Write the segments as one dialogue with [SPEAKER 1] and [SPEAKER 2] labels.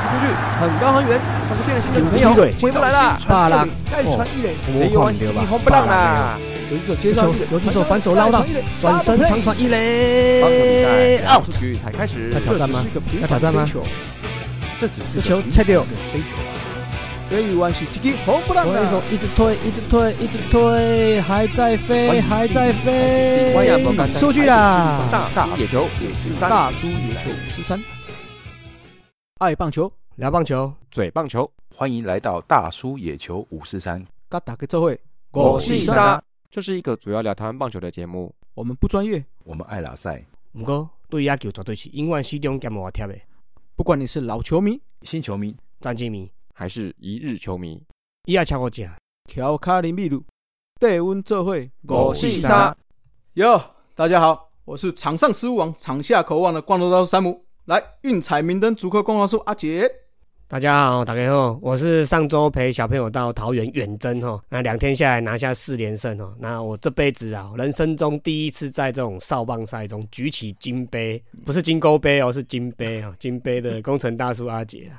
[SPEAKER 1] 很高很远，上次变了心的朋
[SPEAKER 2] 有出
[SPEAKER 1] 友
[SPEAKER 2] 水
[SPEAKER 1] 回不来了。
[SPEAKER 2] 巴拉
[SPEAKER 3] 再传一垒，
[SPEAKER 1] 没有啊，是一红不让啦。
[SPEAKER 3] 游击手接
[SPEAKER 2] 接
[SPEAKER 3] 上
[SPEAKER 2] 球
[SPEAKER 3] 一垒，，
[SPEAKER 2] 游击手反手捞到，转身长传
[SPEAKER 1] 好，
[SPEAKER 2] 一
[SPEAKER 1] 比
[SPEAKER 2] 垒
[SPEAKER 1] 赛
[SPEAKER 2] out
[SPEAKER 1] 出。局才开始
[SPEAKER 2] 要。挑战吗？要挑战吗？
[SPEAKER 3] 这只是
[SPEAKER 2] 这球切掉。
[SPEAKER 3] 飞球，这一弯是击红不让
[SPEAKER 2] 我一手一直推，一直推，一直推，还在飞，还在飞
[SPEAKER 1] 今天也不简单，
[SPEAKER 2] 出去啦！
[SPEAKER 1] 大大野球五四三，
[SPEAKER 3] 大叔野球五十三，爱棒球，
[SPEAKER 2] 聊棒球，
[SPEAKER 4] 嘴棒球，欢迎来到大叔野球五四三。
[SPEAKER 3] 嘎打给这会，
[SPEAKER 1] 我是
[SPEAKER 2] 是
[SPEAKER 1] 伊
[SPEAKER 2] 伊
[SPEAKER 1] 莎
[SPEAKER 2] 莎，
[SPEAKER 1] 这是一个主要聊台湾棒球的节目。
[SPEAKER 3] 我们不专业，
[SPEAKER 4] 我们爱拉赛，
[SPEAKER 2] 不过对野球绝对是永远始终兼无贴的，
[SPEAKER 3] 不管你是老球迷、
[SPEAKER 4] 新球迷
[SPEAKER 2] 战绩迷，
[SPEAKER 1] 还是一日球迷，
[SPEAKER 2] 伊也超过正。
[SPEAKER 3] 乔卡林秘鲁，对温这会，
[SPEAKER 1] 我是伊莎。
[SPEAKER 3] 哟，大家好，我是场上失误王、场下口望的光头刀山姆，来运彩明灯足科光华叔阿杰。
[SPEAKER 2] 大家好，大家好，我是上周陪小朋友到桃园远征哈，那两天下来拿下四连胜哈，那我这辈子啊，人生中第一次在这种少棒赛中举起金杯，不是金钩杯哦，是金杯啊，金杯的工程大叔阿杰啊。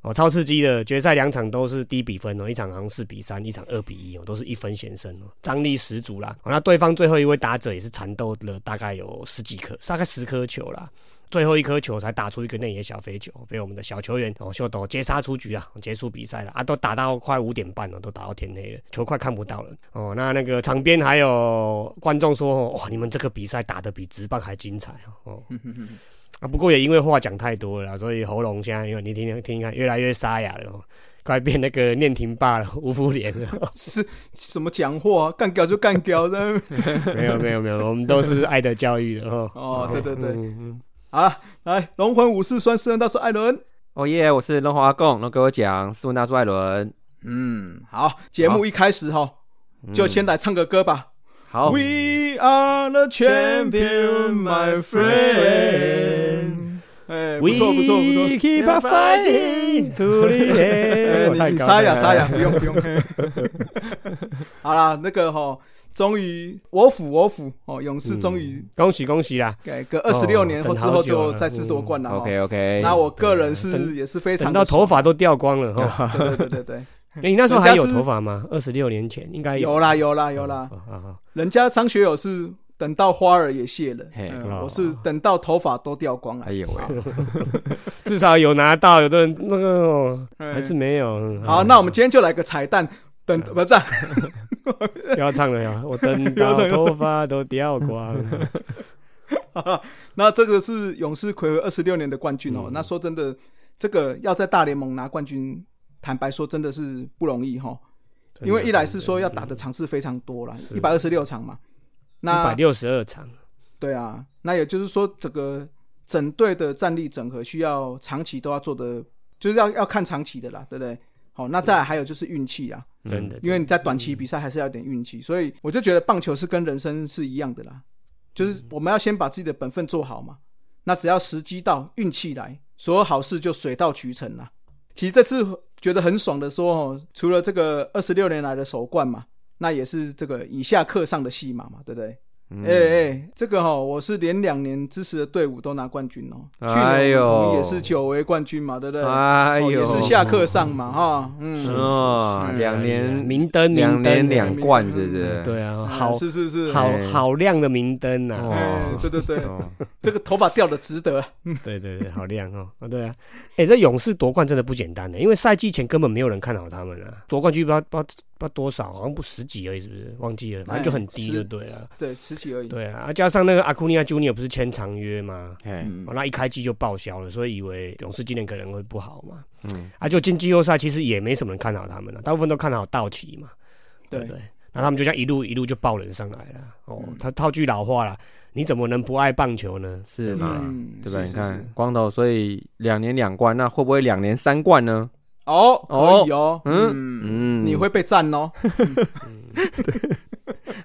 [SPEAKER 2] 哦，超刺激的！决赛两场都是低比分哦，一场好像四比三，一场二比一哦，都是一分险胜哦，张力十足啦、哦。那对方最后一位打者也是缠斗了大概有十几颗，大概十颗球啦。最后一颗球才打出一个内野小飞球，被我们的小球员哦秀斗接杀出局啊，结束比赛了啊，都打到快五点半了，都打到天黑了，球快看不到了哦。那那个场边还有观众说哦，哇，你们这个比赛打得比职棒还精彩哦哦。啊，不过也因为话讲太多了啦，所以喉咙现在因为你听听听看，越来越沙哑了、哦，快变那个念婷爸了， 吴福莲了。
[SPEAKER 3] 是什么讲话、啊？干掉就干掉 的。
[SPEAKER 2] 没有没有没有，我们都是爱的教育的哦。
[SPEAKER 3] 哦对对对
[SPEAKER 2] 嗯嗯
[SPEAKER 3] 好了，来龙魂武士酸四人大叔艾伦。
[SPEAKER 1] 哦耶，我是龙华阿贡，龙哥我讲，斯文大叔艾伦，
[SPEAKER 3] 嗯，好，节目一开始哈，就先来唱个歌吧。
[SPEAKER 1] 好。
[SPEAKER 3] We are the champion, my friend。哎，不错不错不错。
[SPEAKER 2] We keep on fighting to the
[SPEAKER 3] 哎
[SPEAKER 2] end
[SPEAKER 3] 你你
[SPEAKER 2] 哎
[SPEAKER 3] 沙哑沙哑，不用不用。 好啦，那个哈，终于我服我服哦，勇士终于
[SPEAKER 2] 恭喜恭喜啦！
[SPEAKER 3] 改革二十六年或之后就
[SPEAKER 2] 嗯哦等好久了嗯
[SPEAKER 3] 再次夺冠了哦。
[SPEAKER 1] OK OK，
[SPEAKER 3] 那我个人
[SPEAKER 2] 对啊
[SPEAKER 3] 是
[SPEAKER 2] 等
[SPEAKER 3] 也是非常
[SPEAKER 2] 等
[SPEAKER 3] 的
[SPEAKER 2] 到头发都掉光了哈。 哎
[SPEAKER 3] 爽，对对对对
[SPEAKER 2] 你那时候还
[SPEAKER 3] 人
[SPEAKER 2] 有
[SPEAKER 3] 家是
[SPEAKER 2] 头发吗？二十六年前应该
[SPEAKER 3] 对，有啦有啦有啦，
[SPEAKER 2] 哦。好 好
[SPEAKER 3] 人家张学友是等到花儿也谢了，
[SPEAKER 1] 嘿
[SPEAKER 3] 嗯
[SPEAKER 2] 哦
[SPEAKER 3] 我是等到头发都掉光了
[SPEAKER 1] 哎，呦喂，
[SPEAKER 2] 至少有拿到，有的人那个哦
[SPEAKER 3] 嗯
[SPEAKER 2] 还是没有。嗯
[SPEAKER 3] 好，那我们今天就来个彩蛋，等不是啊
[SPEAKER 2] 不要唱 了呀！我等
[SPEAKER 3] 不要
[SPEAKER 2] 到
[SPEAKER 3] 唱
[SPEAKER 2] 头发都掉光了。嗯
[SPEAKER 3] 好了， 那这个是勇士魁违二十六年的冠军哦。
[SPEAKER 2] 嗯
[SPEAKER 3] 那说真的，这个要在大联盟拿冠军，坦白说真的是不容易哈、哦因为一来是说要打的场次非常多啦，
[SPEAKER 2] 是
[SPEAKER 3] 一百二十六场嘛。
[SPEAKER 2] 一百
[SPEAKER 3] 那
[SPEAKER 2] 六十二场，
[SPEAKER 3] 对啊，那也就是说，整个整队的战力整合需要长期都要做的，就是要要看长期的啦，对不对？好，那再来还有就是运气啊，
[SPEAKER 2] 真的，
[SPEAKER 3] 因为你在短期比赛还是要有点运气，所以我就觉得棒球是跟人生是一样的啦，
[SPEAKER 1] 嗯
[SPEAKER 3] 就是我们要先把自己的本分做好嘛。那只要时机到，运气来，所有好事就水到渠成啦。其实这次觉得很爽的说哦，除了这个二十六年来的首冠嘛，那也是这个以下课上的戏码嘛，对不对？
[SPEAKER 1] 嗯
[SPEAKER 3] 哎哎、这个哈、我是连两年支持的队伍都拿冠军哦，去
[SPEAKER 1] 哎
[SPEAKER 3] 年
[SPEAKER 1] 呦
[SPEAKER 3] 我们统一也是久违冠军嘛，对不对？
[SPEAKER 1] 哎
[SPEAKER 3] 哦
[SPEAKER 1] 呦，
[SPEAKER 3] 也是下课上嘛，哈，
[SPEAKER 1] 是
[SPEAKER 3] 嗯，
[SPEAKER 1] 哦，
[SPEAKER 3] 是
[SPEAKER 1] 两年
[SPEAKER 2] 明灯，
[SPEAKER 1] 两
[SPEAKER 2] 明
[SPEAKER 1] 年
[SPEAKER 2] 灯
[SPEAKER 1] 两
[SPEAKER 2] 哎
[SPEAKER 1] 冠，是不是？
[SPEAKER 2] 对啊，好
[SPEAKER 3] 嗯是是是，
[SPEAKER 2] 好
[SPEAKER 1] 哎
[SPEAKER 2] 好亮的明灯啊呐！
[SPEAKER 1] 哦
[SPEAKER 3] 哎，对对 对，
[SPEAKER 1] 哦，
[SPEAKER 3] 这个头发掉的值得啊。
[SPEAKER 2] 对对对，好亮哦！啊，对啊，哎，这勇士夺冠真的不简单的，因为赛季前根本没有人看好他们啊，夺冠率不知道不知道不知道多少，好像不十几而已，是不是？忘记了，反正就很低，
[SPEAKER 3] 哎
[SPEAKER 2] 就对了。
[SPEAKER 3] 对，十几而已。
[SPEAKER 2] 对啊，啊加上那个阿库尼亚 Junior 不是签长约吗？
[SPEAKER 1] 嘿，
[SPEAKER 3] 嗯
[SPEAKER 2] 哦，那一开季就报销了，所以以为勇士今年可能会不好嘛。
[SPEAKER 1] 嗯，
[SPEAKER 2] 啊，就进季后赛其实也没什么人看好他们了，大部分都看好道奇嘛，对
[SPEAKER 3] 对
[SPEAKER 2] 不对？那他们就这样一路一路就爆人上来了。哦
[SPEAKER 3] 嗯，
[SPEAKER 2] 他套句老话啦，你怎么能不爱棒球呢？
[SPEAKER 1] 是嘛？
[SPEAKER 3] 嗯，
[SPEAKER 1] 对吧？
[SPEAKER 3] 是
[SPEAKER 1] 你
[SPEAKER 3] 是
[SPEAKER 1] 看
[SPEAKER 3] 是
[SPEAKER 1] 光头，所以两年两冠，那会不会两年三冠呢？
[SPEAKER 3] 哦，
[SPEAKER 1] 哦
[SPEAKER 3] 可以哦，嗯，
[SPEAKER 1] 嗯，
[SPEAKER 3] 你会被赞哦。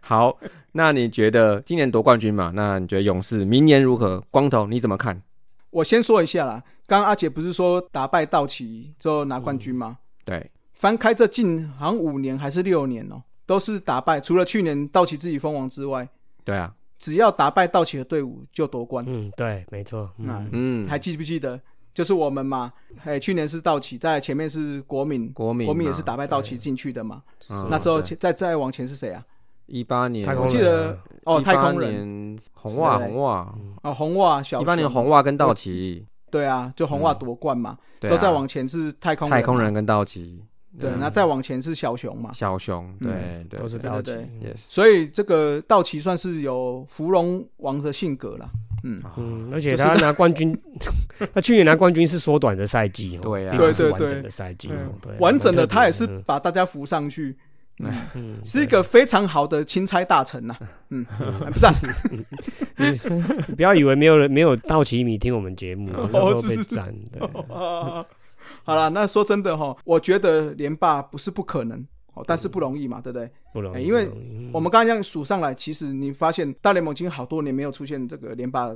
[SPEAKER 1] 好？那你觉得今年夺冠军嘛？那你觉得勇士明年如何？光头你怎么看？
[SPEAKER 3] 我先说一下啦，刚刚阿姐不是说打败道奇之后拿冠军
[SPEAKER 1] 嗯
[SPEAKER 3] 吗？
[SPEAKER 1] 对，
[SPEAKER 3] 翻开这近好像五年还是六年哦，都是打败，除了去年道奇自己封王之外，
[SPEAKER 1] 对啊，
[SPEAKER 3] 只要打败道奇的队伍就夺冠。
[SPEAKER 2] 嗯，对，没错。
[SPEAKER 3] 那
[SPEAKER 2] 嗯，
[SPEAKER 1] 嗯，
[SPEAKER 3] 还记不记得就是我们嘛，哎，去年是道奇，在前面是国民，
[SPEAKER 1] 国民嘛
[SPEAKER 3] 国民也是打败道奇进去的嘛。
[SPEAKER 1] 嗯
[SPEAKER 3] 那之后前再再往前是谁啊？
[SPEAKER 1] 一八年，
[SPEAKER 2] 太空啊
[SPEAKER 3] 我记得哦，太空人
[SPEAKER 1] 人红袜
[SPEAKER 3] 对
[SPEAKER 1] 红袜，
[SPEAKER 3] 哦，红袜小
[SPEAKER 1] 一八年
[SPEAKER 3] 熊
[SPEAKER 1] 红袜跟道奇，
[SPEAKER 3] 对啊，就红袜夺冠嘛。
[SPEAKER 1] 对
[SPEAKER 3] 之
[SPEAKER 1] 啊
[SPEAKER 3] 后再往前是太空
[SPEAKER 1] 太空
[SPEAKER 3] 嘛
[SPEAKER 1] 人跟道奇，
[SPEAKER 3] 对，
[SPEAKER 1] 嗯
[SPEAKER 3] 那再往前是小熊嘛。
[SPEAKER 1] 小熊，对
[SPEAKER 3] 嗯
[SPEAKER 1] 对，
[SPEAKER 2] 都是
[SPEAKER 1] 对
[SPEAKER 2] 道奇
[SPEAKER 3] 对。
[SPEAKER 1] yes，
[SPEAKER 3] 所以这个道奇算是有芙蓉王的性格啦。嗯，
[SPEAKER 1] 啊
[SPEAKER 2] 嗯，而且他拿冠军，他去年拿冠军是缩短的赛季哦，
[SPEAKER 1] 对啊
[SPEAKER 2] 并不是
[SPEAKER 3] 对对
[SPEAKER 2] 完整的赛季哦
[SPEAKER 3] 嗯，
[SPEAKER 1] 啊
[SPEAKER 2] 对，
[SPEAKER 3] 完整的
[SPEAKER 2] 蛮特别
[SPEAKER 3] 他也是
[SPEAKER 2] 嗯
[SPEAKER 3] 把大家扶上去，嗯
[SPEAKER 2] 嗯，
[SPEAKER 3] 是一个非常好的钦差大臣 呐。嗯，啊不是啊，
[SPEAKER 2] 你是你不要以为没有人没有道奇迷听我们节目，
[SPEAKER 3] 哦
[SPEAKER 2] 那时候
[SPEAKER 3] 是
[SPEAKER 2] 被
[SPEAKER 3] 是是
[SPEAKER 2] 赞，对，
[SPEAKER 3] 啊 好了，那说真的哈，我觉得连霸不是不可能。哦，但是不容易嘛，对不对？
[SPEAKER 2] 不容
[SPEAKER 3] 哎
[SPEAKER 2] 易，
[SPEAKER 3] 因为
[SPEAKER 2] 不容易嗯
[SPEAKER 3] 我们刚刚这样数上来，其实你发现大联盟已经好多年没有出现这个连霸的，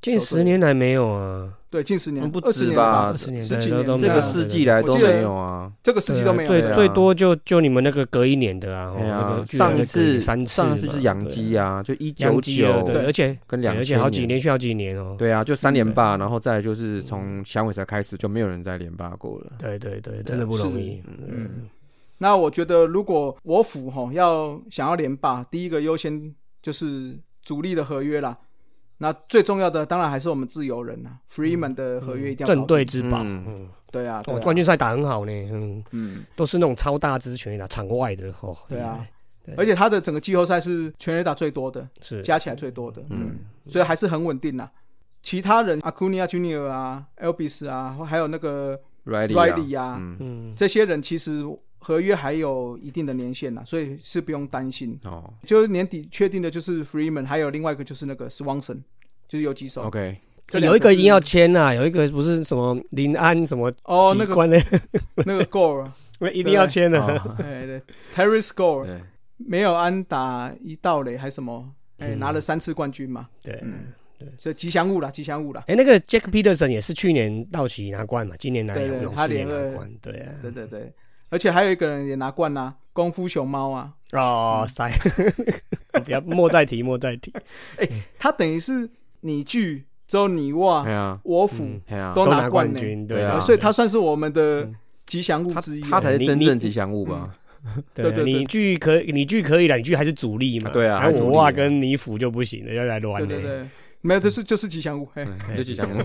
[SPEAKER 2] 近十年来没有啊，
[SPEAKER 3] 对，近十年、
[SPEAKER 1] 嗯不
[SPEAKER 3] 二十
[SPEAKER 1] 止
[SPEAKER 3] 年
[SPEAKER 1] 吧
[SPEAKER 3] 了
[SPEAKER 1] 啊
[SPEAKER 2] 二十年
[SPEAKER 3] 十
[SPEAKER 2] 代
[SPEAKER 3] 几
[SPEAKER 2] 都
[SPEAKER 3] 年
[SPEAKER 2] 都
[SPEAKER 3] 嗯
[SPEAKER 1] 这
[SPEAKER 2] 没有
[SPEAKER 1] 个世纪来都没有啊。
[SPEAKER 3] 这个时期都没有。
[SPEAKER 2] 对
[SPEAKER 1] 对
[SPEAKER 2] 啊最
[SPEAKER 1] 啊
[SPEAKER 2] 最多就就你们那个隔一年的啊，哦
[SPEAKER 1] 哎
[SPEAKER 2] 那
[SPEAKER 1] 呀
[SPEAKER 2] 个，巨人
[SPEAKER 1] 上一
[SPEAKER 2] 的隔一
[SPEAKER 1] 次
[SPEAKER 2] 年三次嘛，
[SPEAKER 1] 上一次是养鸡啊，就一
[SPEAKER 2] 对，养
[SPEAKER 1] 九
[SPEAKER 2] 鸡了，
[SPEAKER 1] 九
[SPEAKER 2] 对，而且
[SPEAKER 1] 跟
[SPEAKER 2] 对
[SPEAKER 1] 两
[SPEAKER 2] 而且
[SPEAKER 1] 千
[SPEAKER 2] 好几，连续好几年哦，
[SPEAKER 1] 对啊，就三连霸，然后再来
[SPEAKER 2] 嗯
[SPEAKER 1] 就是从响尾蛇开始就没有人再连霸过了。
[SPEAKER 2] 对对对，真的不容易，嗯，
[SPEAKER 3] 那我觉得，如果我府吼要想要连霸，第一个优先就是主力的合约啦。那最重要的当然还是我们自由人啦，Freeman 的合约一定要
[SPEAKER 2] 正
[SPEAKER 3] 搞定
[SPEAKER 2] 对之宝，
[SPEAKER 1] 嗯
[SPEAKER 2] 嗯，
[SPEAKER 3] 对啊，对
[SPEAKER 2] 哦，
[SPEAKER 3] 啊
[SPEAKER 2] 冠军赛打很好呢，嗯，
[SPEAKER 3] 嗯
[SPEAKER 2] 都是那种超大支拳打场外的哦，
[SPEAKER 3] 对啊，
[SPEAKER 2] 对
[SPEAKER 3] 而且他的整个季后赛是全垒打最多的，
[SPEAKER 2] 是
[SPEAKER 3] 加起来最多的，嗯
[SPEAKER 1] 嗯，
[SPEAKER 3] 所以还是很稳定啦。其他人阿库尼亚 Junior 啊、Elvis 啊，还有那个
[SPEAKER 1] ，Riley
[SPEAKER 3] Riley
[SPEAKER 1] 啊
[SPEAKER 3] 啊
[SPEAKER 1] 嗯
[SPEAKER 2] 嗯，
[SPEAKER 3] 这些人，其实合约还有一定的年限啦，所以是不用担心。
[SPEAKER 1] 哦
[SPEAKER 3] 就是年底确定的就是 Freeman，还有另外一个就是那个 Swanson，就是游击手。
[SPEAKER 2] 哦
[SPEAKER 1] ，OK，
[SPEAKER 3] 这两
[SPEAKER 2] 有一个
[SPEAKER 3] 是
[SPEAKER 2] 一定要签啊，有一个不是什么林安什么
[SPEAKER 3] 哦，
[SPEAKER 2] 几
[SPEAKER 3] 那个
[SPEAKER 2] 关的，
[SPEAKER 3] 那个 Gore，
[SPEAKER 2] 一定要签啊的，
[SPEAKER 1] 哦
[SPEAKER 3] 哎对，Terry Gore
[SPEAKER 1] 对，
[SPEAKER 3] 没有安打一盗垒还什么，哎
[SPEAKER 2] 嗯
[SPEAKER 3] 拿了三次冠军嘛，嗯
[SPEAKER 2] 对。
[SPEAKER 3] 所以吉祥物啦，吉祥物啦，
[SPEAKER 2] 哎、那个 Jack Peterson 也是去年道奇拿冠嘛，今年拿
[SPEAKER 3] 对
[SPEAKER 2] 勇
[SPEAKER 3] 对
[SPEAKER 2] 勇
[SPEAKER 3] 他
[SPEAKER 2] 士也
[SPEAKER 3] 连二
[SPEAKER 2] 拿冠，对啊，
[SPEAKER 3] 对对对，而且还有一个人也拿冠啦、功夫熊猫啊，
[SPEAKER 2] 哦，塞， 不要莫再提，莫 再提，
[SPEAKER 3] 他等于是你剧之后你哇
[SPEAKER 1] 哎呀，
[SPEAKER 3] 我府、
[SPEAKER 2] 嗯
[SPEAKER 1] 哎呀，
[SPEAKER 3] 都拿
[SPEAKER 2] 拿冠
[SPEAKER 3] 冠呢
[SPEAKER 2] 军，
[SPEAKER 1] 对啊
[SPEAKER 2] 啊，
[SPEAKER 3] 呃所以他算是我们的
[SPEAKER 2] 嗯
[SPEAKER 3] 吉祥物
[SPEAKER 1] 他
[SPEAKER 3] 之一啊、
[SPEAKER 1] 他才是
[SPEAKER 2] 你
[SPEAKER 1] 真
[SPEAKER 2] 你嗯
[SPEAKER 1] 正吉祥物吧？
[SPEAKER 2] 对啊
[SPEAKER 3] 对对对
[SPEAKER 2] 你巨可以，你巨可以了，你巨还是主力嘛，
[SPEAKER 1] 啊对啊
[SPEAKER 2] 然
[SPEAKER 1] 还
[SPEAKER 2] 后
[SPEAKER 1] 主
[SPEAKER 2] 我
[SPEAKER 1] 力
[SPEAKER 2] 哇跟尼府就不行了，要来乱
[SPEAKER 3] 对
[SPEAKER 2] 了，
[SPEAKER 3] 对对，没有，就是就是吉祥物，嘿。
[SPEAKER 1] 嗯就吉祥物，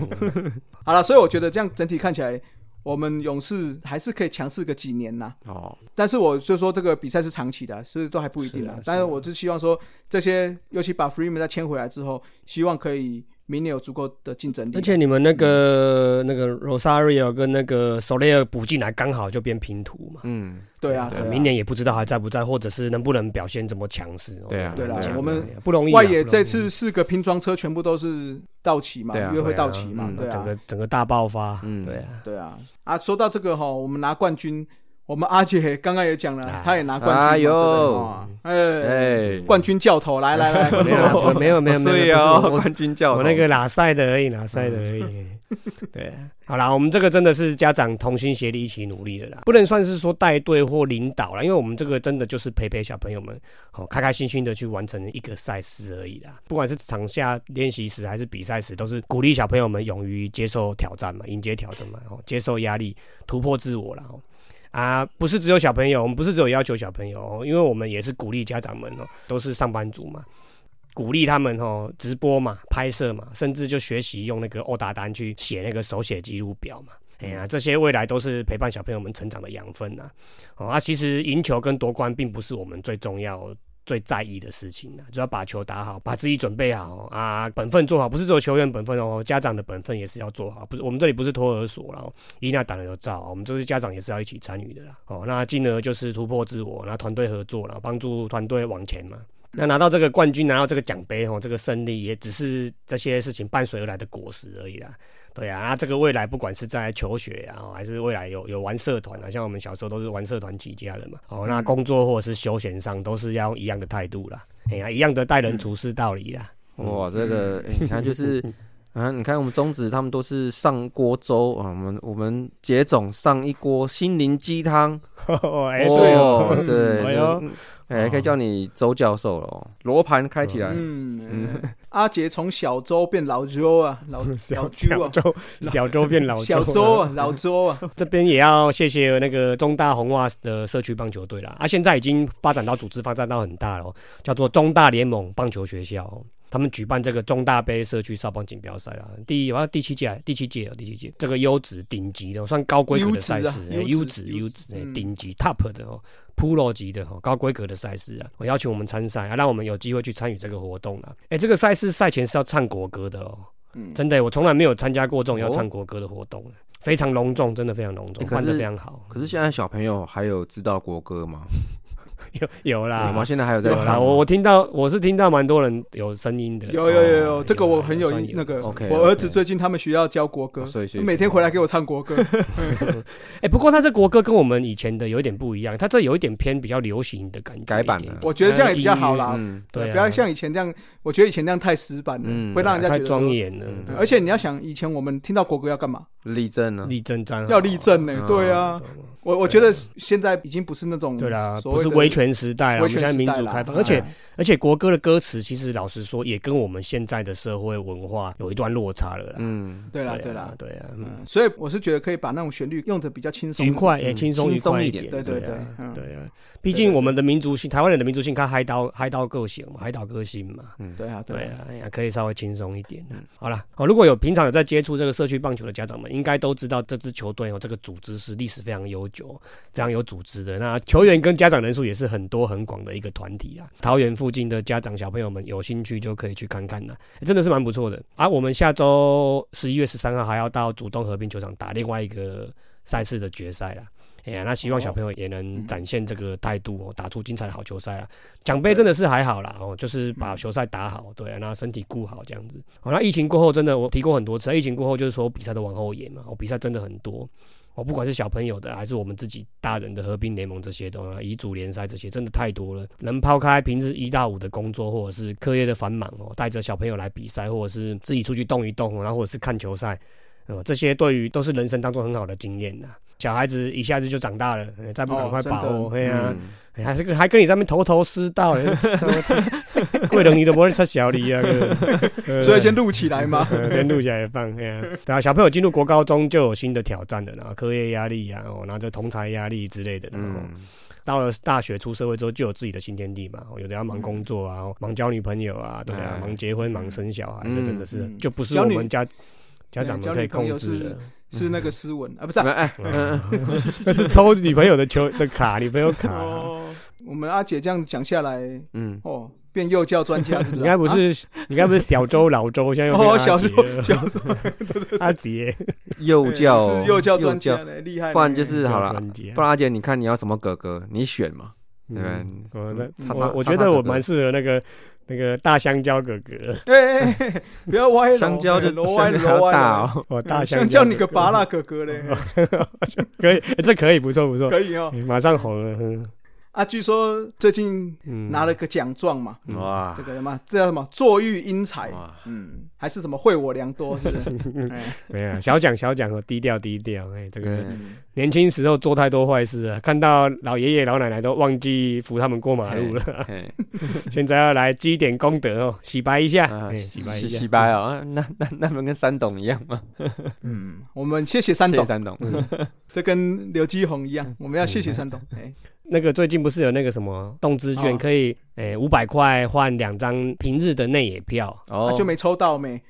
[SPEAKER 3] 好了，所以我觉得这样整体看起来，我们勇士还是可以强势个几年呐。
[SPEAKER 1] 哦，
[SPEAKER 3] 但是我就说这个比赛是长期的啊，所以都还不一定
[SPEAKER 2] 是啊
[SPEAKER 3] 啦
[SPEAKER 2] 是啊。
[SPEAKER 3] 但是我就希望说，这些尤其把 Freeman 再签回来之后，希望可以明年有足够的竞争力。
[SPEAKER 2] 而且你们那个、那个 Rosario 跟那个 Soler 补进来，刚好就变拼图嘛。
[SPEAKER 1] 嗯，
[SPEAKER 3] 对啊，
[SPEAKER 2] 对
[SPEAKER 3] 对啊，
[SPEAKER 2] 明年也不知道还在不在，或者是能不能表现这么强势。
[SPEAKER 1] 对啊
[SPEAKER 2] 哦
[SPEAKER 1] 对啦
[SPEAKER 2] 很难讲
[SPEAKER 3] 我们
[SPEAKER 2] 哎呀不容易啊。
[SPEAKER 3] 外野
[SPEAKER 2] 不容易
[SPEAKER 3] 这次四个拼装车全部都是道奇嘛，
[SPEAKER 1] 对啊
[SPEAKER 3] 约会
[SPEAKER 2] 对啊
[SPEAKER 3] 道奇嘛
[SPEAKER 1] 嗯，
[SPEAKER 3] 对
[SPEAKER 2] 整
[SPEAKER 3] 啊，
[SPEAKER 2] 个整个大爆发，
[SPEAKER 1] 嗯
[SPEAKER 2] 对啊，
[SPEAKER 3] 对啊。啊，说到这个哈，我们拿冠军，我们阿姐刚刚也讲了
[SPEAKER 2] 哎，
[SPEAKER 3] 她也拿冠军嘛，
[SPEAKER 1] 哎
[SPEAKER 3] 对
[SPEAKER 1] 呦
[SPEAKER 3] 不对？哎，
[SPEAKER 1] 哎，
[SPEAKER 3] 冠军教头，来来来，
[SPEAKER 2] 没有啦这个没有没有没 有，
[SPEAKER 1] 对
[SPEAKER 2] 不是
[SPEAKER 1] 啊，
[SPEAKER 2] 我我
[SPEAKER 1] 冠军教头
[SPEAKER 2] 我那个拉塞的而已，拉塞的而已。 对啊，好啦，我们这个真的是家长同心协力一起努力的啦，不能算是说带队或领导啦，因为我们这个真的就是陪陪小朋友们，好、开开心心的去完成一个赛事而已啦。不管是场下练习时还是比赛时，都是鼓励小朋友们勇于接受挑战嘛，迎接挑战嘛，哦，接受压力，突破自我啦。哦啊，不是只有小朋友，我们不是只有要求小朋友哦，因为我们也是鼓励家长们哦，都是上班族嘛，鼓励他们哦，直播嘛，拍摄嘛，甚至就学习用那个欧达单去写那个手写记录表嘛。哎呀，这些未来都是陪伴小朋友们成长的养分呐、哦，啊，其实赢球跟夺冠并不是我们最重要、最在意的事情啊，只要把球打好，把自己准备好啊，本分做好，不是只有球员本分哦，家长的本分也是要做好。不是我们这里不是托儿所啦，哦伊娜打的有照，我们这些家长也是要一起参与的啦。哦，那进而就是突破自我，那团队合作啦，帮助团队往前嘛。那拿到这个冠军，拿到这个奖杯，哦吼，这个胜利也只是这些事情伴随而来的果实而已啦。对啊，那这个未来不管是在求学啊，哦还是未来有有玩社团啊，像我们小时候都是玩社团起家的嘛。哦，那工作或者是休闲上都是要用一样的态度啦，哎呀、一样的待人处事道理啦。
[SPEAKER 1] 哇，这个哎你看就是啊，你看我们中职他们都是上锅粥啊，我们我们杰总上一锅心灵鸡汤
[SPEAKER 2] 哎，对
[SPEAKER 1] 哦
[SPEAKER 2] 哦，，
[SPEAKER 1] 对，
[SPEAKER 2] 哎
[SPEAKER 1] 就
[SPEAKER 2] 呦
[SPEAKER 1] 嗯哎，可以叫你周教授了哦，罗盘开起来，
[SPEAKER 3] 嗯，阿杰从小周变老周啊，老
[SPEAKER 2] 小
[SPEAKER 3] 老周
[SPEAKER 2] 小
[SPEAKER 3] 啊，
[SPEAKER 2] 周，小周变老
[SPEAKER 3] 小周
[SPEAKER 2] 周了。
[SPEAKER 3] 啊，老周啊，
[SPEAKER 2] 这边也要谢谢那个中大红袜的社区棒球队啦，啊，现在已经发展到组织发展到很大了哦，叫做中大联盟棒球学校哦、他们举办这个中大杯社区少棒锦标赛啦，第一好像第七届还，第七届啊了，第七届这个优质顶级的，算高规格的赛事，哎
[SPEAKER 3] 优
[SPEAKER 2] 优
[SPEAKER 3] 质
[SPEAKER 2] 质
[SPEAKER 3] 啊优质
[SPEAKER 2] 优
[SPEAKER 3] 优
[SPEAKER 2] 质
[SPEAKER 3] 质
[SPEAKER 2] 哎
[SPEAKER 3] 嗯
[SPEAKER 2] 顶级 top 的哦，pro 级的哦，高规格的赛事啊，我邀请我们参赛啊，让我们有机会去参与这个活动啦。哎，这个赛事赛前是要唱国歌的哦，
[SPEAKER 3] 嗯，
[SPEAKER 2] 真的，我从来没有参加过这种要
[SPEAKER 1] 哦
[SPEAKER 2] 唱国歌的活动，非常隆重，真的非常隆重，
[SPEAKER 1] 欸可是
[SPEAKER 2] 办的非常好。
[SPEAKER 1] 可是现在小朋友还有知道国歌吗？
[SPEAKER 2] 有有
[SPEAKER 1] 有吗？
[SPEAKER 2] 啦，
[SPEAKER 1] 现在还有在
[SPEAKER 2] 啊有啦，
[SPEAKER 1] 唱
[SPEAKER 2] 我
[SPEAKER 1] 吗
[SPEAKER 2] 我听到我是听到蛮多人有声音的，
[SPEAKER 3] 有有有有，
[SPEAKER 2] 哦
[SPEAKER 3] 这个我很有
[SPEAKER 2] 算
[SPEAKER 3] 印那个
[SPEAKER 1] OK，OK
[SPEAKER 3] 我儿子最近他们学校教国歌
[SPEAKER 1] 哦，所以所以
[SPEAKER 3] 每天回来给我唱国歌，
[SPEAKER 2] 哎，不过他这国歌跟我们以前的有一点不一样，他这有一点偏比较流行的感觉，
[SPEAKER 1] 改版啊
[SPEAKER 2] 一点
[SPEAKER 1] 了
[SPEAKER 3] 我觉得这样也比较好啦。
[SPEAKER 1] 嗯，
[SPEAKER 2] 对啊，
[SPEAKER 3] 不要像以前这样，我觉得以前那样太死板
[SPEAKER 1] 嗯
[SPEAKER 3] 了，会让人家
[SPEAKER 2] 太
[SPEAKER 3] 觉得
[SPEAKER 2] 庄
[SPEAKER 3] 说。
[SPEAKER 2] 严了
[SPEAKER 1] 嗯，
[SPEAKER 2] 对
[SPEAKER 3] 而且你要想，以前我们听到国歌要干嘛？
[SPEAKER 1] 立正呢？
[SPEAKER 2] 立正站好
[SPEAKER 3] 要立正呢
[SPEAKER 1] 嗯。
[SPEAKER 3] 对啊，我我觉得现在已经不是那种
[SPEAKER 2] 对啦，
[SPEAKER 3] 所
[SPEAKER 2] 不
[SPEAKER 3] 谓
[SPEAKER 2] 是
[SPEAKER 3] 的
[SPEAKER 2] 威权时代啦，我
[SPEAKER 3] 威
[SPEAKER 2] 们现
[SPEAKER 3] 权
[SPEAKER 2] 在
[SPEAKER 3] 时
[SPEAKER 2] 民
[SPEAKER 3] 代
[SPEAKER 2] 主
[SPEAKER 3] 啦
[SPEAKER 2] 开放，而且
[SPEAKER 3] 哎
[SPEAKER 2] 而且国歌的歌词，其实老实说，也跟我们现在的社会文化有一段落差了啦。
[SPEAKER 1] 嗯，
[SPEAKER 3] 对啦
[SPEAKER 2] 对
[SPEAKER 3] 对啦，
[SPEAKER 2] 对啊，嗯
[SPEAKER 3] 嗯，所以我是觉得可以把那种旋律用的比较轻松一
[SPEAKER 2] 愉
[SPEAKER 3] 点，
[SPEAKER 2] 快也
[SPEAKER 1] 嗯
[SPEAKER 2] 轻松
[SPEAKER 1] 轻
[SPEAKER 2] 愉
[SPEAKER 1] 松
[SPEAKER 2] 快
[SPEAKER 1] 一
[SPEAKER 2] 一
[SPEAKER 1] 点
[SPEAKER 2] 点，
[SPEAKER 3] 对对
[SPEAKER 2] 对
[SPEAKER 3] 对
[SPEAKER 2] 啊
[SPEAKER 3] 嗯
[SPEAKER 2] 对啊，毕竟我们的民族性，台湾人的民族性，看嗨刀嗨刀个性嘛，嗨刀个性嘛，
[SPEAKER 3] 对啊对
[SPEAKER 2] 对
[SPEAKER 3] 啊，嗯
[SPEAKER 2] 啊，哎呀，可以稍微轻松一点啊。好了，哦，如果有平常有在接触这个社区棒球的家长们，应该都知道这支球队哦，这个组织是历史非常悠久、非常有组织的。那球员跟家长人数也是很多很广的一个团体啊。桃园附近的家长小朋友们有兴趣就可以去看看啦，哎真的是蛮不错的啊。我们下周十一月十三号还要到主动和平球场打另外一个赛事的决赛啦。哎呀，那希望小朋友也能展现这个态度哦，打出精彩的好球赛啊！奖杯真的是还好啦，哦，就是
[SPEAKER 3] 嗯
[SPEAKER 2] 把球赛打好，对、啊，那身体顾好这样子。好、那疫情过后，真的我提过很多次，哎疫情过后就是说比赛都往后延嘛，哦，比赛真的很多，哦，不管是小朋友的还是我们自己大人的合并联盟这些的，啊，乙组联赛这些真的太多了，能抛开平日一到五的工作或者是课业的繁忙哦，带着小朋友来比赛，或者是自己出去动一动，然后或者是看球赛，呃，这些对于都是人生当中很好的经验呐。小孩子一下子就长大了，呃再不赶
[SPEAKER 3] 哦
[SPEAKER 2] 快
[SPEAKER 3] 真的
[SPEAKER 2] 把握，嘿啊，
[SPEAKER 1] 嗯
[SPEAKER 2] 哎还是跟还跟你在那边头头 是道，贵人你都不会吃小梨啊，哥。
[SPEAKER 3] 所以先录起来嘛
[SPEAKER 2] 呃先录起来放。哎呀对啊，小朋友进入国高中就有新的挑战了啦，然后课业压力呀、啊，哦，然后这同才压力之类的，然后
[SPEAKER 1] 嗯，
[SPEAKER 2] 到了大学出社会之后就有自己的新天地嘛，哦有的要忙工作啊，哦忙交女朋友啊，对啊
[SPEAKER 1] 哎，
[SPEAKER 2] 忙结婚、忙生小孩，
[SPEAKER 1] 嗯
[SPEAKER 2] 这真的是
[SPEAKER 3] 嗯嗯
[SPEAKER 2] 就不是
[SPEAKER 3] 交
[SPEAKER 2] 我
[SPEAKER 3] 女
[SPEAKER 2] 们家家长
[SPEAKER 3] 交
[SPEAKER 2] 们
[SPEAKER 3] 女
[SPEAKER 2] 可以
[SPEAKER 3] 朋友
[SPEAKER 2] 控制
[SPEAKER 3] 是
[SPEAKER 2] 的。
[SPEAKER 3] 是那个斯文啊，不是 啊、
[SPEAKER 1] 哎，
[SPEAKER 2] 嗯，那是抽女朋友的球的卡，女朋友卡啊。
[SPEAKER 3] 哦，我们阿姐这样讲下来，
[SPEAKER 1] 嗯，
[SPEAKER 3] 哦，变幼教专家是不是、啊？
[SPEAKER 2] 你该不
[SPEAKER 3] 啊、
[SPEAKER 2] 是、你该不是小周老周，现在又变
[SPEAKER 3] 哦
[SPEAKER 2] 阿
[SPEAKER 3] 小周
[SPEAKER 2] 杰了
[SPEAKER 3] 小 时候
[SPEAKER 2] 阿杰，
[SPEAKER 1] 幼教
[SPEAKER 3] 是幼教专
[SPEAKER 1] 幼
[SPEAKER 3] 家
[SPEAKER 1] 教
[SPEAKER 3] 呢，厉害呢。
[SPEAKER 1] 不然就是好了，
[SPEAKER 2] 专辑啊
[SPEAKER 1] 不然阿姐，你看你要什么哥哥，你选嘛，对不对
[SPEAKER 2] 嗯，我那
[SPEAKER 1] 叉叉
[SPEAKER 2] 我我
[SPEAKER 1] 叉
[SPEAKER 2] 觉
[SPEAKER 1] 叉
[SPEAKER 2] 得我
[SPEAKER 1] 哥哥
[SPEAKER 2] 蛮适合那个那个大香蕉哥 哥，
[SPEAKER 3] 对，哎哎哎不要歪了，
[SPEAKER 1] 香蕉就
[SPEAKER 3] 揉歪
[SPEAKER 1] 香
[SPEAKER 3] 了
[SPEAKER 1] 蕉
[SPEAKER 3] 揉歪
[SPEAKER 1] 大
[SPEAKER 3] 了。
[SPEAKER 1] 哦，
[SPEAKER 2] 我大哦香
[SPEAKER 3] 香蕉
[SPEAKER 2] 哥
[SPEAKER 3] 你个
[SPEAKER 2] 哥
[SPEAKER 3] 拔蜡哥哥嘞，
[SPEAKER 2] 可以，欸这可以不错不错，
[SPEAKER 3] 可以哦。
[SPEAKER 2] 欸马上红了，哼
[SPEAKER 3] 啊，据说最近
[SPEAKER 2] 嗯，
[SPEAKER 3] 拿了个奖状嘛，
[SPEAKER 1] 哇
[SPEAKER 3] 这个什么，这叫什么？坐育英才，
[SPEAKER 1] 哇，
[SPEAKER 3] 嗯，还是什么惠我良多，是不 是？哎
[SPEAKER 2] 没有啊小奖小奖，我低调低调，哎，这个
[SPEAKER 1] 嗯
[SPEAKER 3] 嗯
[SPEAKER 2] 年轻时候做太多坏事了，看到老爷爷老奶奶都忘记扶他们过马路了，
[SPEAKER 1] 嘿
[SPEAKER 2] 现在要来积一点功德哦，洗白一下，
[SPEAKER 1] 啊
[SPEAKER 2] 哎，洗
[SPEAKER 1] 洗
[SPEAKER 2] 白一
[SPEAKER 1] 洗
[SPEAKER 2] 下，
[SPEAKER 1] 洗白哦啊，那那那不跟山董一样吗？
[SPEAKER 3] 嗯，我们谢谢山
[SPEAKER 1] 谢谢嗯
[SPEAKER 3] 董，
[SPEAKER 1] 山董，嗯
[SPEAKER 3] 这跟刘基宏一样，我们要谢谢山董。
[SPEAKER 1] 嗯
[SPEAKER 3] 哎，
[SPEAKER 2] 那个最近不是有那个什么动资券
[SPEAKER 3] 哦
[SPEAKER 2] 可以，诶五百块换两张平日的内野票，
[SPEAKER 1] 哦
[SPEAKER 3] 啊，就没抽到没？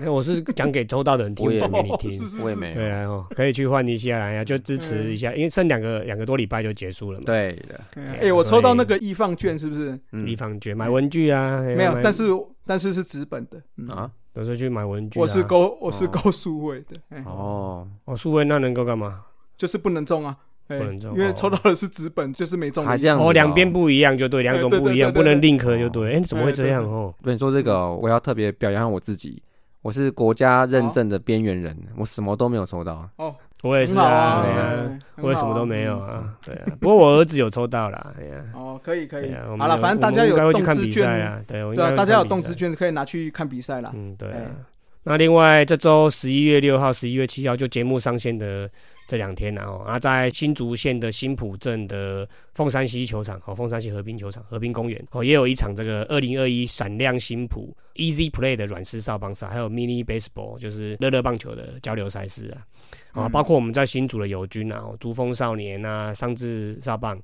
[SPEAKER 2] 那我是讲给抽到的人听，
[SPEAKER 1] 我
[SPEAKER 2] 不
[SPEAKER 1] 也
[SPEAKER 2] 讲给你
[SPEAKER 3] 哦，
[SPEAKER 2] 听。
[SPEAKER 3] 是是
[SPEAKER 1] 我也
[SPEAKER 3] 是，
[SPEAKER 1] 没有
[SPEAKER 2] 对啊，哦可以去换一下哎呀，就支持一
[SPEAKER 3] 嗯
[SPEAKER 2] 下，因为剩两个两个多礼拜就结束了嘛。
[SPEAKER 1] 对的，
[SPEAKER 3] 哎，我抽到那个易放券是不是？
[SPEAKER 2] 地
[SPEAKER 1] 嗯
[SPEAKER 2] 方券买文具啊，哎呀
[SPEAKER 3] 没有，
[SPEAKER 2] 买
[SPEAKER 3] 但是但是是纸本的，嗯
[SPEAKER 1] 啊，
[SPEAKER 2] 有时候去买文具啊。
[SPEAKER 3] 我是勾我是
[SPEAKER 1] 哦
[SPEAKER 3] 勾数位的，哎，
[SPEAKER 1] 哦，
[SPEAKER 2] 哦，数位那能够干嘛？
[SPEAKER 3] 就是不能中啊，哎
[SPEAKER 2] 不能中
[SPEAKER 3] 因为
[SPEAKER 2] 哦
[SPEAKER 3] 抽到的是纸本，就是没中的
[SPEAKER 1] 还
[SPEAKER 3] 意思。
[SPEAKER 1] 这样子
[SPEAKER 2] 哦，两边
[SPEAKER 1] 哦
[SPEAKER 2] 不一样就对，两种
[SPEAKER 3] 嗯对对
[SPEAKER 2] 不一样，
[SPEAKER 3] 对对
[SPEAKER 2] 不
[SPEAKER 3] 对
[SPEAKER 2] 能另科就对。哎，怎么会这样哦？
[SPEAKER 1] 跟你说这个哦，我要特别表扬我自己，我是国家认证的边缘人，我什么都没有抽到。
[SPEAKER 3] 哦，
[SPEAKER 2] 我也
[SPEAKER 3] 很
[SPEAKER 2] 是
[SPEAKER 3] 好
[SPEAKER 2] 啊，
[SPEAKER 3] 啊，
[SPEAKER 2] 对
[SPEAKER 3] 哎
[SPEAKER 2] 啊，
[SPEAKER 3] 很
[SPEAKER 2] 我也
[SPEAKER 3] 好
[SPEAKER 2] 什么
[SPEAKER 3] 啊
[SPEAKER 2] 都没有
[SPEAKER 3] 嗯
[SPEAKER 2] 啊，对啊。不过我儿子有抽到啦，哎呀。
[SPEAKER 3] 哦，可以可
[SPEAKER 2] 对
[SPEAKER 3] 以，
[SPEAKER 2] 啊，我们
[SPEAKER 3] 好了，
[SPEAKER 2] 有
[SPEAKER 3] 反正大
[SPEAKER 2] 我们
[SPEAKER 3] 家
[SPEAKER 2] 应该
[SPEAKER 3] 有
[SPEAKER 2] 会去
[SPEAKER 3] 动
[SPEAKER 2] 看
[SPEAKER 3] 资
[SPEAKER 2] 比赛
[SPEAKER 3] 券，
[SPEAKER 2] 啊，对，我应
[SPEAKER 3] 对
[SPEAKER 2] 该
[SPEAKER 3] 啊，
[SPEAKER 2] 会
[SPEAKER 3] 大
[SPEAKER 2] 看
[SPEAKER 3] 家有
[SPEAKER 2] 比
[SPEAKER 3] 动
[SPEAKER 2] 赛
[SPEAKER 3] 资，券可以拿去看比赛啦。
[SPEAKER 2] 嗯，对啊
[SPEAKER 3] 哎，
[SPEAKER 2] 那另外这周十一月六号、十一月七号就节目上线的这两天然后啊，在新竹县的新浦镇的凤山西球场哦，凤山西河滨球场、河滨公园哦，也有一场这个二零二一闪亮新浦 Easy Play 的软式少棒赛，还有 Mini Baseball 就是乐乐棒球的交流赛事啊，
[SPEAKER 3] 嗯
[SPEAKER 2] 啊，包括我们在新竹的友军啊，哦珠峰少年啊、上智少棒，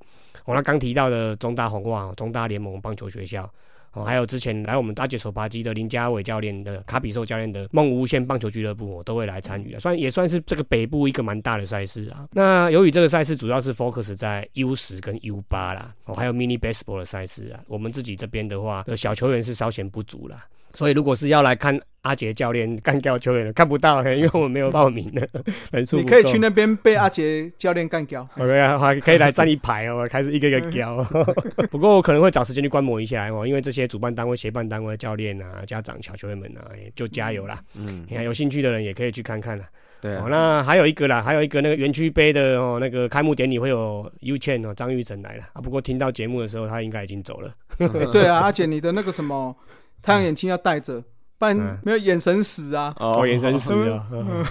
[SPEAKER 2] 我、哦、那刚提到的中大红袜、哦中大联盟棒球学校。哦，还有之前来我们大姐手扒鸡的林家伟教练的卡比兽教练的梦无限棒球俱乐部，我都会来参与啊，算也算是这个北部一个蛮大的赛事啊。那由于这个赛事主要是 focus 在 U 十跟 U 八啦，哦，还有 mini baseball 的赛事啊，我们自己这边的话，呃小球员是稍显不足啦。所以如果是要来看阿杰教练干掉球员的，看不到，因为我们没有报名的 人数
[SPEAKER 3] 你
[SPEAKER 2] 不够。
[SPEAKER 3] 可以去那边被阿杰教练干掉。
[SPEAKER 2] 我们要还可以来站一排哦，开始一个一
[SPEAKER 1] 嗯
[SPEAKER 2] 个教。 不过我可能会找时间去观摩一下哦，因为这些主办单位、协办单位、教练啊、家长、小球员们啊，也就加油啦！
[SPEAKER 1] 嗯，
[SPEAKER 2] 你看有兴趣的人也可以去看看啦。
[SPEAKER 1] 对
[SPEAKER 2] 哦
[SPEAKER 1] 啊，，
[SPEAKER 2] 那还有一个啦，还有一个那个园区杯的哦，那个开幕典礼会有 U Chen 哦，张玉成来了啊。不过听到节目的时候，他应该已经走了。
[SPEAKER 3] 哎对啊，阿杰你的那个什么太阳眼镜要戴着，不
[SPEAKER 2] 嗯
[SPEAKER 3] 然没有眼神死啊，
[SPEAKER 1] 哦
[SPEAKER 2] 哦，眼神死了。嗯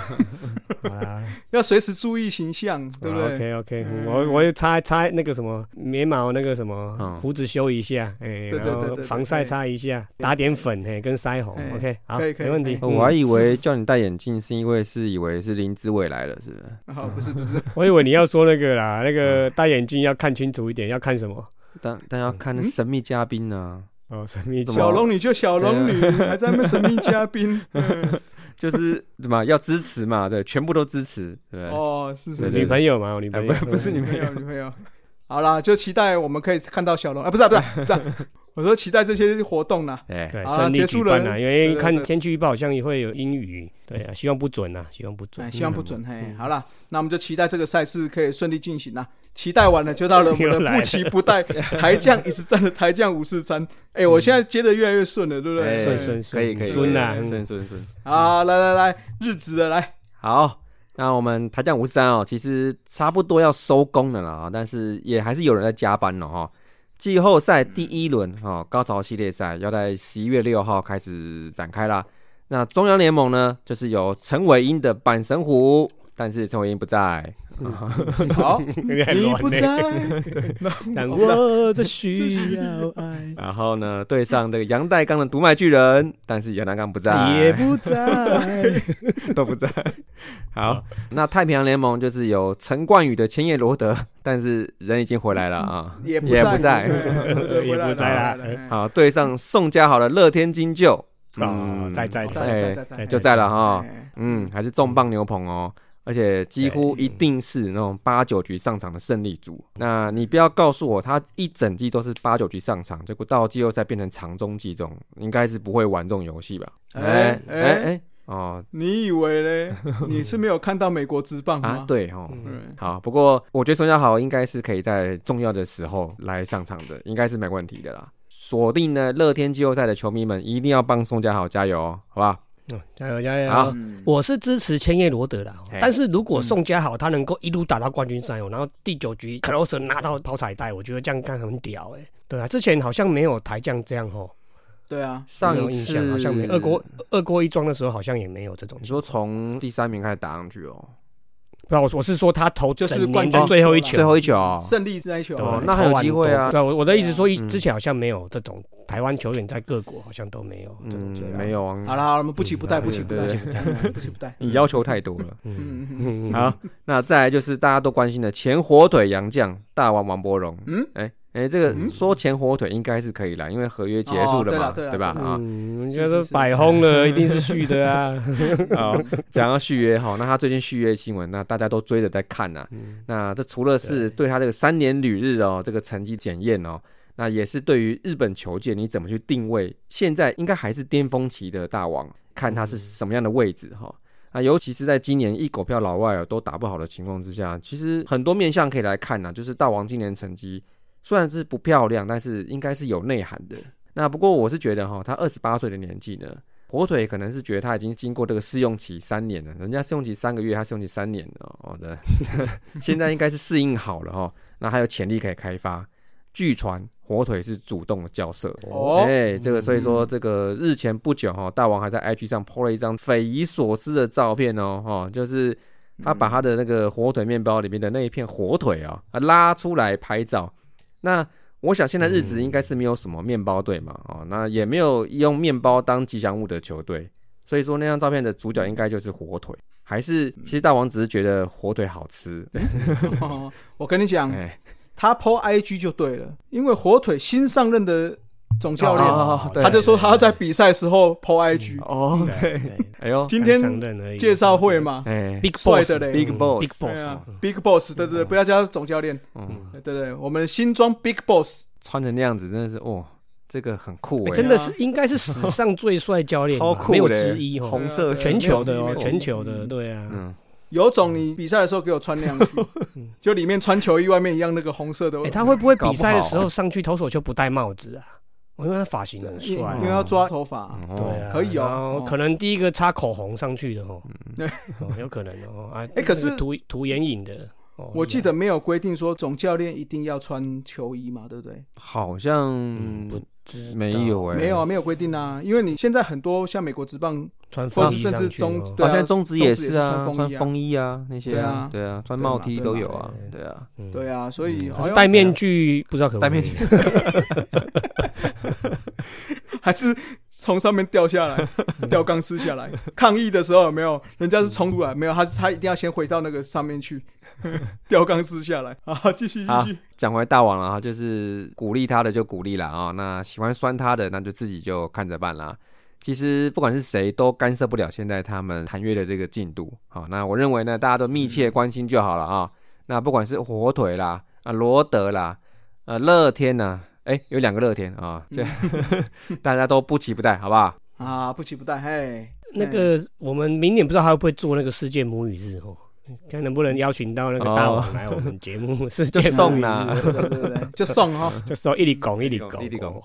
[SPEAKER 2] 好啦
[SPEAKER 3] 要随时注意形象，对不对？
[SPEAKER 2] ？OK OK，
[SPEAKER 3] 嗯
[SPEAKER 2] 啊我我就擦擦那个什么眉毛，那个什么
[SPEAKER 1] 嗯
[SPEAKER 2] 胡子修一下，哎，
[SPEAKER 3] 对对对
[SPEAKER 2] 然后
[SPEAKER 3] 对对
[SPEAKER 2] 防晒擦一下，打点粉，哎，跟腮红
[SPEAKER 3] 哎
[SPEAKER 2] ，OK，好，
[SPEAKER 3] 可以可以
[SPEAKER 2] 没问题
[SPEAKER 3] 可。
[SPEAKER 1] 哦我还
[SPEAKER 2] 嗯
[SPEAKER 1] 以为叫你戴眼镜是因为是以为是林志伟来了，是不是？
[SPEAKER 3] 好，啊不是不是，
[SPEAKER 2] 我以为你要说那个啦，那
[SPEAKER 1] 嗯
[SPEAKER 2] 个戴眼镜要看清楚一点，要看什么？
[SPEAKER 1] 但但要看
[SPEAKER 3] 嗯
[SPEAKER 1] 神秘嘉宾啊呢、
[SPEAKER 2] 哦，神秘
[SPEAKER 1] 怎么
[SPEAKER 3] 小龙女就小龙女，
[SPEAKER 2] 啊
[SPEAKER 3] 还在那边神秘嘉 宾。嗯
[SPEAKER 1] 就是怎么要支持嘛，对，全部都支持，对不对？
[SPEAKER 3] 哦，是是
[SPEAKER 1] 对
[SPEAKER 3] 是
[SPEAKER 2] 女，朋友嘛，我女
[SPEAKER 1] 哎
[SPEAKER 2] 朋
[SPEAKER 1] 不
[SPEAKER 2] 友嗯
[SPEAKER 1] 是不是你
[SPEAKER 3] 女
[SPEAKER 1] 们
[SPEAKER 3] 朋友女朋友。好啦，就期待我们可以看到小龙啊，不是啊不是啊不是啊，我说期待这些活动啦。
[SPEAKER 1] 哎，
[SPEAKER 2] 对
[SPEAKER 3] 好啦
[SPEAKER 2] 顺利
[SPEAKER 3] 啊结
[SPEAKER 2] 举
[SPEAKER 3] 束
[SPEAKER 2] 办
[SPEAKER 3] 了
[SPEAKER 2] 啊啦，因为
[SPEAKER 3] 对对
[SPEAKER 2] 看
[SPEAKER 3] 对
[SPEAKER 2] 天气预报好像也会有阴雨，对啊，希望不准啊，希望不
[SPEAKER 3] 哎，
[SPEAKER 2] 准，
[SPEAKER 3] 希望不准。嘿
[SPEAKER 2] 嗯，
[SPEAKER 3] 好啦，那我们就期待这个赛事可以顺利进行啦。期待完了，就到了我
[SPEAKER 2] 又
[SPEAKER 3] 们的
[SPEAKER 2] 来了
[SPEAKER 3] 不期不待台将一直站的台将五四三。哎，我现在接的越来越顺啊了，对不对？
[SPEAKER 1] 哎
[SPEAKER 2] 嗯顺顺顺
[SPEAKER 1] 可以可以，
[SPEAKER 2] 顺啦
[SPEAKER 1] 可以
[SPEAKER 2] 嗯
[SPEAKER 1] 顺顺顺。
[SPEAKER 3] 好，来来来，日子的 来，
[SPEAKER 1] 好，那我们台将五十三哦，其实差不多要收工了啦，啊但是也还是有人在加班了哈、哦。季后赛第一轮哦，高潮系列赛要在十一月六号开始展开啦。那中央联盟呢，就是有陈伟英的阪神虎，但是陈伟英不在，
[SPEAKER 3] 好，
[SPEAKER 2] 有点
[SPEAKER 3] 你
[SPEAKER 2] 乱
[SPEAKER 3] 不
[SPEAKER 2] 呢
[SPEAKER 3] 在，
[SPEAKER 2] 但我这需要爱
[SPEAKER 1] 然后呢，对上这个杨代刚的独卖巨人，但是杨代刚不
[SPEAKER 2] 也
[SPEAKER 1] 在，
[SPEAKER 2] 不 在。
[SPEAKER 1] 都不在。好，那太平洋联盟就是有陈冠宇的千叶罗德，但是人已经回来了啊，
[SPEAKER 3] 也不
[SPEAKER 1] 也不在。
[SPEAKER 3] 对对对
[SPEAKER 2] 也不在啦
[SPEAKER 3] 回来了
[SPEAKER 1] 好，对上宋家好的乐天金鹫，
[SPEAKER 2] 嗯哦在在
[SPEAKER 3] 回来了
[SPEAKER 2] 在
[SPEAKER 1] 哎
[SPEAKER 3] 在在在
[SPEAKER 1] 就在了
[SPEAKER 2] 哦
[SPEAKER 1] 哈，
[SPEAKER 3] 哎
[SPEAKER 1] 嗯，还是重磅牛棚哦，而且几乎一定是那种八九局上场的胜利组。那你不要告诉我他一整季都是八九局上场，结果到季后赛变成长中计这种，应该是不会玩这种游戏吧？哎
[SPEAKER 3] 哎
[SPEAKER 1] 哎
[SPEAKER 3] 哎
[SPEAKER 1] 哎，哦
[SPEAKER 3] 你以 为嘞？你是没有看到美国职棒
[SPEAKER 1] 啊
[SPEAKER 3] 吗？，
[SPEAKER 1] 对哦。
[SPEAKER 3] 嗯，
[SPEAKER 1] 好，不过我觉得宋家豪应该是可以在重要的时候来上场的，应该是没问题的啦。锁定呢，乐天季后赛的球迷们一定要帮宋家豪加油哦，好不好？
[SPEAKER 2] 嗯加油加油！
[SPEAKER 1] 好
[SPEAKER 3] 嗯
[SPEAKER 2] 我是支持千叶罗德的，
[SPEAKER 1] 嗯嘿嗯
[SPEAKER 2] 但是如果宋佳豪他能够一路打到冠军赛哦，然后第九局 closer 拿到跑彩带，我觉得这样看很屌哎、对啊，之前好像没有台将这样哦，
[SPEAKER 3] 对啊，
[SPEAKER 1] 上
[SPEAKER 2] 没有
[SPEAKER 1] 一
[SPEAKER 2] 印
[SPEAKER 1] 次
[SPEAKER 2] 象好像没有二锅二锅一庄的时候好像也没有这种
[SPEAKER 1] 你。说从第三名开始打上去哦，
[SPEAKER 2] 不啊，我我是说他投
[SPEAKER 3] 就是
[SPEAKER 2] 整年
[SPEAKER 3] 冠军
[SPEAKER 2] 的最后一
[SPEAKER 3] 球
[SPEAKER 2] 球
[SPEAKER 1] 最，后一球哦，
[SPEAKER 3] 胜利那一球
[SPEAKER 2] 对
[SPEAKER 1] 哦
[SPEAKER 3] 啊，
[SPEAKER 1] 那还有机会啊
[SPEAKER 2] 投完多对，我我的意思说，一
[SPEAKER 1] 嗯
[SPEAKER 2] 之前好像没有这种台湾球员在各国好像都没有这种
[SPEAKER 1] 嗯
[SPEAKER 2] 球员。，
[SPEAKER 1] 没有啊，
[SPEAKER 3] 好了，好了，我们不期不待，
[SPEAKER 2] 嗯
[SPEAKER 3] 不期不待，
[SPEAKER 1] 对
[SPEAKER 2] 对
[SPEAKER 3] 嗯 不期不待。
[SPEAKER 1] 你要求太多了。
[SPEAKER 3] 嗯，
[SPEAKER 2] 嗯，
[SPEAKER 3] 嗯嗯
[SPEAKER 2] 嗯，
[SPEAKER 1] 好，那再来就是大家都关心的前火腿洋将大王王柏荣，
[SPEAKER 3] 嗯，
[SPEAKER 1] 哎哎，这个
[SPEAKER 3] 嗯
[SPEAKER 1] 说前火腿应该是可以啦，因为合约结
[SPEAKER 3] 哦
[SPEAKER 1] 束了嘛，
[SPEAKER 3] 对啦对啦
[SPEAKER 1] 对吧？啊，
[SPEAKER 2] 嗯，人
[SPEAKER 3] 是
[SPEAKER 2] 家
[SPEAKER 3] 是
[SPEAKER 2] 都
[SPEAKER 3] 是
[SPEAKER 2] 摆 轰了，一定是续的啊。
[SPEAKER 1] 好，讲到续约哈，那他最近续约新闻，那大家都追着在看呐、
[SPEAKER 2] 嗯
[SPEAKER 1] 那这除了是对他这个三年旅日哦，这个成绩检验哦，那也是对于日本球界你怎么去定位，现在应该还是巅峰期的大王，看他是什么样的位置哈、那尤其是在今年一狗票老外哦都打不好的情况之下，其实很多面向可以来看呐、就是大王今年成绩虽然是不漂亮，但是应该是有内涵的。那不过我是觉得哈，他二十八岁的年纪呢，火腿可能是觉得他已经经过这个试用期三年了，人家试用期三个月，他试用期三年 了哦，对，现在应该是适应好了哦，那还有潜力可以开发。据传火腿是主动的交涉。
[SPEAKER 3] 哦
[SPEAKER 1] 哎，这个所以说
[SPEAKER 2] 嗯
[SPEAKER 1] 这个日前不久哈、哦，大王还在 IG 上 po 了一张匪夷所思的照片哦，哦，就是他
[SPEAKER 2] 嗯
[SPEAKER 1] 把他的那个火腿面包里面的那一片火腿啊、啊拉出来拍照。那我想现在日子应该是没有什么面包队嘛，哦，那也没有用面包当吉祥物的球队，所以说那张照片的主角应该就是火腿，还是
[SPEAKER 2] 嗯
[SPEAKER 1] 其实大王只是觉得火腿好吃，
[SPEAKER 3] 哦 我跟你讲，
[SPEAKER 1] 哎，
[SPEAKER 3] 他 PO IG 就对了，因为火腿新上任的总教练，
[SPEAKER 1] 哦对
[SPEAKER 3] 他就说他在比赛时候 PO IG，、
[SPEAKER 2] 嗯
[SPEAKER 1] 哦，
[SPEAKER 2] 对，对
[SPEAKER 1] 哎呦，
[SPEAKER 3] 今天
[SPEAKER 2] 刚上任而已
[SPEAKER 3] 介绍会嘛，
[SPEAKER 1] 哎
[SPEAKER 2] ，Big
[SPEAKER 3] 帅
[SPEAKER 2] Boss
[SPEAKER 3] 的嘞
[SPEAKER 1] Big
[SPEAKER 2] 嗯
[SPEAKER 1] Boss
[SPEAKER 2] Big
[SPEAKER 3] 对
[SPEAKER 2] Boss，嗯
[SPEAKER 3] 啊，Big Boss，对对对，不要叫他总教练，
[SPEAKER 1] 嗯，
[SPEAKER 3] 对对，我们新装 Big Boss，
[SPEAKER 1] 穿成那样子真的是哦，这个很酷
[SPEAKER 2] 哎
[SPEAKER 1] 哎，
[SPEAKER 2] 真的是应该是史上最帅教练吧，
[SPEAKER 1] 超酷
[SPEAKER 2] 没有
[SPEAKER 1] 的
[SPEAKER 2] 之一哦，
[SPEAKER 1] 红
[SPEAKER 3] 对
[SPEAKER 1] 色
[SPEAKER 3] 啊
[SPEAKER 2] 全球的
[SPEAKER 3] 没
[SPEAKER 2] 哦
[SPEAKER 3] 有，之一
[SPEAKER 2] 全球的，对啊，
[SPEAKER 1] 嗯，
[SPEAKER 3] 有种你比赛的时候给我穿那样 去，就里面穿球衣，外面一样那个红色的，
[SPEAKER 2] 哎，他会不会比赛的
[SPEAKER 1] 搞不好
[SPEAKER 2] 时候上去投手就不戴帽子啊？我因为他发型很
[SPEAKER 1] 嗯
[SPEAKER 3] 因
[SPEAKER 2] 帅
[SPEAKER 3] 因
[SPEAKER 2] 啊，
[SPEAKER 3] 为要抓头发啊，
[SPEAKER 2] 对啊，
[SPEAKER 3] 可以哦
[SPEAKER 2] 然后
[SPEAKER 3] 哦
[SPEAKER 2] 可能第一个擦口红上去的 哦，
[SPEAKER 3] 嗯
[SPEAKER 2] 哦有可能哦啊，
[SPEAKER 3] 哎可是
[SPEAKER 2] 那个涂涂眼影的，
[SPEAKER 1] 啊
[SPEAKER 2] 哦
[SPEAKER 3] 我记得没有规定说总教练一定要穿球衣嘛，对不对？
[SPEAKER 1] 好像
[SPEAKER 2] 嗯不知道
[SPEAKER 1] 没有哎，
[SPEAKER 3] 没有啊，没有规定啊，因为你现在很多像美国职棒，
[SPEAKER 1] 嗯
[SPEAKER 2] 穿
[SPEAKER 3] 或
[SPEAKER 2] 风
[SPEAKER 3] 是
[SPEAKER 2] 衣
[SPEAKER 3] 甚至
[SPEAKER 2] 上去
[SPEAKER 3] 中
[SPEAKER 2] 哦
[SPEAKER 3] 对
[SPEAKER 1] 好
[SPEAKER 3] 啊
[SPEAKER 1] 像中职也
[SPEAKER 3] 中职
[SPEAKER 1] 是啊，
[SPEAKER 3] 也是穿
[SPEAKER 1] 穿
[SPEAKER 3] 风衣啊
[SPEAKER 1] 风衣啊那些对啊，穿帽 T 都有啊，对啊，
[SPEAKER 2] 嗯
[SPEAKER 3] 对啊，所以
[SPEAKER 2] 可
[SPEAKER 3] 好
[SPEAKER 2] 是
[SPEAKER 3] 像
[SPEAKER 2] 戴面具不知道可不可以
[SPEAKER 1] 哎戴面具
[SPEAKER 3] 还是从上面掉下 来，掉钢丝下来。抗议的时候有没有？人家是冲突啊，没有他，他一定要先回到那个上面去， 掉钢丝下来啊！继续继
[SPEAKER 1] 好
[SPEAKER 3] 续，
[SPEAKER 1] 讲回大王了啊，就是鼓励他的就鼓励了啊，那喜欢酸他的那就自己就看着办啦。其实不管是谁都干涉不了现在他们谈约的这个进度。好，那我认为呢，大家都密
[SPEAKER 3] 嗯
[SPEAKER 1] 切关心就好了啊。那不管是火腿啦、啊罗德啦、呃乐天呐、哎、有两个乐天啊，这、
[SPEAKER 3] 嗯
[SPEAKER 1] 大家都不期不待，好不好？
[SPEAKER 3] 啊！不期不待，嘿，
[SPEAKER 2] 那
[SPEAKER 1] 嗯
[SPEAKER 2] 个我们明年不知道还会不会做那个世界母语日哦，看能不能邀请到那个大王来我们节目世界
[SPEAKER 1] 哦就
[SPEAKER 2] 母
[SPEAKER 1] 送
[SPEAKER 2] 语
[SPEAKER 1] 啦
[SPEAKER 2] 日，
[SPEAKER 3] 对对对对，就送 哈。
[SPEAKER 2] 就说一里拱一里拱
[SPEAKER 1] 一里拱。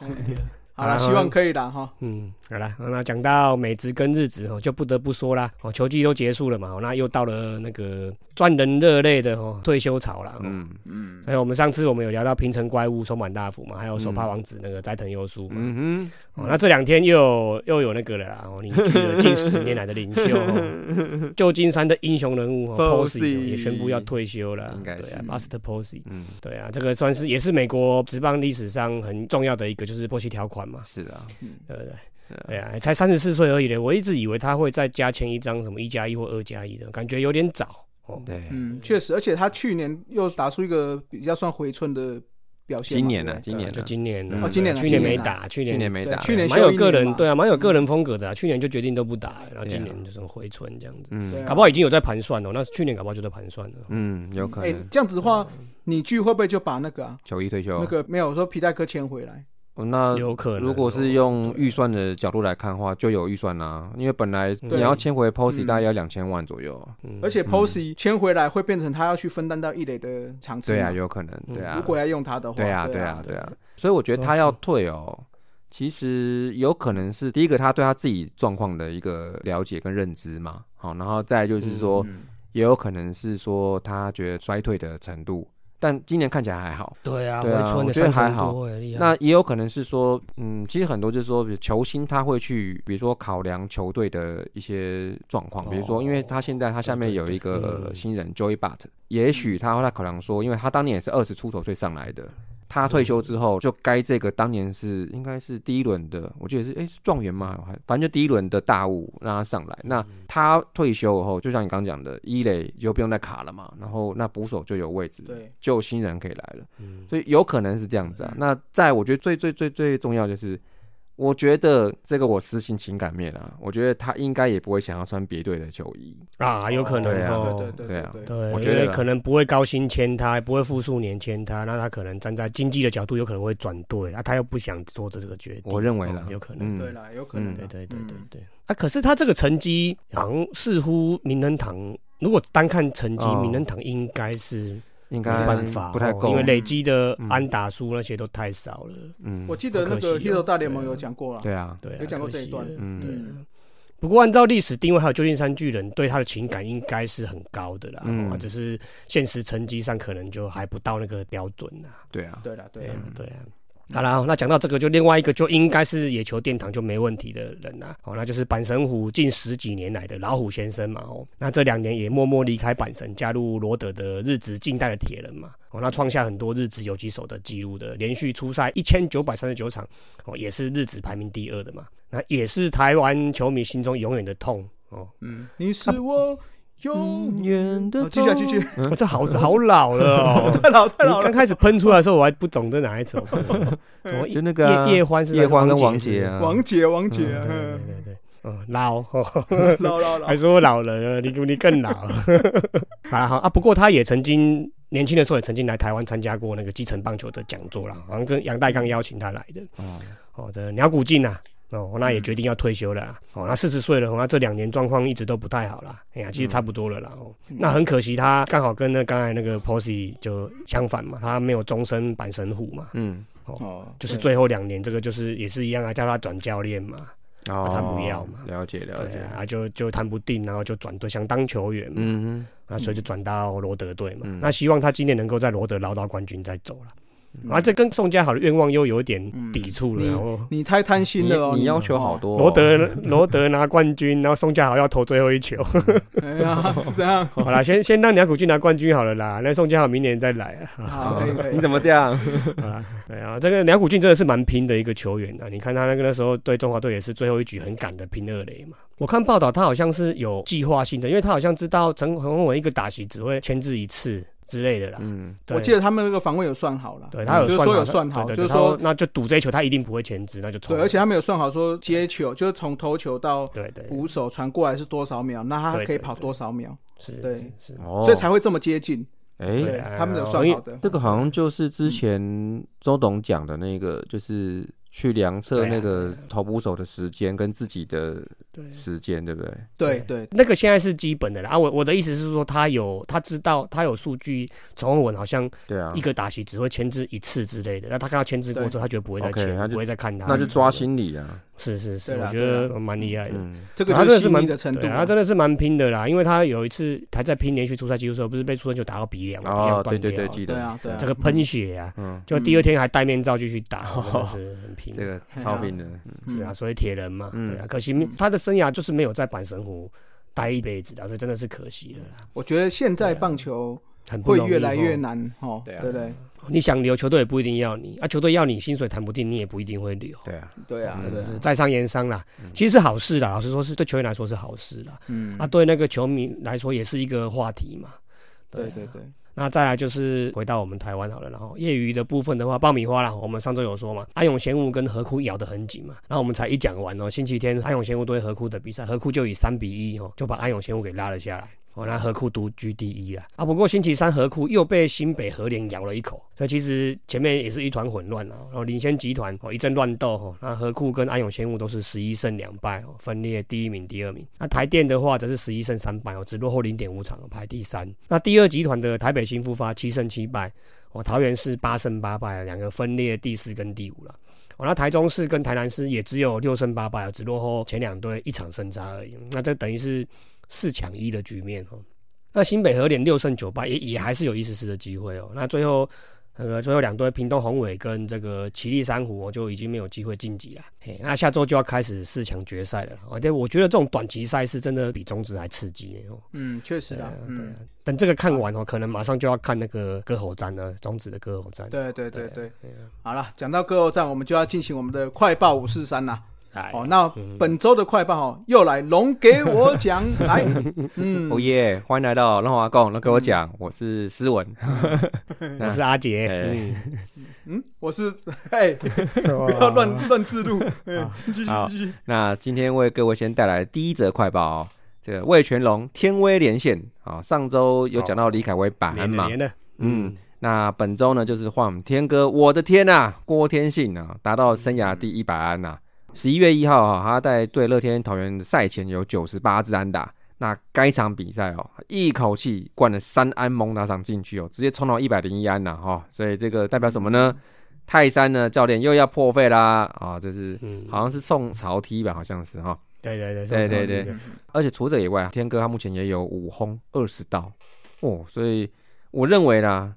[SPEAKER 3] 好了，希望可以啦哈。
[SPEAKER 2] 嗯，好啦，那讲到美职跟日职哦，就不得不说啦，哦，球季都结束了嘛，哦，那又到了那个赚人热泪的哦退休潮啦。嗯，
[SPEAKER 1] 嗯
[SPEAKER 3] 嗯，
[SPEAKER 2] 所以我们上次我们有聊到平成怪物松坂大辅嘛，还有手帕王子那个斋藤佑树嘛，
[SPEAKER 1] 嗯
[SPEAKER 2] 哦，那这两天又有又有那个了啦，哦，凝聚了近十年来的领袖、哦， 旧金山的英雄人物、哦、
[SPEAKER 1] Posey
[SPEAKER 2] Posey 哦也宣布要退休了
[SPEAKER 1] 应，该
[SPEAKER 2] 对
[SPEAKER 1] 是
[SPEAKER 2] 啊，Buster Posey，
[SPEAKER 1] 哼，嗯，
[SPEAKER 2] 对啊，这个算是也是美国职棒历史上很重要的一个就是波西条款嘛，
[SPEAKER 1] 是的啊，
[SPEAKER 3] 嗯
[SPEAKER 2] 对不对？
[SPEAKER 1] 是啊
[SPEAKER 2] 对啊，才三十四岁而已嘞，我一直以为他会再加签一张什么一加一或二加一的，感觉有点早哦。
[SPEAKER 1] 对，
[SPEAKER 3] 嗯，确实，而且他去年又打出一个比较算回春的表现嘛。
[SPEAKER 1] 今年呢、啊
[SPEAKER 3] 对不对
[SPEAKER 1] 今年
[SPEAKER 2] 就
[SPEAKER 1] 呢、
[SPEAKER 2] 今年
[SPEAKER 1] 哦
[SPEAKER 2] 对
[SPEAKER 3] 啊今年啊
[SPEAKER 2] 去年
[SPEAKER 3] 今
[SPEAKER 2] 没
[SPEAKER 3] 年啊
[SPEAKER 2] 打，去
[SPEAKER 1] 去
[SPEAKER 2] 年
[SPEAKER 1] 年没
[SPEAKER 3] 对
[SPEAKER 1] 打，
[SPEAKER 3] 去年
[SPEAKER 2] 蛮有
[SPEAKER 3] 休一
[SPEAKER 2] 个
[SPEAKER 3] 年
[SPEAKER 2] 人
[SPEAKER 3] 嘛嗯
[SPEAKER 2] 对啊，蛮有个人风格的啊，去年就决定都不打了，然后今
[SPEAKER 1] 对啊
[SPEAKER 2] 年就是回春这样子。
[SPEAKER 1] 嗯
[SPEAKER 3] 对啊
[SPEAKER 2] 搞不好已经有在盘算了，那去年搞不好就在盘算了。
[SPEAKER 1] 嗯，有可
[SPEAKER 3] 哎
[SPEAKER 1] 能，
[SPEAKER 3] 这样子的话，
[SPEAKER 2] 嗯
[SPEAKER 3] 你去会不会就把那个啊，
[SPEAKER 1] 球衣退休，
[SPEAKER 3] 那个没有我说皮带哥签回来？
[SPEAKER 1] 哦那
[SPEAKER 2] 有可能哦。
[SPEAKER 1] 如果是用预算的角度来看的话，就有预算啦、因为本来
[SPEAKER 2] 对
[SPEAKER 1] 你要签回 Posey
[SPEAKER 3] 嗯
[SPEAKER 1] 大概要两千万左右。
[SPEAKER 2] 嗯，
[SPEAKER 3] 而且 Posey 签回来会变成他要去分担到一垒的场次
[SPEAKER 1] 对啊，
[SPEAKER 3] 嘛
[SPEAKER 1] 有可能，
[SPEAKER 2] 嗯
[SPEAKER 1] 对啊，
[SPEAKER 3] 如果要用他的话，
[SPEAKER 1] 对啊，
[SPEAKER 3] 对嗯
[SPEAKER 1] 对啊，对啊。所以我觉得他要退哦，其实有可能是第一个他对他自己状况的一个了解跟认知嘛，好，然后再来就是说，
[SPEAKER 3] 嗯
[SPEAKER 1] 也有可能是说他觉得衰退的程度，但今年看起来还好。
[SPEAKER 2] 对啊，回
[SPEAKER 1] 对啊
[SPEAKER 2] 春
[SPEAKER 1] 我
[SPEAKER 2] 的
[SPEAKER 1] 觉得
[SPEAKER 2] 三
[SPEAKER 1] 还
[SPEAKER 2] 成
[SPEAKER 1] 好
[SPEAKER 2] 多耶，厉害。
[SPEAKER 1] 那也有可能是说，嗯，其实很多就是说，比如球星他会去，比如说考量球队的一些状况，比如说，因为他现在他下面有一
[SPEAKER 2] 哦对对
[SPEAKER 1] 个
[SPEAKER 2] 对
[SPEAKER 1] 呃新人 Joey Butt，也许他会在考量说，因为他当年也是二十出头岁上来的，他退休之后就该这个当年是应该是第一轮的，我记得是诶是状元嘛，还反正就第一轮的大物让他上来。
[SPEAKER 2] 嗯
[SPEAKER 1] 那他退休后，就像你刚刚讲的，一垒就不用再卡了嘛，然后那捕手就有位置，
[SPEAKER 3] 嗯对，
[SPEAKER 1] 就新人可以来了。
[SPEAKER 2] 嗯
[SPEAKER 1] 所以有可能是这样子啊
[SPEAKER 3] 嗯。
[SPEAKER 1] 那在我觉得最最最最重要就是，我觉得这个我私心情感面啊，我觉得他应该也不会想要穿别队的球衣。
[SPEAKER 2] 啊，有可能
[SPEAKER 1] 对啊
[SPEAKER 2] 哦。
[SPEAKER 3] 对对
[SPEAKER 1] 对
[SPEAKER 3] 对
[SPEAKER 1] 啊
[SPEAKER 3] 对对，
[SPEAKER 2] 对，
[SPEAKER 1] 我
[SPEAKER 2] 因
[SPEAKER 1] 觉得
[SPEAKER 2] 为
[SPEAKER 1] 啦
[SPEAKER 2] 可能不会高薪签他，不会复数年签他，那他可能站在经济的角度，有可能会转队啊，他又不想做这个决定，
[SPEAKER 1] 我认为啦
[SPEAKER 2] 哦，有可
[SPEAKER 1] 嗯，
[SPEAKER 2] 能。
[SPEAKER 3] 对啦，有可能
[SPEAKER 1] 嗯
[SPEAKER 3] 啦，
[SPEAKER 2] 对对对对
[SPEAKER 3] 嗯
[SPEAKER 2] 对。啊，可是他这个成绩好像似乎名人堂，如果单看成绩，
[SPEAKER 1] 哦
[SPEAKER 2] 名人堂应该是
[SPEAKER 1] 应
[SPEAKER 2] 没
[SPEAKER 1] 该
[SPEAKER 2] 办法，
[SPEAKER 1] 不太
[SPEAKER 2] 哦
[SPEAKER 1] 够，
[SPEAKER 2] 因为累积的
[SPEAKER 1] 嗯
[SPEAKER 2] 安打数那些都太少了。
[SPEAKER 1] 嗯
[SPEAKER 3] 我，记得那
[SPEAKER 2] 好可
[SPEAKER 3] 个
[SPEAKER 2] 惜
[SPEAKER 3] Hero
[SPEAKER 2] 哦
[SPEAKER 3] 大联盟有讲过了，
[SPEAKER 1] 对啊，
[SPEAKER 2] 对啊，
[SPEAKER 3] 有讲过
[SPEAKER 2] 可惜
[SPEAKER 3] 这一段
[SPEAKER 2] 了
[SPEAKER 1] 嗯
[SPEAKER 2] 对啊。不过按照历史定位，还有旧金山巨人对他的情感应该是很高的啦，
[SPEAKER 1] 嗯
[SPEAKER 2] 啊只是现实成绩上可能就还不到那个标准啦。
[SPEAKER 1] 对啊，
[SPEAKER 3] 对了，对
[SPEAKER 2] 对
[SPEAKER 3] 啦
[SPEAKER 2] 啊，对啊。好啦，那讲到这个，就另外一个就应该是野球殿堂就没问题的人啦。哦，那就是阪神虎近十几年来的老虎先生嘛。哦，那这两年也默默离开阪神，加入罗德的日职近代的铁人嘛。哦，那创下很多日职游击手的记录的，连续出赛一千九百三十九场，哦，也是日职排名第二的嘛。那也是台湾球迷心中永远的痛哦。
[SPEAKER 3] 嗯，你是我永远。
[SPEAKER 1] 远
[SPEAKER 3] 好继续啊继续，
[SPEAKER 1] 嗯
[SPEAKER 2] 我、哦这好好老了 哦。
[SPEAKER 3] 太 老太
[SPEAKER 2] 你
[SPEAKER 3] 老了
[SPEAKER 2] 刚。开始喷出来的时候，我还不懂这哪一首，什么
[SPEAKER 1] 就那个啊
[SPEAKER 2] 叶叶欢是
[SPEAKER 1] 叶欢跟王
[SPEAKER 2] 王
[SPEAKER 1] 杰啊，
[SPEAKER 3] 王姐，王姐，
[SPEAKER 2] 对对
[SPEAKER 3] 嗯
[SPEAKER 2] 对对，嗯，老，
[SPEAKER 3] 老老老
[SPEAKER 2] 还，说我老了，你你更老。 好啦好啊，不过他也曾经年轻的时候也曾经来台湾参加过那个基层棒球的讲座啦，好像跟杨代刚邀请他来的。
[SPEAKER 1] 哦
[SPEAKER 2] 哦，这鸟谷进啊，哦，那也决定要退休了啊、哦，那四十岁了，那这两年状况一直都不太好啦。哎呀，其实差不多了啦。哦，那很可惜，他刚好跟那刚才那个 Posy 就相反嘛，他没有终身板神虎嘛，
[SPEAKER 1] 嗯，
[SPEAKER 3] 哦，
[SPEAKER 2] 就是
[SPEAKER 3] 对
[SPEAKER 2] 最后两年这个就是也是一样啊，叫他转教练嘛。
[SPEAKER 1] 哦，
[SPEAKER 2] 啊他不要嘛
[SPEAKER 1] 了解了
[SPEAKER 2] 对
[SPEAKER 1] 解，
[SPEAKER 2] 啊，就就谈不定，然后就转队想当球员嘛，
[SPEAKER 1] 嗯
[SPEAKER 2] 啊，所以就转到罗德队嘛。
[SPEAKER 1] 嗯
[SPEAKER 2] 那希望他今年能够在罗德捞到冠军再走了。啊，这跟宋佳豪的愿望又有一点抵触了。
[SPEAKER 3] 嗯
[SPEAKER 2] 然后
[SPEAKER 3] 你太贪
[SPEAKER 1] 哼，
[SPEAKER 3] 心了哦，
[SPEAKER 1] 你你要求好多哦，
[SPEAKER 2] 罗德罗德拿冠军，然后宋佳豪要投最后一球。
[SPEAKER 3] 哎呀， 是这样，
[SPEAKER 2] 好啦，先先让鸟谷俊拿冠军好了啦，那宋佳豪明年再来啊。
[SPEAKER 3] 好，
[SPEAKER 1] 啊
[SPEAKER 3] 可以可以
[SPEAKER 1] 你，怎么这 样？
[SPEAKER 2] 啊，对啊，这个梁谷俊真的是蛮拼的一个球员啊！你看他那个那时候对中华队也是最后一局很赶的拼二垒嘛。我看报道他好像是有计划性的，因为他好像知道陈宏文一个打席只会牵制一次之类的啦。
[SPEAKER 1] 嗯，
[SPEAKER 2] 对
[SPEAKER 3] 我记得他们那个防卫有算好了，
[SPEAKER 2] 对他有
[SPEAKER 3] 就是
[SPEAKER 2] 算
[SPEAKER 3] 说
[SPEAKER 2] 好
[SPEAKER 3] 有算好
[SPEAKER 2] 对对
[SPEAKER 3] 就
[SPEAKER 2] 对
[SPEAKER 3] 是
[SPEAKER 2] 他
[SPEAKER 3] 说
[SPEAKER 2] 那就赌这一球他一定不会牵制，那就冲
[SPEAKER 3] 对，
[SPEAKER 2] 了。
[SPEAKER 3] 而且他们有算好说接球，就是从投球到
[SPEAKER 2] 对对
[SPEAKER 3] 捕手传过来是多少秒，那他可以跑多少秒，
[SPEAKER 2] 是，
[SPEAKER 3] 对
[SPEAKER 2] 是是，
[SPEAKER 1] 哦，
[SPEAKER 3] 所以才会这么接近。
[SPEAKER 1] 哎，
[SPEAKER 2] 对啊
[SPEAKER 3] 他们有算好的。
[SPEAKER 1] 这个好像就是
[SPEAKER 2] 嗯
[SPEAKER 1] 之前周董讲的那个，就是去量测
[SPEAKER 2] 对啊
[SPEAKER 1] 那个
[SPEAKER 2] 对啊
[SPEAKER 1] 投捕手的时间跟自己的
[SPEAKER 2] 对。
[SPEAKER 1] 时间，对不对？
[SPEAKER 3] 对对，
[SPEAKER 2] 那个现在是基本的啦啊！我我的意思是说，他有他知道他有数据，陈宏文好像
[SPEAKER 1] 对啊
[SPEAKER 2] 一，个打席只会牵制一次之类的。那他看到牵制过之后，他觉得不会再
[SPEAKER 1] OK，
[SPEAKER 2] 牵
[SPEAKER 1] 他，就
[SPEAKER 2] 不会再看他，
[SPEAKER 1] 那就抓心理啊，
[SPEAKER 2] 是是是，
[SPEAKER 3] 对啦
[SPEAKER 2] 我觉
[SPEAKER 3] 对
[SPEAKER 2] 得
[SPEAKER 3] 啦
[SPEAKER 2] 蛮厉害的。
[SPEAKER 1] 嗯，
[SPEAKER 3] 这个
[SPEAKER 2] 他
[SPEAKER 3] 就
[SPEAKER 2] 真的
[SPEAKER 3] 细
[SPEAKER 2] 是蛮
[SPEAKER 3] 腻的程度
[SPEAKER 2] 对啊
[SPEAKER 3] 啊。
[SPEAKER 2] 他真的是蛮拼的啦，因为他有一次还在拼连续出赛记录的时候，不是被出生球打到啊鼻梁，鼻
[SPEAKER 1] 哦
[SPEAKER 2] 梁，
[SPEAKER 1] 对
[SPEAKER 2] 断掉，
[SPEAKER 1] 对对，记
[SPEAKER 3] 对
[SPEAKER 1] 得
[SPEAKER 3] 啊对啊，
[SPEAKER 2] 这个喷血啊，
[SPEAKER 1] 嗯
[SPEAKER 2] 就第二天还戴面罩继续打，
[SPEAKER 1] 嗯
[SPEAKER 2] 真的是很 拼。
[SPEAKER 1] 这个超频的，
[SPEAKER 3] 嗯
[SPEAKER 2] 是啊，所以铁人嘛，
[SPEAKER 1] 嗯
[SPEAKER 2] 对啊，可惜他的生涯就是没有在板神湖待一辈子的，所以真的是可惜了啦，
[SPEAKER 3] 我觉得现在棒球
[SPEAKER 2] 很啊不
[SPEAKER 3] 会
[SPEAKER 2] 容易
[SPEAKER 3] 越来越
[SPEAKER 2] 哦。
[SPEAKER 3] 难哦，
[SPEAKER 1] 对
[SPEAKER 3] 对
[SPEAKER 1] 啊
[SPEAKER 3] 不对？
[SPEAKER 2] 你想留球队也不一定要你，啊，球队要你薪水谈不定，你也不一定会留。
[SPEAKER 1] 对啊，
[SPEAKER 3] 对啊，
[SPEAKER 2] 真
[SPEAKER 3] 真
[SPEAKER 2] 的
[SPEAKER 3] 的
[SPEAKER 2] 是
[SPEAKER 3] 是，
[SPEAKER 2] 在商言商啦，其实是好事啦。老实说，是对球员来说是好事啦。
[SPEAKER 3] 嗯
[SPEAKER 2] 啊，，对那个球迷来说也是一个话题嘛。
[SPEAKER 3] 对
[SPEAKER 2] 啊
[SPEAKER 3] 对对，
[SPEAKER 2] 那再来就是回到我们台湾好了，然后业余的部分的话，爆米花啦，我们上周有说嘛，安永贤吾跟何库咬得很紧嘛，然后我们才一讲完哦，星期天安永贤吾对何库的比赛，何库就以三比一哦，就把安永贤吾给拉了下来。哦，那何库独居第一啦啊！不过星期三何库又被新北和联咬了一口，所以其实前面也是一团混乱啦。然后领先集团哦一阵乱斗哦，那何库跟安永仙物都是十一胜两败哦，分列第一名、第二名。那台电的话则是十一胜三败哦，只落后零点五场哦，排第三。那第二集团的台北新复发七胜七败哦，桃园市八胜八败，啊两个分列第四跟第五了。哦，那台中市跟台南市也只有六胜八败哦，只落后前两队一场胜差而已。那这等于是四抢一的局面哦。那新北和联六胜九败，也也还是有一丝丝的机会哦。那最后那个最后两队屏东宏伟跟这个奇力珊瑚、哦、就已经没有机会晋级了。嘿，那下周就要开始四强决赛了。而、哦、且我觉得这种短期赛事真的比中职还刺激呢哦。
[SPEAKER 3] 嗯，确实
[SPEAKER 2] 对
[SPEAKER 3] 啊
[SPEAKER 2] 啊，对
[SPEAKER 3] 嗯
[SPEAKER 2] 啊，等这个看完哦，可能马上就要看那个歌喉战了，中职的歌喉战。
[SPEAKER 3] 对对对
[SPEAKER 2] 对
[SPEAKER 3] 对。好了，讲到歌后战，我们就要进行我们的快报五四三啦。
[SPEAKER 2] 哎，
[SPEAKER 3] 哦，那本周的快报哦，又来龙给我讲来，嗯
[SPEAKER 1] 哦，耶，欢迎来到浪花共，那给我
[SPEAKER 2] 嗯
[SPEAKER 1] 讲，我是思文，
[SPEAKER 2] 我是阿杰，
[SPEAKER 1] 哎
[SPEAKER 2] 嗯，
[SPEAKER 3] 嗯，我是哎，不要乱乱自录，哎继续
[SPEAKER 1] 好
[SPEAKER 3] 继续，
[SPEAKER 1] 那今天为各位先带来第一则快报、哦，这个魏全龙天威连线啊、上周有讲到李凯威板
[SPEAKER 2] 连
[SPEAKER 1] 案
[SPEAKER 2] 了
[SPEAKER 1] 嘛，
[SPEAKER 2] 连了，
[SPEAKER 1] 嗯，那本周呢就是换我们天哥，我的天呐、郭天信啊，达到生涯第一百安呐、十一月一号啊，他在对乐天桃园的赛前有九十八支安打，那该场比赛哦，一口气灌了三安猛打赏进去哦，直接冲到一百零一安呐、哈、所以这个代表什么呢？泰山呢教练又要破费啦啊，这是
[SPEAKER 2] 嗯，
[SPEAKER 1] 好像是宋朝梯吧，好像是哈。
[SPEAKER 2] 对对对
[SPEAKER 1] 对对
[SPEAKER 2] 对
[SPEAKER 1] 对而且除这以外，天哥他目前也有五轰二十道哦，所以我认为啦，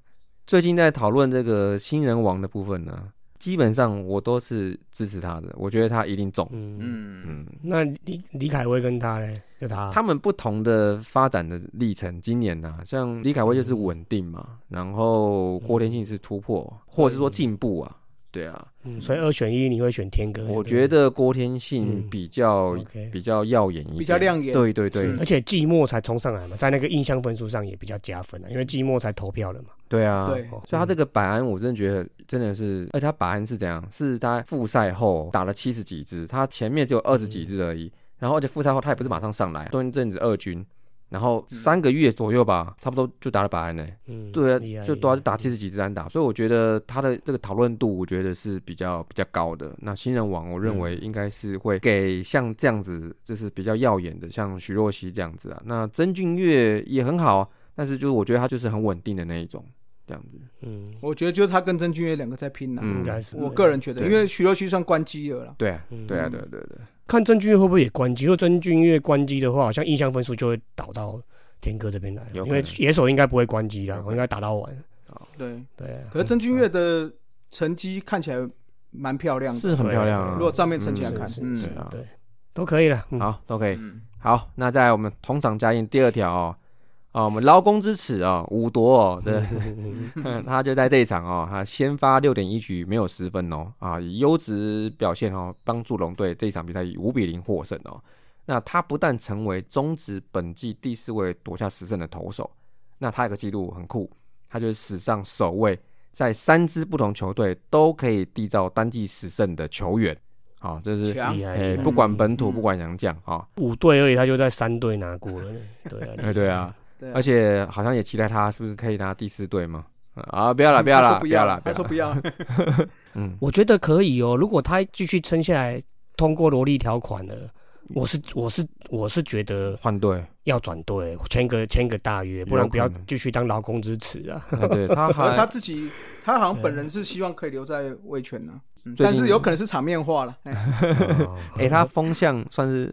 [SPEAKER 1] 最近在讨论这个新人王的部分呢，基本上我都是支持他的，我觉得他一定中。
[SPEAKER 2] 嗯，
[SPEAKER 4] 嗯，
[SPEAKER 1] 嗯，
[SPEAKER 2] 那李李凯威跟他嘞，就他，
[SPEAKER 1] 他们不同的发展的历程，今年呢、像李凯威就是稳定嘛，然后郭天信是突
[SPEAKER 3] 嗯
[SPEAKER 1] 破，或者是说进步啊，对啊，
[SPEAKER 2] 嗯所以二选一，你会选天哥？
[SPEAKER 1] 我觉得郭天信比较
[SPEAKER 2] OK，
[SPEAKER 1] 比较耀眼一点，
[SPEAKER 3] 嗯比较亮眼
[SPEAKER 1] 对对对
[SPEAKER 3] 是
[SPEAKER 2] 而且季末才冲上来嘛，在那个印象分数上也比较加分啊，因为季末才投票了嘛。
[SPEAKER 1] 对啊，
[SPEAKER 3] 对
[SPEAKER 2] 哦
[SPEAKER 1] 所以他这个百安，我真的觉得真的是，而且他百安是怎样？是他复赛后打了七十几支，他前面只有二十几
[SPEAKER 2] 嗯
[SPEAKER 1] 支而已。然后而且复赛后他也不是马上上来，蹲一阵子二军，然后三个月左右吧，差不多就打了百安呢、
[SPEAKER 2] 嗯，
[SPEAKER 1] 对
[SPEAKER 2] 厉
[SPEAKER 1] 啊，
[SPEAKER 2] 害
[SPEAKER 1] 就都要打七十几支安打，所以我觉得他的这个讨论度，我觉得是比较比较高的。那新人王，我认
[SPEAKER 2] 嗯
[SPEAKER 1] 为应该是会给像这样子，就是比较耀眼的，像徐若曦这样子啊。那曾俊乐也很好啊，但是就是我觉得他就是很稳定的那一种，这样子。
[SPEAKER 2] 嗯，
[SPEAKER 3] 我觉得就是他跟曾俊乐两个在拼呐、
[SPEAKER 1] 嗯
[SPEAKER 2] 应该是
[SPEAKER 3] 我个人觉得，
[SPEAKER 1] 对
[SPEAKER 3] 因为徐若曦算关机了啦，
[SPEAKER 1] 对啊，
[SPEAKER 2] 嗯
[SPEAKER 1] 对啊，对啊对啊对啊。
[SPEAKER 2] 看郑俊岳会不会也关机，如果郑俊岳关机的话，好像印象分数就会倒到天哥这边来，
[SPEAKER 1] 有
[SPEAKER 2] 因
[SPEAKER 1] 可能
[SPEAKER 2] 为野手应该不会关机
[SPEAKER 1] 有，可
[SPEAKER 2] 啦
[SPEAKER 1] 能
[SPEAKER 2] 我应该打到完。
[SPEAKER 3] 对。
[SPEAKER 2] 对啊，
[SPEAKER 3] 可是曾俊乐的成绩看起来蛮漂亮的，
[SPEAKER 1] 是很漂亮啊。
[SPEAKER 3] 如果账面撑起来
[SPEAKER 2] 是
[SPEAKER 3] 看
[SPEAKER 2] 是，
[SPEAKER 3] 嗯
[SPEAKER 2] 是
[SPEAKER 1] 对啊，
[SPEAKER 2] 对，都可以 了。嗯，
[SPEAKER 1] 好，OK，
[SPEAKER 4] 嗯
[SPEAKER 1] 好，那在我们同赏加印第二条哦，啊，我们劳工之耻哦，五夺哦，这
[SPEAKER 2] 嗯，
[SPEAKER 1] 他就在这一场哦，他先发六点一局没有失分哦，啊，以优质表现哦，帮助龙队这一场比赛以五比零获胜哦。那他不但成为中职本季第四位夺下十胜的投手，那他有个记录很酷，他就是史上首位在三支不同球队都可以缔造单季十胜的球员。好、这是
[SPEAKER 3] 强
[SPEAKER 2] 厉害
[SPEAKER 1] 哎、
[SPEAKER 2] 厉害
[SPEAKER 1] 不管本土，不管洋将啊，哦
[SPEAKER 2] 五队而已，他就在三队拿过了呢。对啊，厉
[SPEAKER 1] 哎、
[SPEAKER 2] 害
[SPEAKER 1] 对啊，
[SPEAKER 3] 对啊
[SPEAKER 1] 而且好像也期待他是不是可以拿第四队嘛？啊，不要了，
[SPEAKER 3] 嗯他
[SPEAKER 1] 不要
[SPEAKER 3] 说
[SPEAKER 1] 了，
[SPEAKER 3] 不
[SPEAKER 1] 要
[SPEAKER 3] 了
[SPEAKER 1] 了，，
[SPEAKER 3] 他说
[SPEAKER 1] 了
[SPEAKER 3] 不要，
[SPEAKER 1] 嗯，
[SPEAKER 2] 我觉得可以哦。如果他继续撑下来，通过萝莉条款了，
[SPEAKER 1] 嗯
[SPEAKER 2] 我是我是我是觉得
[SPEAKER 1] 换队，
[SPEAKER 2] 要转队，签个签个大约，不然不要继续当劳工之耻啊。
[SPEAKER 1] 啊对他
[SPEAKER 3] 可 是他
[SPEAKER 1] 还
[SPEAKER 3] 自己，他好像本人是希望可以留在卫权呢、嗯
[SPEAKER 1] 最
[SPEAKER 3] 但
[SPEAKER 1] 近
[SPEAKER 3] 是有可能是场面化 了。哎
[SPEAKER 1] 哎、他风向算是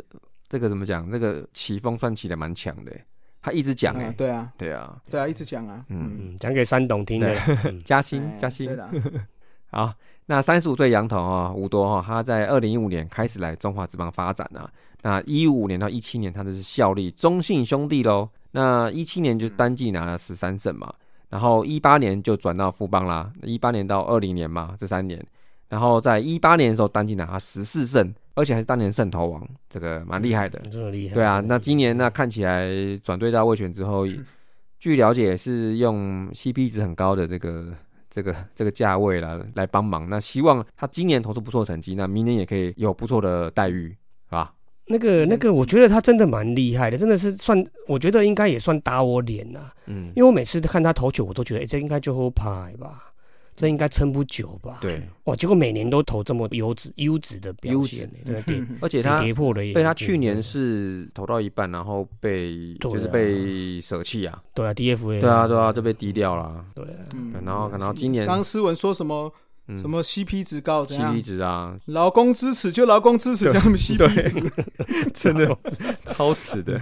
[SPEAKER 1] 这个怎么讲？这个起风算起的蛮强的、他一直讲哎、
[SPEAKER 3] 嗯对啊，
[SPEAKER 1] 对啊，
[SPEAKER 3] 对啊，一直讲啊，嗯，
[SPEAKER 2] 嗯，讲给山董听的。嗯
[SPEAKER 1] 加
[SPEAKER 3] 哎
[SPEAKER 1] 薪加
[SPEAKER 3] 对
[SPEAKER 1] 薪。
[SPEAKER 3] 啦，
[SPEAKER 1] 好，那三十五岁杨童啊、吴多哈、哦，他在二零一五年开始来中华职棒发展啊。那一五年到一七年，他就是效力中信兄弟喽。那一七年就单季拿了十三胜嘛，然后一八年就转到富邦啦，一八年到二零年嘛，这三年，然后在一八年的时候单季拿十四胜，而且还是当年胜投王，这个蛮厉害的。
[SPEAKER 2] 真的厉害。
[SPEAKER 1] 对啊，
[SPEAKER 2] 真
[SPEAKER 1] 那
[SPEAKER 2] 的厉害
[SPEAKER 1] 今年那看起来转队到卫权之后，据了解是用 CP 值很高的这个这个这个价位啦来帮忙。那希望他今年投出不错的成绩，那明年也可以有不错的待遇，是吧？
[SPEAKER 2] 那
[SPEAKER 1] 嗯
[SPEAKER 2] 个那个，我觉得他真的蛮厉害的，真的是算，我觉得应该也算打我脸呐、
[SPEAKER 1] 嗯
[SPEAKER 2] 因，为我每次看他投球，我都觉得，哎、这应该就后拍吧，这应该撑不久吧。，
[SPEAKER 1] 对，
[SPEAKER 2] 哇，结果每年都投这么优质优质的表
[SPEAKER 1] 优
[SPEAKER 2] 现、
[SPEAKER 1] 质
[SPEAKER 2] 欸，真的跌
[SPEAKER 1] 而且他
[SPEAKER 2] 跌跌破了眼镜。
[SPEAKER 1] 被他去年是投到一半，然后被
[SPEAKER 2] 对啊
[SPEAKER 1] 就是被舍弃啊，
[SPEAKER 2] 对啊，DFA
[SPEAKER 1] 对啊，对啊，就被低调啦。
[SPEAKER 2] 对啊，
[SPEAKER 3] 嗯
[SPEAKER 1] 然后，然后今年
[SPEAKER 3] 刚刚思文说什么
[SPEAKER 1] 嗯
[SPEAKER 3] 什么 CP 值高怎
[SPEAKER 1] CP
[SPEAKER 3] 样？
[SPEAKER 1] 值啊，
[SPEAKER 3] 劳工支持就劳工支持，叫他们 CP 值。
[SPEAKER 1] 真的 超值 的。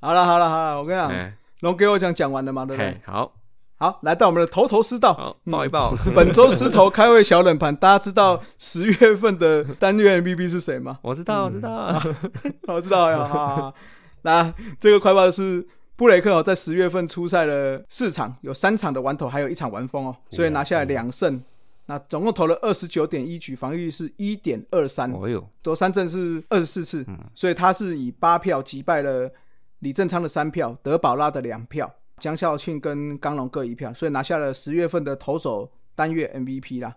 [SPEAKER 3] 好了好了好了，我跟你讲，
[SPEAKER 1] 哎，
[SPEAKER 3] 龙给我讲讲完了嘛，对不对
[SPEAKER 1] 嘿？好，
[SPEAKER 3] 好，来到我们的头头是道，
[SPEAKER 1] 好抱一 抱。
[SPEAKER 3] 本周狮头开胃小冷盘，大家知道十月份的单月 MVP 是谁吗？
[SPEAKER 1] 我知道，我知道。
[SPEAKER 3] 我哦知道呀，哈哈哈那这个快报是布雷克哦，在十月份出赛了四场，有三场的完投，还有一场完封哦，所以拿下来两胜。那总共投了二十九点一局，防御率是一点二三，
[SPEAKER 1] 哦呦，
[SPEAKER 3] 夺三振是二十四次，所以他是以八票击败了李正昌的三票，德保拉的两票，江孝庆跟刚龙各一票，所以拿下了十月份的投手单月 MVP 啦。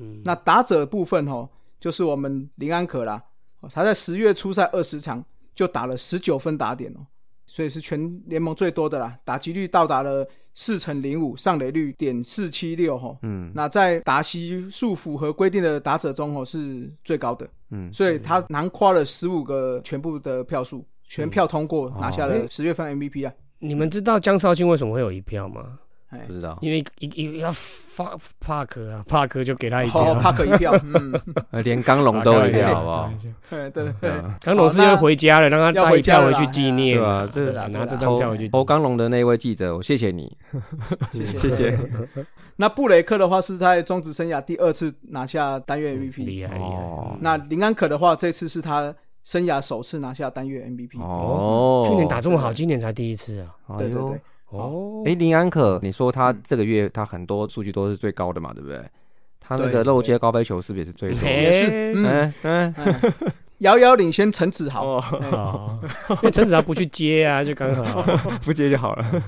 [SPEAKER 3] 嗯，那打者部分哦，就是我们林安可啦，哦他在十月初赛二十场就打了十九分打点哦，所以是全联盟最多的啦，打击率到达了四成零五，上垒率点四七六吼。
[SPEAKER 1] 嗯
[SPEAKER 3] 那在达西数符合规定的打者中哦是最高的，
[SPEAKER 1] 嗯
[SPEAKER 3] 所以他囊括了十五个全部的票数，
[SPEAKER 1] 嗯哦
[SPEAKER 3] 全票通过，拿下了十月份 MVP 啊。
[SPEAKER 2] 你们知道江少庆为什么会有一票吗？
[SPEAKER 3] 哎
[SPEAKER 1] 不知道。
[SPEAKER 2] 因为一一要发帕克啊，帕克就给他一票
[SPEAKER 3] 好，
[SPEAKER 2] 啊，
[SPEAKER 3] 帕克一 票，嗯，哎
[SPEAKER 1] 呃连刚龙都有一
[SPEAKER 2] 开 玩
[SPEAKER 1] 票，哦
[SPEAKER 2] 笑
[SPEAKER 1] 好不好？？
[SPEAKER 3] 对对
[SPEAKER 1] 对
[SPEAKER 3] 对，
[SPEAKER 1] 啊
[SPEAKER 2] 刚龙是要回家了，让他带一票回去纪念
[SPEAKER 1] 要回家了啦
[SPEAKER 2] 对啊
[SPEAKER 3] 对啦
[SPEAKER 2] 拿这
[SPEAKER 3] 对啦
[SPEAKER 2] 张票回去。
[SPEAKER 1] 投刚龙的那位记者，我谢谢你。
[SPEAKER 3] 谢谢
[SPEAKER 1] 谢谢。
[SPEAKER 3] 那布雷克的话是在中职生涯第二次拿下单
[SPEAKER 1] 嗯
[SPEAKER 3] 月 MVP，
[SPEAKER 2] 厉害厉
[SPEAKER 1] 哦
[SPEAKER 2] 害！
[SPEAKER 3] 那林安可的话，这次是他生涯首次拿下单月 MVP。
[SPEAKER 1] 哦，
[SPEAKER 2] 去年打这么好，今年才第一次啊！
[SPEAKER 1] 哎
[SPEAKER 3] 对对
[SPEAKER 1] 呦
[SPEAKER 3] 对，嗯
[SPEAKER 2] 哦，
[SPEAKER 1] 哎，林安可，你说他这个月他很多数据都是最高的嘛，对不对？他那
[SPEAKER 3] 对
[SPEAKER 1] 个漏接高飞球是不是也是最多？
[SPEAKER 2] 嘿
[SPEAKER 3] 也是，嗯，
[SPEAKER 1] 嗯嗯，
[SPEAKER 3] 哎遥遥领先陈子豪。
[SPEAKER 1] 哦，
[SPEAKER 2] 哦，因为陈子豪不去接啊，就刚好。
[SPEAKER 1] 不接就好了。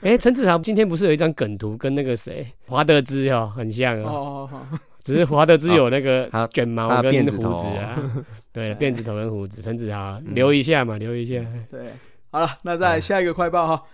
[SPEAKER 2] 哎，陈子豪今天不是有一张梗图跟那个谁华德兹哦很像
[SPEAKER 3] 哦
[SPEAKER 2] 哦，
[SPEAKER 3] 哦哦，哦
[SPEAKER 2] 只是华德兹有那个
[SPEAKER 1] 他
[SPEAKER 2] 卷毛
[SPEAKER 1] 他
[SPEAKER 2] 跟
[SPEAKER 1] 辫子
[SPEAKER 2] 胡
[SPEAKER 1] 头哦哎
[SPEAKER 2] 子啊， 对，辫子头跟胡子。陈子豪
[SPEAKER 1] 嗯
[SPEAKER 2] 留一下嘛，留 一下。
[SPEAKER 3] 对，好了，那再来下一个快报哈。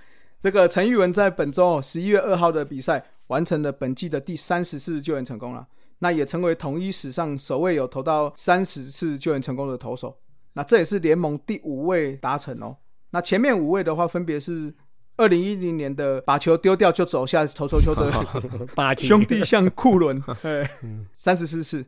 [SPEAKER 3] 这个陈玉文在本周哦十一月二号的比赛完成了本季的第三十次救援成功了，那也成为统一史上首位有投到三十次救援成功的投手。那这也是联盟第五位达成哦。那前面五位的话，分别是二零一零年的把球丢掉就走下投手球的
[SPEAKER 2] 霸气
[SPEAKER 3] 兄弟像库伦，哎三十四次；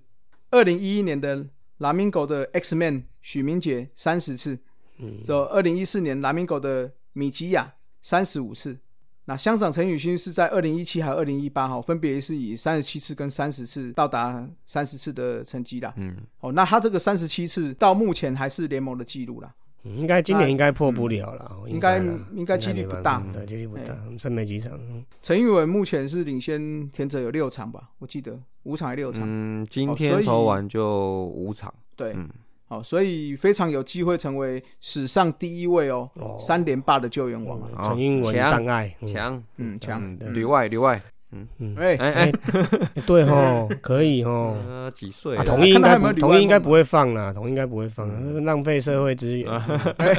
[SPEAKER 3] 二零一一年的拉明狗的 X Man 许明杰三十次；
[SPEAKER 2] 嗯
[SPEAKER 3] 之后二零一四年拉明狗的米吉亚三十五次。那乡长陈宇勋是在二零一七还有二零一八哈，哦分别是以三十七次跟三十次到达三十次的成绩啦。
[SPEAKER 1] 嗯，
[SPEAKER 3] 哦，那他这个三十七次到目前还是联盟的记录啦。
[SPEAKER 2] 嗯应该今年应该破不了了，
[SPEAKER 3] 哎嗯应该
[SPEAKER 2] 啦
[SPEAKER 3] 应该几率不大哎
[SPEAKER 2] 嗯对，几率不大，剩没几场。嗯
[SPEAKER 3] 陈宇文目前是领先田泽有六场吧，我记得五场还六场。
[SPEAKER 1] 嗯，今
[SPEAKER 3] 哦所
[SPEAKER 1] 天
[SPEAKER 3] 以
[SPEAKER 1] 投完就五场，
[SPEAKER 3] 对，
[SPEAKER 1] 嗯
[SPEAKER 3] 好、所以非常有机会成为史上第一位哦，
[SPEAKER 2] 哦
[SPEAKER 3] 三连霸的救援王啊，
[SPEAKER 2] 嗯
[SPEAKER 1] 好
[SPEAKER 2] 陈英文
[SPEAKER 1] 哦强
[SPEAKER 2] 障碍，嗯
[SPEAKER 1] 强，
[SPEAKER 3] 嗯，强，
[SPEAKER 1] 嗯，
[SPEAKER 3] 嗯
[SPEAKER 1] 里外里外，
[SPEAKER 2] 嗯
[SPEAKER 3] 哎、嗯
[SPEAKER 1] 哎
[SPEAKER 2] 哎
[SPEAKER 1] 哎，
[SPEAKER 2] 对吼，可以吼。
[SPEAKER 1] 呃，几岁
[SPEAKER 2] 啊，
[SPEAKER 1] 了？
[SPEAKER 2] 统一应
[SPEAKER 3] 看
[SPEAKER 2] 该
[SPEAKER 3] 他有没有
[SPEAKER 2] 不，
[SPEAKER 3] 里
[SPEAKER 2] 统
[SPEAKER 3] 外
[SPEAKER 2] 一应该
[SPEAKER 3] 梦
[SPEAKER 2] 不会放啦，统一应该不会放啦，
[SPEAKER 1] 嗯
[SPEAKER 2] 那浪费社会资源。
[SPEAKER 1] 啊
[SPEAKER 2] 嗯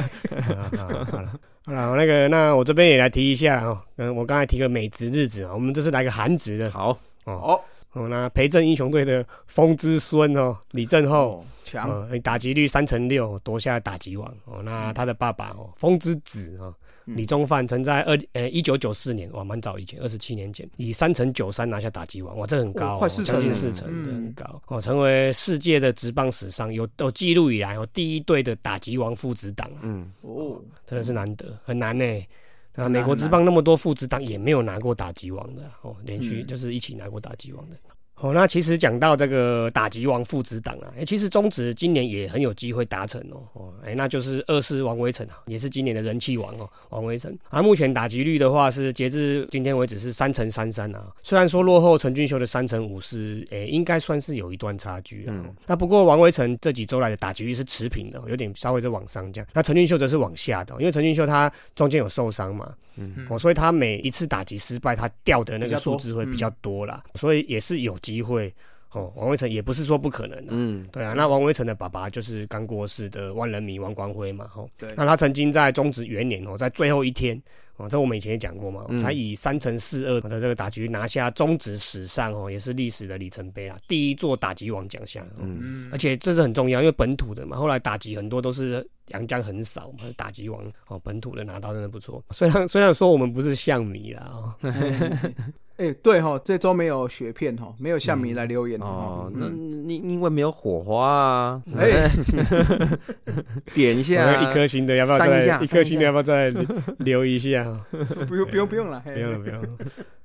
[SPEAKER 2] 好好好好了，好了，那个，那我这边也来提一下哦，嗯，我刚才提个美职日子啊，我们这次来个韩职的
[SPEAKER 1] 好，
[SPEAKER 3] 哦，
[SPEAKER 2] 哦，那培正英雄队的风之孙哦，李正厚，
[SPEAKER 3] 哦，强，
[SPEAKER 2] 呃，打击率三乘六，夺下打击王哦。那他的爸爸哦，风之子哦，
[SPEAKER 3] 嗯
[SPEAKER 2] 李宗范曾在二呃一九九四年哇，蛮早以前，二十七年前，以三乘九三拿下打击王，哇，这很高、哦，
[SPEAKER 3] 哦快四成
[SPEAKER 2] 将近
[SPEAKER 1] 了
[SPEAKER 2] 四成，
[SPEAKER 3] 嗯
[SPEAKER 2] 对很高哦，成为世界的职棒史上有有记录以来哦第一队的打击王父子档啊，
[SPEAKER 1] 嗯，
[SPEAKER 3] 哦，
[SPEAKER 2] 真的是难得，很难呢、啊，
[SPEAKER 3] 很
[SPEAKER 2] 美
[SPEAKER 3] 难
[SPEAKER 2] 国
[SPEAKER 3] 很
[SPEAKER 2] 职
[SPEAKER 3] 难
[SPEAKER 2] 棒那么多父职档也没有拿过打击王的啊哦，连续
[SPEAKER 3] 嗯
[SPEAKER 2] 就是一起拿过打击王的。哦，那其实讲到这个打击王父职档啊，哎，其实中职今年也很有机会达成哦。哦，哎，那就是二世王威成啊，也是今年的人气王哦，王威成。啊，目前打击率的话是截至今天为止是三乘三三啊，虽然说落后陈俊秀的三乘五是，哎，应该算是有一段差距啊。
[SPEAKER 1] 嗯
[SPEAKER 2] 那不过王威成这几周来的打击率是持平的，有点稍微在往上这样。那陈俊秀则是往下的，因为陈俊秀他中间有受伤嘛，
[SPEAKER 1] 嗯
[SPEAKER 2] 哦，所以他每一次打击失败，他掉的那
[SPEAKER 3] 比
[SPEAKER 2] 个
[SPEAKER 3] 较
[SPEAKER 2] 数
[SPEAKER 3] 多嗯
[SPEAKER 2] 字会比较多啦，所以也是有机会。哦，王威成也不是说不可能啊。
[SPEAKER 1] 嗯，
[SPEAKER 2] 对啊，那王威成的爸爸就是刚过世的万人迷王光辉嘛，吼、
[SPEAKER 3] 对
[SPEAKER 2] 那他曾经在中职元年哦，在最后一天哦，这我们以前也讲过嘛，
[SPEAKER 1] 嗯
[SPEAKER 2] 才以三乘四二的这个打击率拿下中职史上哦，也是历史的里程碑啦，第一座打击王奖项。哦
[SPEAKER 1] 嗯
[SPEAKER 3] 嗯
[SPEAKER 2] 而，且这是很重要，因为本土的嘛，后来打击很多都是洋将很少嘛，打击王哦，本土的拿到真的不错。虽然虽然说我们不是象迷 啦，哦，
[SPEAKER 3] 哎、对哈、这周没有雪片哈、没有像米
[SPEAKER 2] 嗯
[SPEAKER 3] 来留言
[SPEAKER 1] 哦
[SPEAKER 3] 哦，，
[SPEAKER 1] 那
[SPEAKER 3] 嗯，
[SPEAKER 1] 你你因为没有火花啊，
[SPEAKER 3] 哎、
[SPEAKER 1] 点一下啊，
[SPEAKER 2] 一颗星的要不要
[SPEAKER 1] 删一
[SPEAKER 2] 再
[SPEAKER 1] 下
[SPEAKER 2] 一颗
[SPEAKER 1] 删
[SPEAKER 2] 星
[SPEAKER 1] 一
[SPEAKER 2] 的
[SPEAKER 1] 下
[SPEAKER 2] 要不 要再留留一下哦？
[SPEAKER 3] 不用不用不用了，
[SPEAKER 2] 不
[SPEAKER 3] 嘿
[SPEAKER 2] 用了，不用了。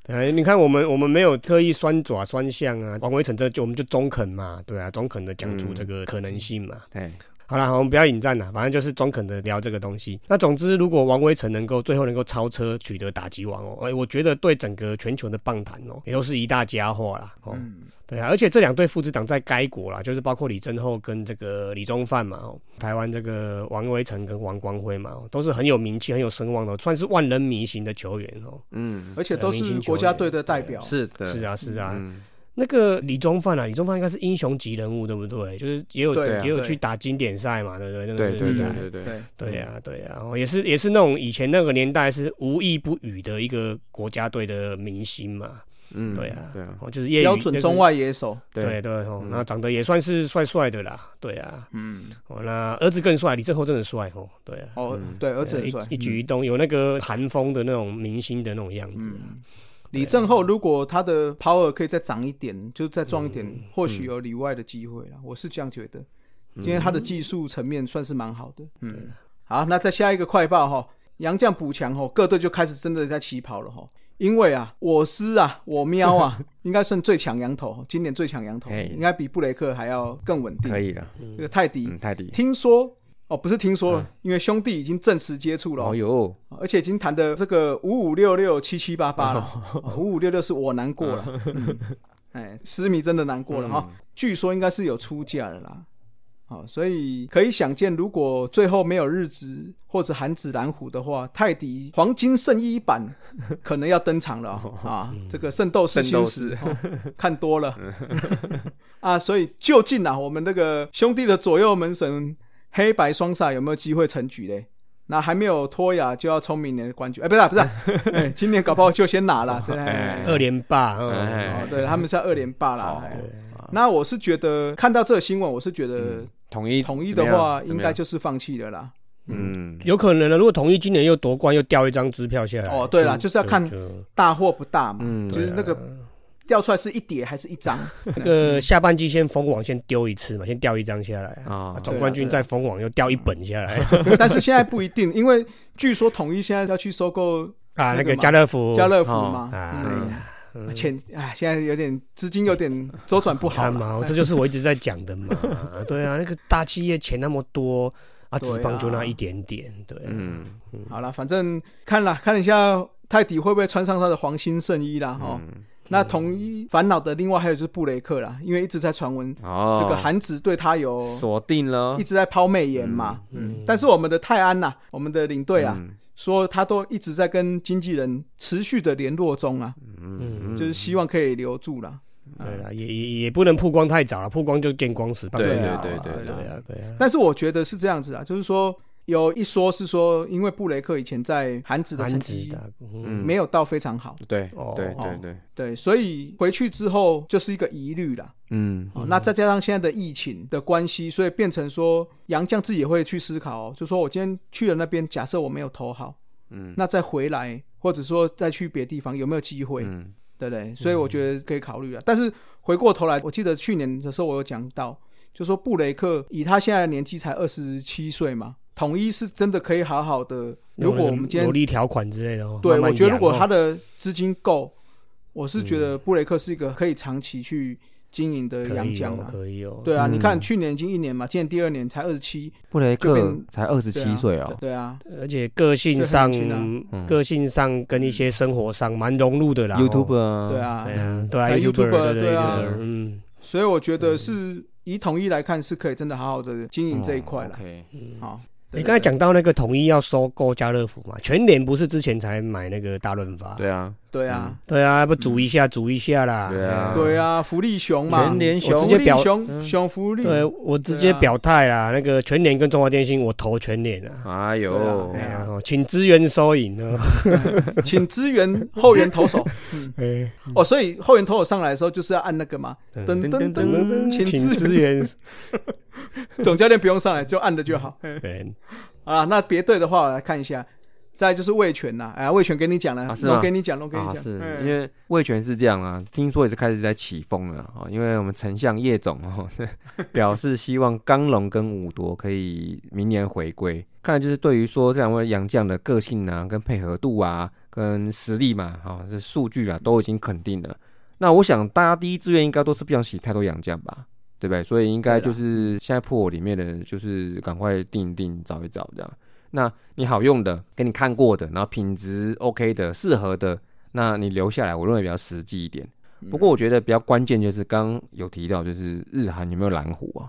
[SPEAKER 2] 哎，你看我们我们没有特意酸爪酸相啊，王维成这就我们就中肯嘛，对啊，中肯的讲出
[SPEAKER 1] 嗯
[SPEAKER 2] 这个可能性嘛。
[SPEAKER 1] 哎，
[SPEAKER 2] 好啦，好我们不要引战了，反正就是中肯的聊这个东西。那总之，如果王威成能够最后能够超车取得打击王哦，哎、我觉得对整个全球的棒坛哦，也都是一大佳话啦。哦，
[SPEAKER 3] 嗯，
[SPEAKER 2] 对啊，而且这两对父子党在该国啦，就是包括李正厚跟这个李宗范嘛，哦，台湾这个王威成跟王光辉嘛，哦都是很有名气、很有声望的哦，算是万人迷型的球员哦。
[SPEAKER 1] 嗯，
[SPEAKER 3] 而且都
[SPEAKER 2] 明星
[SPEAKER 3] 是
[SPEAKER 2] 球
[SPEAKER 3] 国家
[SPEAKER 2] 员
[SPEAKER 3] 队的代表，
[SPEAKER 1] 是的，
[SPEAKER 2] 是啊，是啊，
[SPEAKER 1] 嗯，
[SPEAKER 2] 那个李宗范啊，李宗范应该是英雄级人物，对不对？就是也有、
[SPEAKER 3] 对
[SPEAKER 1] 啊
[SPEAKER 2] 也有
[SPEAKER 3] 对
[SPEAKER 2] 去打经典赛嘛，对不对？那个
[SPEAKER 1] 对
[SPEAKER 2] 是
[SPEAKER 1] 对
[SPEAKER 2] 厉害
[SPEAKER 3] 嗯
[SPEAKER 1] 对对对，
[SPEAKER 3] 对，
[SPEAKER 2] 对呀、对呀、哦也是也是那种以前那个年代是无一不语的一个国家队的明星嘛，
[SPEAKER 1] 嗯，
[SPEAKER 2] 对啊
[SPEAKER 1] 对啊，
[SPEAKER 2] 哦，就是业余
[SPEAKER 3] 标准中，外野手，
[SPEAKER 2] 就是
[SPEAKER 1] 对，
[SPEAKER 2] 对对哦，
[SPEAKER 1] 嗯
[SPEAKER 2] 那长得也算是帅帅的啦，对啊，
[SPEAKER 3] 嗯，
[SPEAKER 2] 哦，那儿子更帅，李正厚真的帅哦，对啊，
[SPEAKER 3] 哦，
[SPEAKER 1] 嗯
[SPEAKER 3] 对，儿子很
[SPEAKER 2] 一
[SPEAKER 3] 帅，
[SPEAKER 2] 一举一动有那个韩风的那种明星的那种样子啊、
[SPEAKER 3] 嗯，李正厚如果他的 power 可以再涨一点，就再壮一点，或许有里外的机会了。我是这样觉得，因为他的技术层面算是蛮好的。嗯，好，那再下一个快报哈，杨将补强哦，各队就开始真的在起跑了哈。因为啊，我师啊，我喵啊，应该算最强羊头吼，今年最强羊头，
[SPEAKER 1] 嘿
[SPEAKER 3] 应该比布雷克还要更稳定。
[SPEAKER 1] 可以了，
[SPEAKER 3] 这个泰迪，
[SPEAKER 1] 嗯，泰迪，
[SPEAKER 3] 听说哦，不是听说了，因为兄弟已经正式接触了哦、
[SPEAKER 1] 哦哟，
[SPEAKER 3] 而且已经谈的这个五五六六七七八八了，哦五五六六是我难过了，嗯哎，思迷真的难过了哈、据说应该是有出价了啦，好、所以可以想见，如果最后没有日职或者韩指蓝虎的话，泰迪黄金圣衣版可能要登场了 哦、啊！这个圣斗士
[SPEAKER 1] 圣斗
[SPEAKER 3] 星矢、哦看多 了啊，所以究竟啊，我们这个兄弟的左右门神黑白双煞有没有机会成局嘞？那还没有脱亚就要冲明年的冠军，哎、不是啊、不是啊、 哎今年搞不好就先拿了，对、哎
[SPEAKER 2] 二连霸，嗯，
[SPEAKER 1] 哎哦
[SPEAKER 3] 哦，，对，他们是要二连霸啦。
[SPEAKER 1] 好
[SPEAKER 3] 哎那我是觉得看到这个新闻，我是觉得
[SPEAKER 1] 统一
[SPEAKER 3] 统一
[SPEAKER 1] 怎
[SPEAKER 3] 的
[SPEAKER 1] 么样
[SPEAKER 3] 话，
[SPEAKER 1] 嗯怎
[SPEAKER 3] 应
[SPEAKER 1] 么
[SPEAKER 3] 该
[SPEAKER 1] 样
[SPEAKER 3] 就是放弃了啦。
[SPEAKER 1] 嗯，
[SPEAKER 2] 有可能的。如果统一今年又夺冠，又掉一张支票下来，
[SPEAKER 3] 哦对啦就是要看
[SPEAKER 2] 就
[SPEAKER 3] 大或不大嘛，
[SPEAKER 1] 嗯
[SPEAKER 3] 就是那个掉出来是一叠还是一张？
[SPEAKER 2] 那个下半季先封网，先丢一次嘛，先掉一张下来啊。
[SPEAKER 1] 啊，
[SPEAKER 2] 总冠军再封网又掉一本下来
[SPEAKER 3] 但是现在不一定，因为据说统一现在要去收购
[SPEAKER 2] 啊，那
[SPEAKER 3] 那个
[SPEAKER 2] 个
[SPEAKER 3] 嘛
[SPEAKER 2] 家乐福，
[SPEAKER 3] 家乐福
[SPEAKER 1] 哦
[SPEAKER 3] 嘛，
[SPEAKER 2] 啊
[SPEAKER 3] 嗯，钱哎，现在有点资金有点周转不好
[SPEAKER 2] 看
[SPEAKER 3] 了。
[SPEAKER 2] 嘛，哦这就是我一直在讲的 嘛。对啊，那个大企业钱那么多啊，
[SPEAKER 3] 对啊
[SPEAKER 2] 职棒就那一点点，对，啊
[SPEAKER 1] 嗯，
[SPEAKER 3] 好了，反正看了看一下泰迪会不会穿上他的黄金圣衣啦
[SPEAKER 1] 嗯
[SPEAKER 3] 哈。那统一烦恼的另外还有就是布雷克啦，因为一直在传闻
[SPEAKER 1] 哦，
[SPEAKER 3] 这个韩子对他有
[SPEAKER 1] 锁定了
[SPEAKER 3] 一，直在抛媚眼嘛，嗯，但是我们的泰安呐、我们的领队啊，
[SPEAKER 1] 嗯
[SPEAKER 3] 说他都一直在跟经纪人持续的联络中啊，
[SPEAKER 2] 嗯，
[SPEAKER 3] 就是希望可以留住啦。
[SPEAKER 2] 对啦，也也也不能曝光太早了，曝光就见光死。
[SPEAKER 4] 对
[SPEAKER 2] 半
[SPEAKER 3] 啊
[SPEAKER 4] 对对
[SPEAKER 2] 对啊，对啊，
[SPEAKER 3] 但是我觉得是这样子啊，就是说有一说是说，因为布雷克以前在韩职的成
[SPEAKER 2] 安吉
[SPEAKER 3] 绩
[SPEAKER 2] 大嗯
[SPEAKER 1] 嗯，
[SPEAKER 3] 没有到非常好，
[SPEAKER 1] 对
[SPEAKER 2] 哦
[SPEAKER 1] 对对对，
[SPEAKER 3] 对，所以回去之后就是一个疑虑啦。
[SPEAKER 1] 嗯，
[SPEAKER 3] 哦，那再加上现在的疫情的关系，所以变成说杨绛自己也会去思考、哦，就说我今天去了那边，假设我没有投好，嗯，那再回来，或者说再去别地方有没有机会，
[SPEAKER 1] 嗯
[SPEAKER 3] 对不对？所以我觉得可以考虑啊。但是回过头来，我记得去年的时候我有讲到，就说布雷克以他现在的年纪才二十七岁嘛，统一是真的可以好好的。如果我们今
[SPEAKER 2] 有
[SPEAKER 3] 天
[SPEAKER 2] 利条款之类的哦，
[SPEAKER 3] 对，
[SPEAKER 2] 慢慢
[SPEAKER 3] 我觉得如
[SPEAKER 2] 养
[SPEAKER 3] 果
[SPEAKER 2] 哦
[SPEAKER 3] 他的资金够，我是觉得布雷克是一个可以长期去经营的
[SPEAKER 2] 可
[SPEAKER 3] 洋
[SPEAKER 2] 以
[SPEAKER 3] 将
[SPEAKER 2] 哦
[SPEAKER 3] 啊。
[SPEAKER 2] 可以哦，
[SPEAKER 3] 对啊，
[SPEAKER 1] 嗯
[SPEAKER 3] 你看去年已经一年嘛，今年第二年才二十七，
[SPEAKER 1] 布雷
[SPEAKER 3] 就
[SPEAKER 1] 克
[SPEAKER 3] 变
[SPEAKER 1] 才二十七岁哦，
[SPEAKER 3] 对啊，
[SPEAKER 2] 而且个性上
[SPEAKER 3] 所以很年，
[SPEAKER 1] 嗯
[SPEAKER 2] 个性上跟一些生活上蛮融入的啦。
[SPEAKER 1] ，YouTube
[SPEAKER 2] 哦
[SPEAKER 1] 啊，
[SPEAKER 3] 对，啊
[SPEAKER 2] 对，啊，对啊
[SPEAKER 3] 还有
[SPEAKER 2] YouTuber，
[SPEAKER 3] YouTuber，
[SPEAKER 2] 对对
[SPEAKER 3] 对
[SPEAKER 1] 啊
[SPEAKER 2] 对嗯，
[SPEAKER 3] 所以我觉得是以统一来看是可以真的好好的经营这一块了。
[SPEAKER 1] 哦嗯 OK，
[SPEAKER 3] 好，
[SPEAKER 2] 你
[SPEAKER 3] 对
[SPEAKER 2] 刚才，
[SPEAKER 3] 对
[SPEAKER 2] 讲到那个统一要收购家乐福嘛，全联不是之前才买那个大润发？
[SPEAKER 1] 对啊，
[SPEAKER 3] 对啊，
[SPEAKER 2] 对啊，要不煮一下，煮一下啦。
[SPEAKER 1] 对啊嗯
[SPEAKER 3] 对啊，福利熊嘛，
[SPEAKER 1] 全联熊嗯
[SPEAKER 2] 我
[SPEAKER 3] 福
[SPEAKER 2] 直接
[SPEAKER 3] 利
[SPEAKER 2] 表
[SPEAKER 3] 熊熊福利，
[SPEAKER 2] 对啊我直接表态啦，那个全联跟中华电信，我投全联啊。
[SPEAKER 1] 哎呦
[SPEAKER 3] 对，啊
[SPEAKER 2] 然后请支援收银啊呢。
[SPEAKER 3] 请支 援后援投手。嗯，哦，所以后援投手上来的时候就是要按那个 嘛，
[SPEAKER 2] 嗯
[SPEAKER 3] 噔噔噔，请
[SPEAKER 2] 请
[SPEAKER 3] 支
[SPEAKER 2] 支
[SPEAKER 3] 援。
[SPEAKER 2] 援。
[SPEAKER 3] 总教练不用上来，就按的就好。
[SPEAKER 1] 嗯
[SPEAKER 2] 对，
[SPEAKER 3] 啊，那别队的话，我来看一下。再来就是魏权呐，哎呀，魏权给你讲了
[SPEAKER 1] 啊，是吗
[SPEAKER 3] 我给你讲，我给你
[SPEAKER 1] 啊，
[SPEAKER 3] 讲，
[SPEAKER 1] 是
[SPEAKER 3] 哎
[SPEAKER 1] 因为味全是这样啊，听说也是开始在起风了啊、哦，因为我们丞相叶总哦， 表示希望刚龙跟武夺可以明年回归。看来就是对于说这两位洋将的个性啊、跟配合度啊、跟实力嘛，好、哦，这数据啊都已经肯定了。那我想大家第一志愿应该都是不想洗太多洋将吧，对不对？所以应该
[SPEAKER 3] 对
[SPEAKER 1] 就
[SPEAKER 3] 啦
[SPEAKER 1] 是现在破里面的，就是赶快定一定、找一找这样。那你好用的，给你看过的，然后品质 OK 的、适合的，那你留下来，我认为比较实际一点。不过我觉得比较关键就是刚刚有提到，就是日韩有没有蓝湖啊？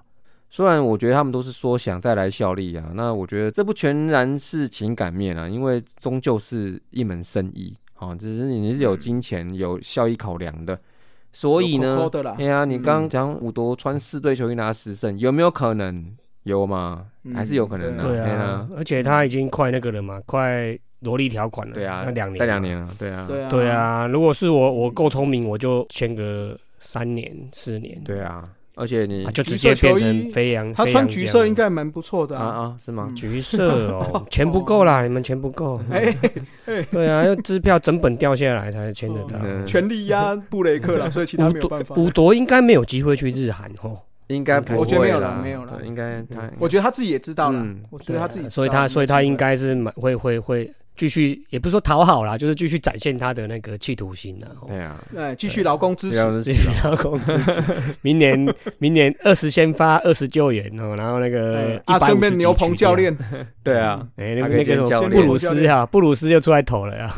[SPEAKER 1] 虽然我觉得他们都是说想再来效力啊，那我觉得这不全然是情感面啊，因为终究是一门生意啊，哦只是你是有金钱、有效益考量的。所以
[SPEAKER 3] 嗯有扣
[SPEAKER 1] 呢
[SPEAKER 3] 扣，的啊嗯啦
[SPEAKER 1] 哎，呀，你刚刚讲五夺穿四队球衣拿十胜，有没有可能？有吗？
[SPEAKER 3] 嗯
[SPEAKER 1] 还是有可能的、
[SPEAKER 2] 对
[SPEAKER 1] 嘿
[SPEAKER 2] 啊，而且他已经快那个了嘛，快萝莉条款了。
[SPEAKER 1] 对啊，
[SPEAKER 2] 那两年，
[SPEAKER 1] 再两。年了，对啊，
[SPEAKER 3] 对啊，
[SPEAKER 2] 对，啊，如果是我，我够聪明，我就签个三年、四年，
[SPEAKER 1] 对啊，而且你
[SPEAKER 2] 啊，就直接变
[SPEAKER 3] 橘
[SPEAKER 2] 成
[SPEAKER 3] 色球衣
[SPEAKER 2] 飞扬。
[SPEAKER 3] 他
[SPEAKER 2] 飞
[SPEAKER 3] 穿
[SPEAKER 2] 扬
[SPEAKER 3] 橘
[SPEAKER 2] 这样
[SPEAKER 3] 色应该蛮不错的
[SPEAKER 1] 啊
[SPEAKER 3] 啊。
[SPEAKER 1] 啊是吗？
[SPEAKER 2] 橘 色哦，钱不够啦，你们钱不够。
[SPEAKER 3] 哎，
[SPEAKER 2] 对啊，要支票整本掉下来才签得到。
[SPEAKER 1] 嗯，
[SPEAKER 3] 全力压布雷克 了，所以其他
[SPEAKER 2] 五
[SPEAKER 3] 没有办
[SPEAKER 2] 夺
[SPEAKER 3] 法。
[SPEAKER 2] 五夺应该没有机会去日韩哦，
[SPEAKER 1] 应该不
[SPEAKER 2] 我觉得
[SPEAKER 1] 会
[SPEAKER 3] 没有
[SPEAKER 1] 啦
[SPEAKER 3] 了没有了
[SPEAKER 1] 对应该
[SPEAKER 2] 嗯
[SPEAKER 1] 他
[SPEAKER 3] 我觉得他自己也知道了
[SPEAKER 1] 嗯，
[SPEAKER 3] 我觉得他啊自己知道，
[SPEAKER 2] 所以他所以他
[SPEAKER 3] 没有机会
[SPEAKER 2] 应该是蛮会会会继续，也不是说讨好啦，就是继续展现他的那个企图心啊。哦
[SPEAKER 1] 对啊，
[SPEAKER 3] 哎继续劳工支持
[SPEAKER 1] 要是死啊
[SPEAKER 2] 然后控制住 明年明年二十先发二十救援哦，然后那个
[SPEAKER 3] 哎啊，
[SPEAKER 2] 150
[SPEAKER 3] 顺便牛棚教练，
[SPEAKER 1] 对啊，
[SPEAKER 2] 哎，那
[SPEAKER 1] 他
[SPEAKER 2] 个
[SPEAKER 1] 可以
[SPEAKER 2] 那个什
[SPEAKER 1] 先教
[SPEAKER 2] 么
[SPEAKER 1] 练
[SPEAKER 2] 布鲁斯啊，布鲁斯又出来投了 啊。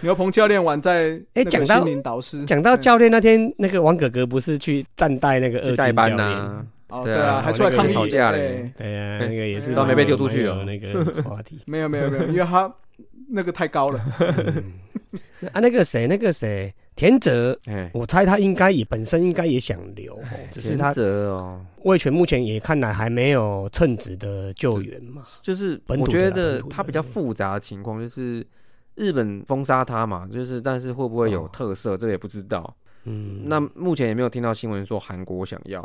[SPEAKER 3] 牛棚教练晚在
[SPEAKER 2] 哎
[SPEAKER 3] 那个
[SPEAKER 2] 讲到
[SPEAKER 3] 心灵导师
[SPEAKER 2] 讲到教练那天，那个王哥哥不是去站带那个二
[SPEAKER 1] 去
[SPEAKER 2] 军
[SPEAKER 1] 代班
[SPEAKER 2] 教练？
[SPEAKER 1] 呐，
[SPEAKER 3] 哦，
[SPEAKER 1] 对
[SPEAKER 3] 对
[SPEAKER 1] 啊
[SPEAKER 3] 啊，还出来
[SPEAKER 2] 那个
[SPEAKER 3] 抗议哎
[SPEAKER 1] 吵架嘞
[SPEAKER 3] 对
[SPEAKER 2] 对啊，
[SPEAKER 1] 哎
[SPEAKER 2] 那个也是
[SPEAKER 3] 都还
[SPEAKER 2] 蛮
[SPEAKER 3] 被
[SPEAKER 1] 丢出去哦
[SPEAKER 2] 蛮有 那个话题。
[SPEAKER 3] 没有没有没有，因为他那个太高了，
[SPEAKER 2] 嗯啊，那个谁，那个谁，田泽，
[SPEAKER 1] 哎，
[SPEAKER 2] 我猜他应该也本身应该也想留，哦只是他
[SPEAKER 1] 田泽哦，
[SPEAKER 2] 魏权目前也看来还没有称职的救援嘛。
[SPEAKER 1] 就是
[SPEAKER 2] 本土
[SPEAKER 1] 我
[SPEAKER 2] 的
[SPEAKER 1] 觉
[SPEAKER 2] 啦
[SPEAKER 1] 得
[SPEAKER 2] 本土的
[SPEAKER 1] 他比较复杂的情况就是日本封杀他嘛，就是但是会不会有
[SPEAKER 2] 哦
[SPEAKER 1] 特色，这个也不知道。
[SPEAKER 2] 嗯，
[SPEAKER 1] 那目前也没有听到新闻说韩国想要，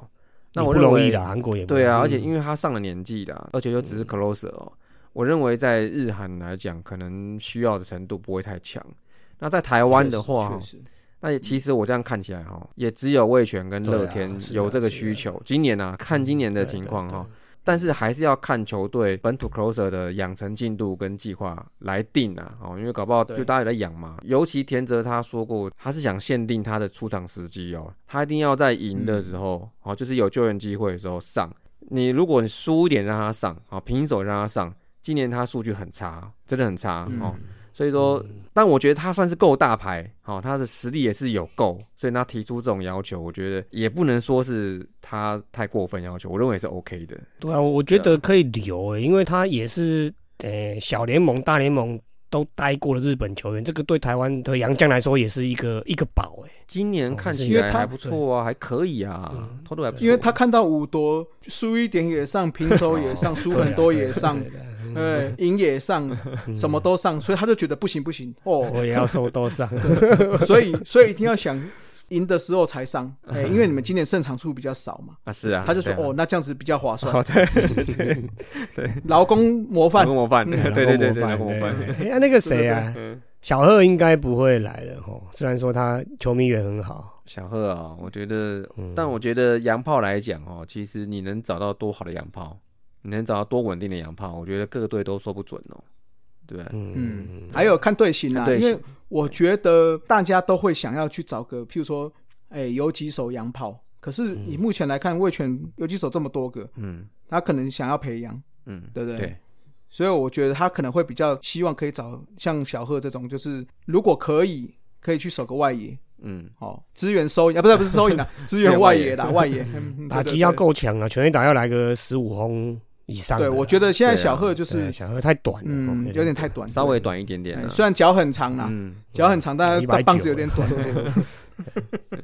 [SPEAKER 1] 那
[SPEAKER 2] 也
[SPEAKER 1] 我
[SPEAKER 2] 不
[SPEAKER 1] 认
[SPEAKER 2] 容易嗯
[SPEAKER 1] 为
[SPEAKER 2] 的，韩国也不
[SPEAKER 1] 对啊，
[SPEAKER 2] 容易
[SPEAKER 1] 而且因为他上了年纪啦，而且又只是 closer 哦，我认为在日韩来讲，可能需要的程度不会太强。那在台湾的话哦
[SPEAKER 3] 确，实
[SPEAKER 1] 那也其实我这样看起来哈，也只有魏权跟乐天
[SPEAKER 2] 对啊是啊
[SPEAKER 1] 有这个
[SPEAKER 2] 是啊
[SPEAKER 1] 需求。今年啊，看今年的情况哈，但是还是要看球队本土 closer 的养成进度跟计划来定啊，哦，因为搞不好
[SPEAKER 3] 对
[SPEAKER 1] 就大家也在养嘛。尤其田泽他说过，他是想限定他的出场时机哦，他一定要在赢的
[SPEAKER 2] 嗯
[SPEAKER 1] 时候，哦，就是有救援机会的时候上。你如果你输一点让他上，哦，平手让他上，今年他数据很差，真的很差
[SPEAKER 3] 嗯
[SPEAKER 2] 嗯
[SPEAKER 1] 哦。所以说，但我觉得他算是够大牌，哦，他的实力也是有够，所以他提出这种要求，我觉得也不能说是他太过分要求，我认为是 OK 的。
[SPEAKER 2] 对啊，我觉得可以留、欸，因为他也是呃小联盟、大联盟都待过的日本球员，这个对台湾的洋将来说也是一个一个宝哎、
[SPEAKER 1] 今年
[SPEAKER 2] 哦
[SPEAKER 1] 看
[SPEAKER 2] 是
[SPEAKER 1] 起
[SPEAKER 3] 因为
[SPEAKER 1] 来
[SPEAKER 3] 他
[SPEAKER 1] 还不错啊，还可以啊
[SPEAKER 2] 嗯，
[SPEAKER 1] 偷渡还不错。
[SPEAKER 3] 因为他看到五夺输一点也上，平手也
[SPEAKER 2] 哦
[SPEAKER 3] 上，输很多
[SPEAKER 2] 啊
[SPEAKER 3] 也上，对，赢也上，什么都上，所以他就觉得不行不行哦，
[SPEAKER 2] 嗯我也要受多伤。
[SPEAKER 3] 所以所以一定要想赢的时候才 上，哎，因为你们今年胜场数比较少嘛，
[SPEAKER 1] 啊是啊，
[SPEAKER 3] 他就说
[SPEAKER 1] 对啊
[SPEAKER 3] 哦，，那这样子比较划算，
[SPEAKER 1] 哦对
[SPEAKER 3] 劳工模
[SPEAKER 1] 反
[SPEAKER 3] 范
[SPEAKER 1] 跟 我办，
[SPEAKER 3] 嗯
[SPEAKER 1] 对对对对，跟我
[SPEAKER 2] 模
[SPEAKER 1] 办。
[SPEAKER 2] 范。哎呀，那个谁啊，小贺应该不会来了哦。虽然说他球迷也很好，
[SPEAKER 1] 小贺啊，我觉得
[SPEAKER 2] 嗯，
[SPEAKER 1] 但我觉得洋炮来讲哦，其实你能找到多好的洋炮，你能找到多稳定的洋炮，我觉得各队都说不准哦，对不对？
[SPEAKER 2] 嗯
[SPEAKER 3] 嗯，还有看队形啊，
[SPEAKER 1] 看队
[SPEAKER 3] 因
[SPEAKER 1] 形
[SPEAKER 3] 为我觉得大家都会想要去找个，譬如说，哎、有几手洋炮。可是以目前来看，魏权有几手这么多个，
[SPEAKER 1] 嗯
[SPEAKER 3] 他可能想要培养，
[SPEAKER 1] 嗯，
[SPEAKER 3] 对不对？
[SPEAKER 1] 对
[SPEAKER 3] 所以我觉得他可能会比较希望可以找像小贺这种，就是如果可以，可以去守个外野，
[SPEAKER 1] 嗯，
[SPEAKER 3] 哦，支援收啊，不是不是收银 啦，支援外野啦，外野嗯嗯
[SPEAKER 2] 打
[SPEAKER 3] 对
[SPEAKER 2] 击
[SPEAKER 3] 对
[SPEAKER 2] 要
[SPEAKER 3] 对
[SPEAKER 2] 够强啊，全垒打要来个十五轰以上的
[SPEAKER 3] 对，
[SPEAKER 2] 啊。
[SPEAKER 3] 我觉得现在小贺就
[SPEAKER 2] 对
[SPEAKER 3] 是
[SPEAKER 2] 啊小贺太短了，
[SPEAKER 3] 嗯
[SPEAKER 2] 哦
[SPEAKER 3] 有点太短，
[SPEAKER 1] 稍微短一点
[SPEAKER 3] 对、
[SPEAKER 1] 点
[SPEAKER 3] 哎
[SPEAKER 1] 啊，
[SPEAKER 3] 虽然脚很长啦，
[SPEAKER 1] 嗯，
[SPEAKER 3] 脚很长，但
[SPEAKER 2] 190
[SPEAKER 3] 但棒子有点短。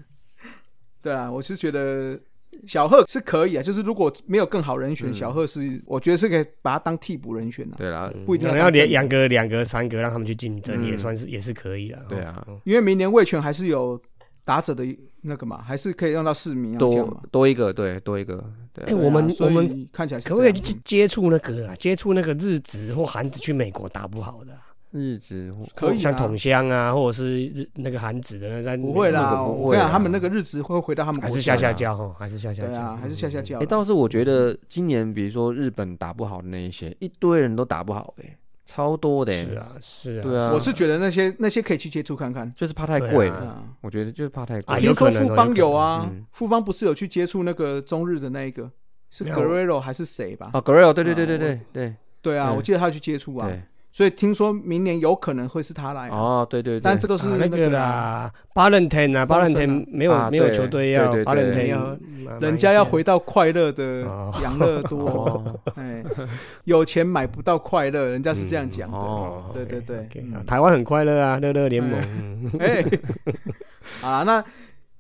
[SPEAKER 3] 对啊，我是觉得小贺是可以啊，就是如果没有更好人选，
[SPEAKER 1] 嗯
[SPEAKER 3] 小贺是我觉得是可以把他当替补人选啊。
[SPEAKER 1] 对啦，
[SPEAKER 2] 嗯
[SPEAKER 3] 不一定
[SPEAKER 2] 可能
[SPEAKER 3] 要
[SPEAKER 2] 要
[SPEAKER 3] 当
[SPEAKER 2] 连
[SPEAKER 3] 正
[SPEAKER 2] 两个、两个、三个让他们去竞争，
[SPEAKER 1] 嗯
[SPEAKER 2] 也算是也是可以了。哦
[SPEAKER 1] 对啊，
[SPEAKER 2] 哦
[SPEAKER 3] 因为明年卫权还是有打者的那个嘛，还是可以用到市民啊这样
[SPEAKER 1] 多
[SPEAKER 3] 嘛。
[SPEAKER 1] 多一个，对，多一个，对
[SPEAKER 2] 哎，
[SPEAKER 3] 对
[SPEAKER 1] 啊，
[SPEAKER 3] 啊
[SPEAKER 2] 我们
[SPEAKER 3] 所
[SPEAKER 2] 我
[SPEAKER 3] 以
[SPEAKER 2] 们
[SPEAKER 3] 看起来是
[SPEAKER 2] 可不可以
[SPEAKER 3] 这
[SPEAKER 2] 去
[SPEAKER 3] 样嗯
[SPEAKER 2] 接触那个啊？接触那个日职或韩职去美国打不好的啊、
[SPEAKER 1] 日子
[SPEAKER 3] 可以啊
[SPEAKER 2] 像桶香啊，或者是日那个韩职的那在
[SPEAKER 3] 嗯不会
[SPEAKER 1] 那
[SPEAKER 3] 啦，
[SPEAKER 1] 个不
[SPEAKER 3] 我
[SPEAKER 1] 会
[SPEAKER 3] 跟你
[SPEAKER 1] 啦
[SPEAKER 3] 讲，他们那个日子会回到他们
[SPEAKER 2] 还
[SPEAKER 3] 国
[SPEAKER 2] 是
[SPEAKER 3] 家
[SPEAKER 2] 下
[SPEAKER 3] 啦
[SPEAKER 2] 下教哈，还是下下
[SPEAKER 3] 啊
[SPEAKER 2] 嗯
[SPEAKER 3] 对
[SPEAKER 2] 教
[SPEAKER 3] 啊，还是下下教
[SPEAKER 1] 哎、
[SPEAKER 3] 啦。
[SPEAKER 1] 倒是我觉得今年，比如说日本打不好的那一些，一堆人都打不好、哎，超多的、哎
[SPEAKER 2] 是，啊是啊，
[SPEAKER 1] 对啊，
[SPEAKER 3] 我是觉得那些那些可以去接触看看。
[SPEAKER 1] 就是怕太贵、
[SPEAKER 2] 对啊
[SPEAKER 3] 啊，
[SPEAKER 1] 我觉得就是怕太贵、
[SPEAKER 2] 啊
[SPEAKER 3] 比如说富邦有
[SPEAKER 1] 有
[SPEAKER 3] 啊
[SPEAKER 1] 可能嗯，
[SPEAKER 3] 富邦不是有去接触那个中日的那一个是
[SPEAKER 2] 没有哦
[SPEAKER 3] Guerrero 还是谁吧？
[SPEAKER 1] 啊 g r e l 对对对对对对
[SPEAKER 3] 对啊，
[SPEAKER 1] 对
[SPEAKER 3] 我记得他去接触啊，
[SPEAKER 1] 对，
[SPEAKER 3] 所以听说明年有可能会是他来啊，
[SPEAKER 1] 哦，对对对，
[SPEAKER 3] 但这都是
[SPEAKER 2] 啊那个
[SPEAKER 3] 个啦，
[SPEAKER 2] 啦，巴伦天啊，巴伦天
[SPEAKER 3] 风神
[SPEAKER 2] 没有
[SPEAKER 1] 啊
[SPEAKER 2] 没有
[SPEAKER 1] 对
[SPEAKER 2] 球队要
[SPEAKER 1] 对对对
[SPEAKER 2] 巴伦
[SPEAKER 3] 没
[SPEAKER 2] 天
[SPEAKER 3] 有，
[SPEAKER 2] 马
[SPEAKER 3] 人家要回到快乐的
[SPEAKER 2] 哦
[SPEAKER 3] 养乐多，
[SPEAKER 1] 哦，
[SPEAKER 3] 哎，有钱买不到快乐，人家是这样讲
[SPEAKER 1] 嗯哦
[SPEAKER 3] 的，对对对
[SPEAKER 2] OK，
[SPEAKER 3] 嗯
[SPEAKER 2] 啊台湾很快乐啊，乐乐联盟
[SPEAKER 3] 哎
[SPEAKER 2] 嗯
[SPEAKER 3] 哎，啊，那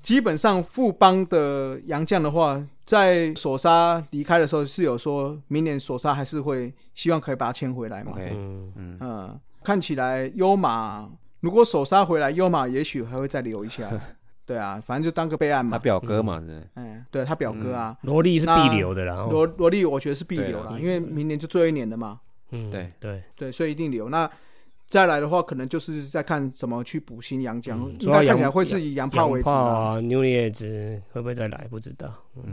[SPEAKER 3] 基本上富邦的洋将的话，在索沙离开的时候是有说明年索沙还是会希望可以把他签回来嘛，
[SPEAKER 1] OK
[SPEAKER 2] 嗯，
[SPEAKER 1] 嗯，
[SPEAKER 3] 嗯，看起来优马如果手杀回来，优马也许还会再留一下。对啊，反正就当个备案
[SPEAKER 1] 他
[SPEAKER 3] 嘛。
[SPEAKER 1] 表哥嘛，是不是
[SPEAKER 3] 嗯，对他表哥啊，
[SPEAKER 2] 萝莉是必留的啦。哦
[SPEAKER 3] 罗罗莉我觉得是必留
[SPEAKER 1] 嗯对
[SPEAKER 3] 啦，
[SPEAKER 1] 啊
[SPEAKER 3] 因为明年就最后一年了嘛，
[SPEAKER 2] 嗯，
[SPEAKER 1] 对
[SPEAKER 2] 对，
[SPEAKER 3] 对，所以一定留。那再来的话，可能就是在看怎么去补新洋
[SPEAKER 1] 嗯
[SPEAKER 3] 将，
[SPEAKER 2] 主
[SPEAKER 3] 应
[SPEAKER 2] 要
[SPEAKER 3] 该
[SPEAKER 2] 洋
[SPEAKER 3] 看起来会是以洋炮
[SPEAKER 2] 洋
[SPEAKER 3] 为主
[SPEAKER 2] 炮
[SPEAKER 3] 啦，
[SPEAKER 2] 啊，牛列子会不会再来？不知道。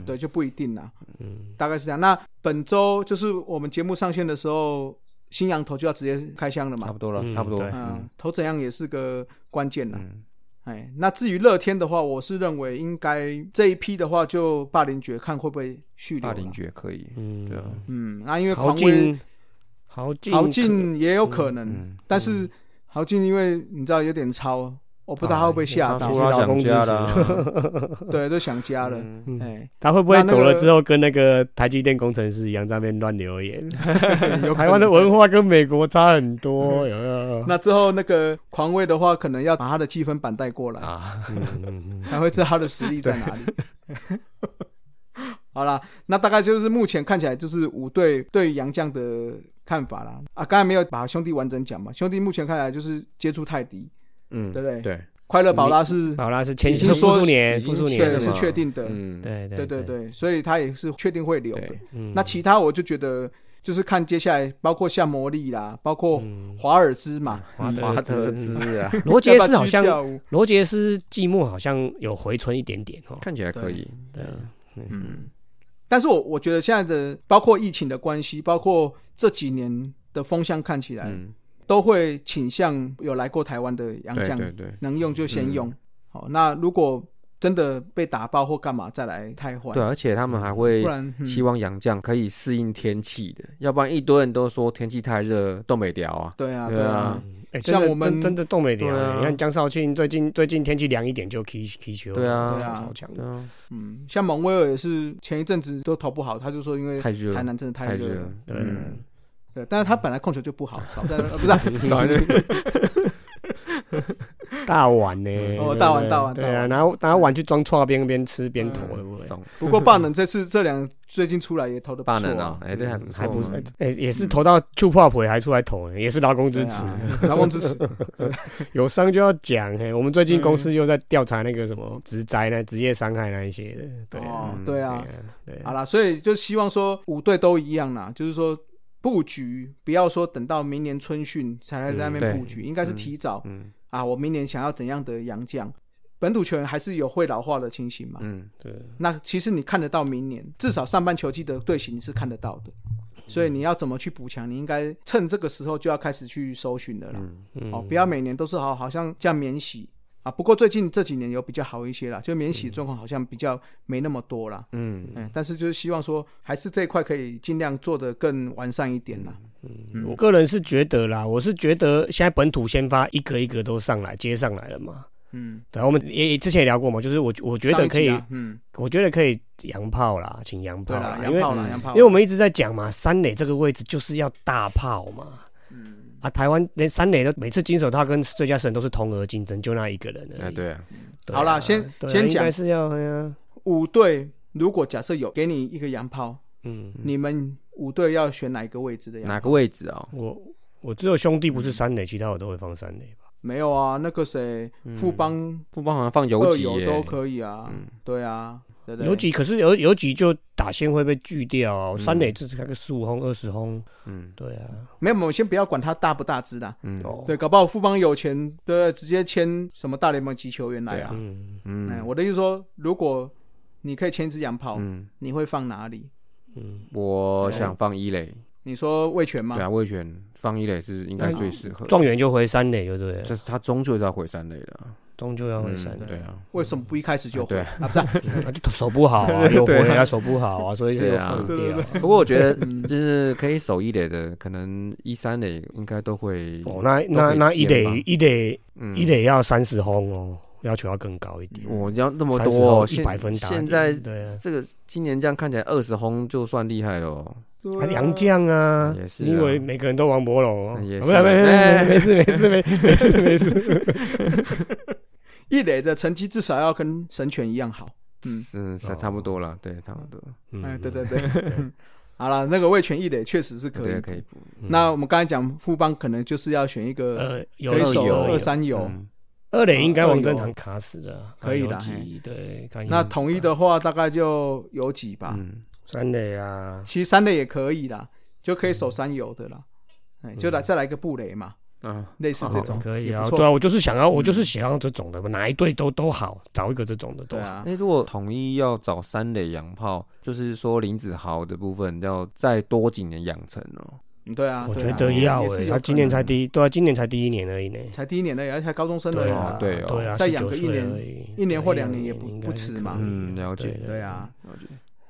[SPEAKER 3] 对，就不一定啦，
[SPEAKER 2] 嗯，
[SPEAKER 3] 大概是这样。那本周就是我们节目上线的时候，新羊头就要直接开箱了
[SPEAKER 1] 差
[SPEAKER 3] 嘛
[SPEAKER 1] 不，多了，
[SPEAKER 2] 嗯
[SPEAKER 1] 差不多，
[SPEAKER 2] 对
[SPEAKER 3] 嗯，投怎样也是个关键啦。
[SPEAKER 1] 嗯，
[SPEAKER 3] 哎，那至于乐天的话，我是认为应该这一批的话，就霸凌爵看会不会续留
[SPEAKER 1] 霸
[SPEAKER 3] 啦。
[SPEAKER 1] 凌爵可以，
[SPEAKER 2] 嗯
[SPEAKER 1] 对啊，
[SPEAKER 3] 嗯，那因为
[SPEAKER 2] 豪
[SPEAKER 3] 狂威
[SPEAKER 2] 进，豪进，
[SPEAKER 3] 豪进也有可能，
[SPEAKER 1] 嗯，
[SPEAKER 3] 但是豪进因为你知道有点超，我不知道他会不会吓
[SPEAKER 1] 他
[SPEAKER 3] 到
[SPEAKER 2] 也，
[SPEAKER 1] 说他想家了
[SPEAKER 2] 也是劳
[SPEAKER 1] 啊，
[SPEAKER 3] 对，都想家了。
[SPEAKER 1] 嗯
[SPEAKER 3] 哎，
[SPEAKER 2] 他会不会
[SPEAKER 3] 那那
[SPEAKER 2] 走了
[SPEAKER 3] 个
[SPEAKER 2] 之后跟那个台积电工程师一样在那边乱留言？
[SPEAKER 3] 有嗯
[SPEAKER 2] 台湾的文化跟美国差很多，有没有？
[SPEAKER 3] 那之后那个狂威的话，可能要把他的积分板带过来，
[SPEAKER 1] 啊，
[SPEAKER 2] 嗯
[SPEAKER 3] 才会知道他的实力在哪里。 好啦，那大概就是目前看起来就是五队对于杨将的看法啦。啊，刚才没有把兄弟完整讲嘛，兄弟目前看起来就是接触泰迪，
[SPEAKER 1] 嗯，
[SPEAKER 3] 对不对
[SPEAKER 1] 对，
[SPEAKER 3] 快乐宝拉是
[SPEAKER 2] 嗯好啦，是前
[SPEAKER 3] 已经
[SPEAKER 2] 复
[SPEAKER 3] 说
[SPEAKER 2] 数年，
[SPEAKER 1] 已经
[SPEAKER 2] 复数
[SPEAKER 1] 确
[SPEAKER 2] 年
[SPEAKER 3] 对
[SPEAKER 1] 了
[SPEAKER 3] 是
[SPEAKER 1] 嘛
[SPEAKER 3] 确定的，
[SPEAKER 1] 嗯，
[SPEAKER 2] 对
[SPEAKER 3] 对
[SPEAKER 2] 对
[SPEAKER 3] 对
[SPEAKER 2] 对，
[SPEAKER 3] 对，所以他也是确定会留的
[SPEAKER 1] 对。
[SPEAKER 2] 嗯
[SPEAKER 3] 那其他我就觉得就是看接下来，包括像魔力啦，包括
[SPEAKER 2] 嗯
[SPEAKER 3] 华尔兹嘛，嗯
[SPEAKER 1] 华华德兹啊，
[SPEAKER 2] 罗杰斯
[SPEAKER 3] 要不要
[SPEAKER 2] 好像
[SPEAKER 3] 去跳舞
[SPEAKER 2] 罗杰斯季末好像有回春一点点哦。
[SPEAKER 1] 看起来可以，
[SPEAKER 2] 对啊，
[SPEAKER 3] 嗯，但是我我觉得现在的包括疫情的关系，包括这几年的风向看起来，
[SPEAKER 1] 嗯，
[SPEAKER 3] 都会倾向有来过台湾的洋
[SPEAKER 1] 对
[SPEAKER 3] 将，
[SPEAKER 1] 对嗯对
[SPEAKER 3] 能用就先用。好，那如果真的被打爆或干嘛，再来汰换。
[SPEAKER 1] 对，而且他们还会
[SPEAKER 3] 不然、嗯、
[SPEAKER 1] 希望洋将可以适应天气的，要不然一堆人都说天气太热，冻没掉啊。
[SPEAKER 3] 对啊，
[SPEAKER 1] 对
[SPEAKER 3] 对
[SPEAKER 1] 啊
[SPEAKER 3] 啊，
[SPEAKER 2] 哎，
[SPEAKER 3] 像
[SPEAKER 2] 真的
[SPEAKER 3] 我们
[SPEAKER 2] 真真的冻没
[SPEAKER 1] 对啊
[SPEAKER 2] 了。你看江少庆最近最近天气凉一点就踢踢球，
[SPEAKER 1] 对啊
[SPEAKER 3] 对啊
[SPEAKER 2] 超超强
[SPEAKER 1] 对啊，
[SPEAKER 3] 嗯，像蒙威尔也是前一阵子都投不好，他就说因为
[SPEAKER 1] 太热，
[SPEAKER 3] 台南真的太
[SPEAKER 1] 太
[SPEAKER 3] 热了
[SPEAKER 1] 了，，
[SPEAKER 2] 对
[SPEAKER 1] 嗯
[SPEAKER 3] 对，但是他本来控球就不好，少在那、呃、不是啊、
[SPEAKER 1] 少一点
[SPEAKER 2] 大碗呢？
[SPEAKER 3] 哦大碗
[SPEAKER 2] 对不对
[SPEAKER 3] 大碗
[SPEAKER 2] 对
[SPEAKER 3] 大
[SPEAKER 2] 啊，
[SPEAKER 3] 碗
[SPEAKER 2] 拿拿碗去装错边边吃边投，
[SPEAKER 3] 嗯
[SPEAKER 2] 对不对？
[SPEAKER 1] 怂
[SPEAKER 3] 不过霸能这次这两最近出来也投的不
[SPEAKER 1] 霸
[SPEAKER 3] 错、嗯
[SPEAKER 1] 能啊，哎，对，还不错
[SPEAKER 2] 还不是
[SPEAKER 1] 嘛，
[SPEAKER 2] 哎、也是投到 t u p o p 还出来投呢，也是劳工支持，
[SPEAKER 3] 对啊， 劳工支持，
[SPEAKER 2] 有伤就要讲。嘿，我们最近公司又在调查那个什么职灾呢、职业伤害那一些的，对啊，
[SPEAKER 3] 哦
[SPEAKER 1] 嗯，
[SPEAKER 3] 对
[SPEAKER 2] 对
[SPEAKER 3] 啊
[SPEAKER 2] 啊，，对
[SPEAKER 3] 好
[SPEAKER 2] 啊，
[SPEAKER 3] 啦，所以就希望说五队都一样啦，就是说布局不要说等到明年春训才来在那边
[SPEAKER 1] 嗯
[SPEAKER 3] 布局，应该是提早
[SPEAKER 1] 嗯
[SPEAKER 3] 啊。我明年想要怎样的洋将，本土球员还是有会老化的情形嘛。
[SPEAKER 1] 嗯，
[SPEAKER 2] 对，
[SPEAKER 3] 那其实你看得到明年，至少上半球季的队形你是看得到的，所以你要怎么去补强，你应该趁这个时候就要开始去搜寻了啦。
[SPEAKER 2] 嗯
[SPEAKER 3] 哦，不要每年都是好好像这样免洗啊。不过最近这几年有比较好一些啦，就免洗的状况好像比较没那么多啦。
[SPEAKER 1] 嗯，
[SPEAKER 3] 嗯，但是就是希望说，还是这一块可以尽量做得更完善一点啦。嗯
[SPEAKER 2] 我个人是觉得啦，我是觉得现在本土先发一个一个都上来接上来了嘛。
[SPEAKER 3] 嗯，
[SPEAKER 2] 对啊，我们也也之前也聊过嘛，就是我我觉
[SPEAKER 3] 上
[SPEAKER 2] 得
[SPEAKER 3] 一
[SPEAKER 2] 可以，
[SPEAKER 3] 集啊嗯，
[SPEAKER 2] 我觉得可以洋炮啦，请洋炮
[SPEAKER 3] 对
[SPEAKER 2] 啦
[SPEAKER 3] 啦，，
[SPEAKER 2] 因
[SPEAKER 3] 洋
[SPEAKER 2] 为
[SPEAKER 3] 炮啦，洋炮啦，
[SPEAKER 2] 因为我们一直在讲嘛，三垒这个位置就是要大炮嘛。
[SPEAKER 3] 嗯
[SPEAKER 2] 啊，台湾连三垒都每次金手套跟最佳神都是同额竞争，就那一个人而
[SPEAKER 1] 哎，
[SPEAKER 2] 已。
[SPEAKER 1] 对啊，
[SPEAKER 2] 对啊
[SPEAKER 3] 好啦先
[SPEAKER 2] 对啊
[SPEAKER 3] 先
[SPEAKER 2] 应该
[SPEAKER 3] 讲
[SPEAKER 2] 是要哎呀
[SPEAKER 3] 五队如果假设有给你一个洋炮，
[SPEAKER 2] 嗯，
[SPEAKER 3] 你们五队要选哪一个位置的洋炮？
[SPEAKER 1] 哪个位置啊？
[SPEAKER 2] 我我只有兄弟不是三垒，其他我都会放三垒吧。
[SPEAKER 3] 没有啊，那个谁，
[SPEAKER 2] 嗯
[SPEAKER 3] 富邦
[SPEAKER 1] 富邦好像放游
[SPEAKER 3] 二
[SPEAKER 1] 击
[SPEAKER 3] 游
[SPEAKER 1] 耶，嗯
[SPEAKER 3] 都可以啊。对啊，对嗯不对？
[SPEAKER 2] 有几可是有有几就打线会被锯掉啊，三垒至开个十五轰二十轰，
[SPEAKER 1] 嗯
[SPEAKER 2] 对啊，
[SPEAKER 3] 没有，我们先不要管他大不大只啦。
[SPEAKER 1] 嗯
[SPEAKER 2] 哦，
[SPEAKER 3] 对，搞不好富邦有钱，对不对，直接签什么大联盟级球员来
[SPEAKER 1] 对啊
[SPEAKER 3] 啊。
[SPEAKER 2] 嗯
[SPEAKER 3] 嗯，
[SPEAKER 1] 嗯
[SPEAKER 3] 我的意思说，如果你可以签一支洋炮，
[SPEAKER 1] 嗯，
[SPEAKER 3] 你会放哪里？
[SPEAKER 2] 嗯，
[SPEAKER 1] 我想放一垒，
[SPEAKER 3] 你说魏权吗
[SPEAKER 1] 对？啊，魏权放一垒是应
[SPEAKER 3] 啊
[SPEAKER 1] 该最适合的。
[SPEAKER 2] 状元就回三垒就对了，
[SPEAKER 1] 这他终究是要回三垒的啊，
[SPEAKER 2] 终究要回三
[SPEAKER 1] 嗯
[SPEAKER 2] 垒。
[SPEAKER 1] 对啊，
[SPEAKER 3] 为什么不一开始就回
[SPEAKER 1] 对
[SPEAKER 3] 啊？不是啊，
[SPEAKER 2] 啊，就手不好 啊，又回啊，手不好啊，所以就
[SPEAKER 1] 对
[SPEAKER 2] 又
[SPEAKER 1] 啊
[SPEAKER 2] 放
[SPEAKER 3] 对
[SPEAKER 2] 掉
[SPEAKER 3] 对。
[SPEAKER 1] 不过我觉得
[SPEAKER 3] 嗯
[SPEAKER 1] 就是可以守一垒的，可能一三垒应该都会，
[SPEAKER 2] 哦，那那那一
[SPEAKER 1] 都可以接
[SPEAKER 2] 垒
[SPEAKER 1] 吗
[SPEAKER 2] 一垒
[SPEAKER 1] 嗯
[SPEAKER 2] 一垒要三十轰哦，要求要更高一点。
[SPEAKER 1] 我要那么
[SPEAKER 2] 30
[SPEAKER 1] 多
[SPEAKER 2] 轰
[SPEAKER 1] 哦，现
[SPEAKER 2] 100分打
[SPEAKER 1] 现
[SPEAKER 2] 点
[SPEAKER 1] 在
[SPEAKER 2] 对啊
[SPEAKER 1] 这个今年这样看起来二十轰就算厉害了哦，
[SPEAKER 2] 啊杨绛啊
[SPEAKER 1] 也，是啊
[SPEAKER 2] 你以为每个人都王博龙哦？
[SPEAKER 1] 也
[SPEAKER 2] 啊
[SPEAKER 1] 是
[SPEAKER 2] 不是，没
[SPEAKER 1] 哎
[SPEAKER 2] 没没事没事没没事 没事。
[SPEAKER 3] 一垒的成绩至少要跟神犬一样好。嗯
[SPEAKER 1] 是差差不多了，对，差不多，
[SPEAKER 2] 嗯
[SPEAKER 3] 哎，对对对， 好了，那个魏权一垒确实是可
[SPEAKER 1] 对，
[SPEAKER 3] 以。
[SPEAKER 1] 可以补，
[SPEAKER 2] 嗯
[SPEAKER 3] 那我们刚才讲富邦可能就是要选一个
[SPEAKER 2] 呃，有
[SPEAKER 3] 可以
[SPEAKER 2] 二
[SPEAKER 3] 守
[SPEAKER 2] 有
[SPEAKER 3] 二三游，
[SPEAKER 1] 嗯
[SPEAKER 2] 二垒应该
[SPEAKER 3] 哦
[SPEAKER 2] 王振
[SPEAKER 3] 二垒有
[SPEAKER 2] 堂卡死了啊，
[SPEAKER 3] 可以的哎
[SPEAKER 2] 有几对，看有
[SPEAKER 3] 那
[SPEAKER 2] 几
[SPEAKER 3] 统一
[SPEAKER 2] 吧
[SPEAKER 3] 的话，大概就有几吧。
[SPEAKER 1] 嗯，
[SPEAKER 2] 三垒啊，
[SPEAKER 3] 其实三垒也可以啦，就可以守三游的啦。哎，就来再来一个布雷嘛，
[SPEAKER 1] 啊，
[SPEAKER 3] 类似这种
[SPEAKER 2] 可以
[SPEAKER 3] 也
[SPEAKER 2] 啊
[SPEAKER 3] 不，错嗯
[SPEAKER 2] 对啊，我就是想要，我就是想要这种的，哪一队都都好，找一个这种的都
[SPEAKER 3] 对
[SPEAKER 2] 好。
[SPEAKER 3] 啊
[SPEAKER 1] 哎、，如果统一要找三垒洋炮，就是说林子豪的部分要再多几年养成哦。
[SPEAKER 3] 嗯对啊，
[SPEAKER 2] 我
[SPEAKER 3] 对
[SPEAKER 2] 觉
[SPEAKER 3] 啊
[SPEAKER 2] 得要
[SPEAKER 3] 也
[SPEAKER 2] 诶、
[SPEAKER 3] 是有
[SPEAKER 2] 他
[SPEAKER 3] 可
[SPEAKER 2] 今年
[SPEAKER 3] 能
[SPEAKER 2] 才第一，对啊，今年才第一年而已呢。
[SPEAKER 3] 才第一年而已，而且才高中生而
[SPEAKER 2] 对
[SPEAKER 3] 已
[SPEAKER 2] 啊
[SPEAKER 3] 啊，，
[SPEAKER 1] 对哦
[SPEAKER 2] 对啊，
[SPEAKER 3] 再养个
[SPEAKER 2] 19
[SPEAKER 3] 一年
[SPEAKER 2] 岁而已
[SPEAKER 3] 一年或
[SPEAKER 2] 再
[SPEAKER 3] 两
[SPEAKER 2] 养
[SPEAKER 3] 年也
[SPEAKER 2] 一
[SPEAKER 3] 不
[SPEAKER 2] 应该
[SPEAKER 3] 不
[SPEAKER 2] 是
[SPEAKER 3] 迟
[SPEAKER 2] 可
[SPEAKER 3] 嘛
[SPEAKER 2] 以的
[SPEAKER 1] 嗯了解
[SPEAKER 3] 对啊。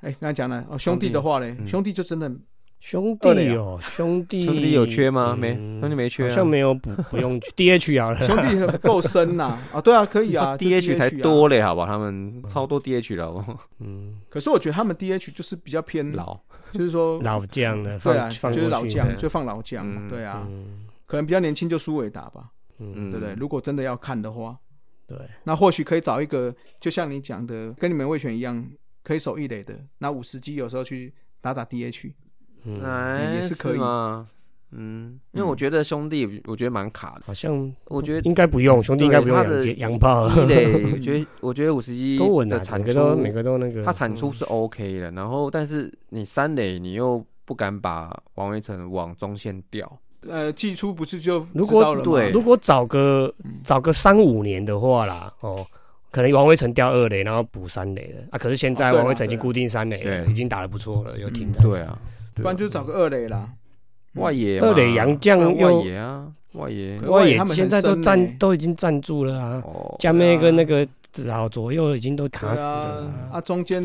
[SPEAKER 3] 哎，刚才讲了哦，兄弟的话
[SPEAKER 2] 嗯
[SPEAKER 3] 嘞，兄弟就真的
[SPEAKER 2] 兄
[SPEAKER 3] 二垒
[SPEAKER 2] 弟
[SPEAKER 3] 啊
[SPEAKER 2] 哦，兄弟，
[SPEAKER 1] 兄弟有缺吗？
[SPEAKER 2] 嗯
[SPEAKER 1] 没，兄弟没缺、啊，
[SPEAKER 2] 好像没有补，不 用去 DH 啊
[SPEAKER 3] 兄弟很够深 呐啊，对啊，可以啊就
[SPEAKER 1] DH 才
[SPEAKER 3] 啊
[SPEAKER 1] 多嘞，好吧？他们超多 DH 了，好不好
[SPEAKER 2] 嗯，
[SPEAKER 3] 可是我觉得他们 DH 就是比较偏，
[SPEAKER 1] 老
[SPEAKER 3] 就是说
[SPEAKER 2] 老将了，
[SPEAKER 3] 对啊，
[SPEAKER 2] 放放
[SPEAKER 3] 就是老
[SPEAKER 2] 过去，
[SPEAKER 3] 将
[SPEAKER 1] 嗯
[SPEAKER 3] 就放老将，
[SPEAKER 1] 嗯
[SPEAKER 3] 对啊，
[SPEAKER 2] 嗯
[SPEAKER 3] 可能比较年轻就苏伟达吧，
[SPEAKER 2] 嗯，
[SPEAKER 1] 嗯，
[SPEAKER 3] 对不对？如果真的要看的话，
[SPEAKER 2] 对，
[SPEAKER 3] 那或许可以找一个，就像你讲的，跟你们魏权一样，可以守一垒的，那五十机有时候去打打 DH，
[SPEAKER 2] 嗯，
[SPEAKER 1] 哎，
[SPEAKER 3] 也是可以
[SPEAKER 1] 吗？嗯，因为我觉得兄弟，我觉得蛮卡的。
[SPEAKER 2] 好像
[SPEAKER 1] 我觉得
[SPEAKER 2] 应该不用，兄弟应该不用
[SPEAKER 1] 对他的
[SPEAKER 2] 养养炮，
[SPEAKER 1] 一 垒，我觉得我觉得五十一
[SPEAKER 2] 都稳
[SPEAKER 1] 的
[SPEAKER 2] 啊，
[SPEAKER 1] 产
[SPEAKER 2] 每个都每
[SPEAKER 1] 出，
[SPEAKER 2] 个都那嗯个，
[SPEAKER 1] 它产出是 OK 的。然后，但是你三垒，你又不敢把王维成往中线调，
[SPEAKER 3] 呃，寄出不是就
[SPEAKER 2] 如
[SPEAKER 3] 知
[SPEAKER 2] 果
[SPEAKER 3] 道了吗？
[SPEAKER 1] 对
[SPEAKER 2] 如果找个找个三五年的话啦，哦，可能王威成掉二垒，然后补三垒了啊。可是现
[SPEAKER 3] 哦
[SPEAKER 2] 在
[SPEAKER 3] 对啦
[SPEAKER 2] 王威成已经固定三垒了，
[SPEAKER 1] 对
[SPEAKER 2] 已经打得不错了，又停在
[SPEAKER 3] 嗯
[SPEAKER 1] 对啊，
[SPEAKER 3] 不然就找个二垒
[SPEAKER 2] 嗯
[SPEAKER 3] 啦。
[SPEAKER 1] 外野嘛，
[SPEAKER 2] 二垒杨将
[SPEAKER 1] 不然外
[SPEAKER 2] 又
[SPEAKER 1] 野啊，外野
[SPEAKER 3] 可
[SPEAKER 2] 外
[SPEAKER 3] 外野他
[SPEAKER 2] 野
[SPEAKER 3] 们很
[SPEAKER 2] 现在都
[SPEAKER 3] 深欸
[SPEAKER 2] 站都已经站住了啊，
[SPEAKER 1] 哦，
[SPEAKER 2] 加妹跟那个子豪左右已经都卡
[SPEAKER 3] 对
[SPEAKER 2] 死了
[SPEAKER 3] 啊，
[SPEAKER 2] 啊。
[SPEAKER 3] 啊，中间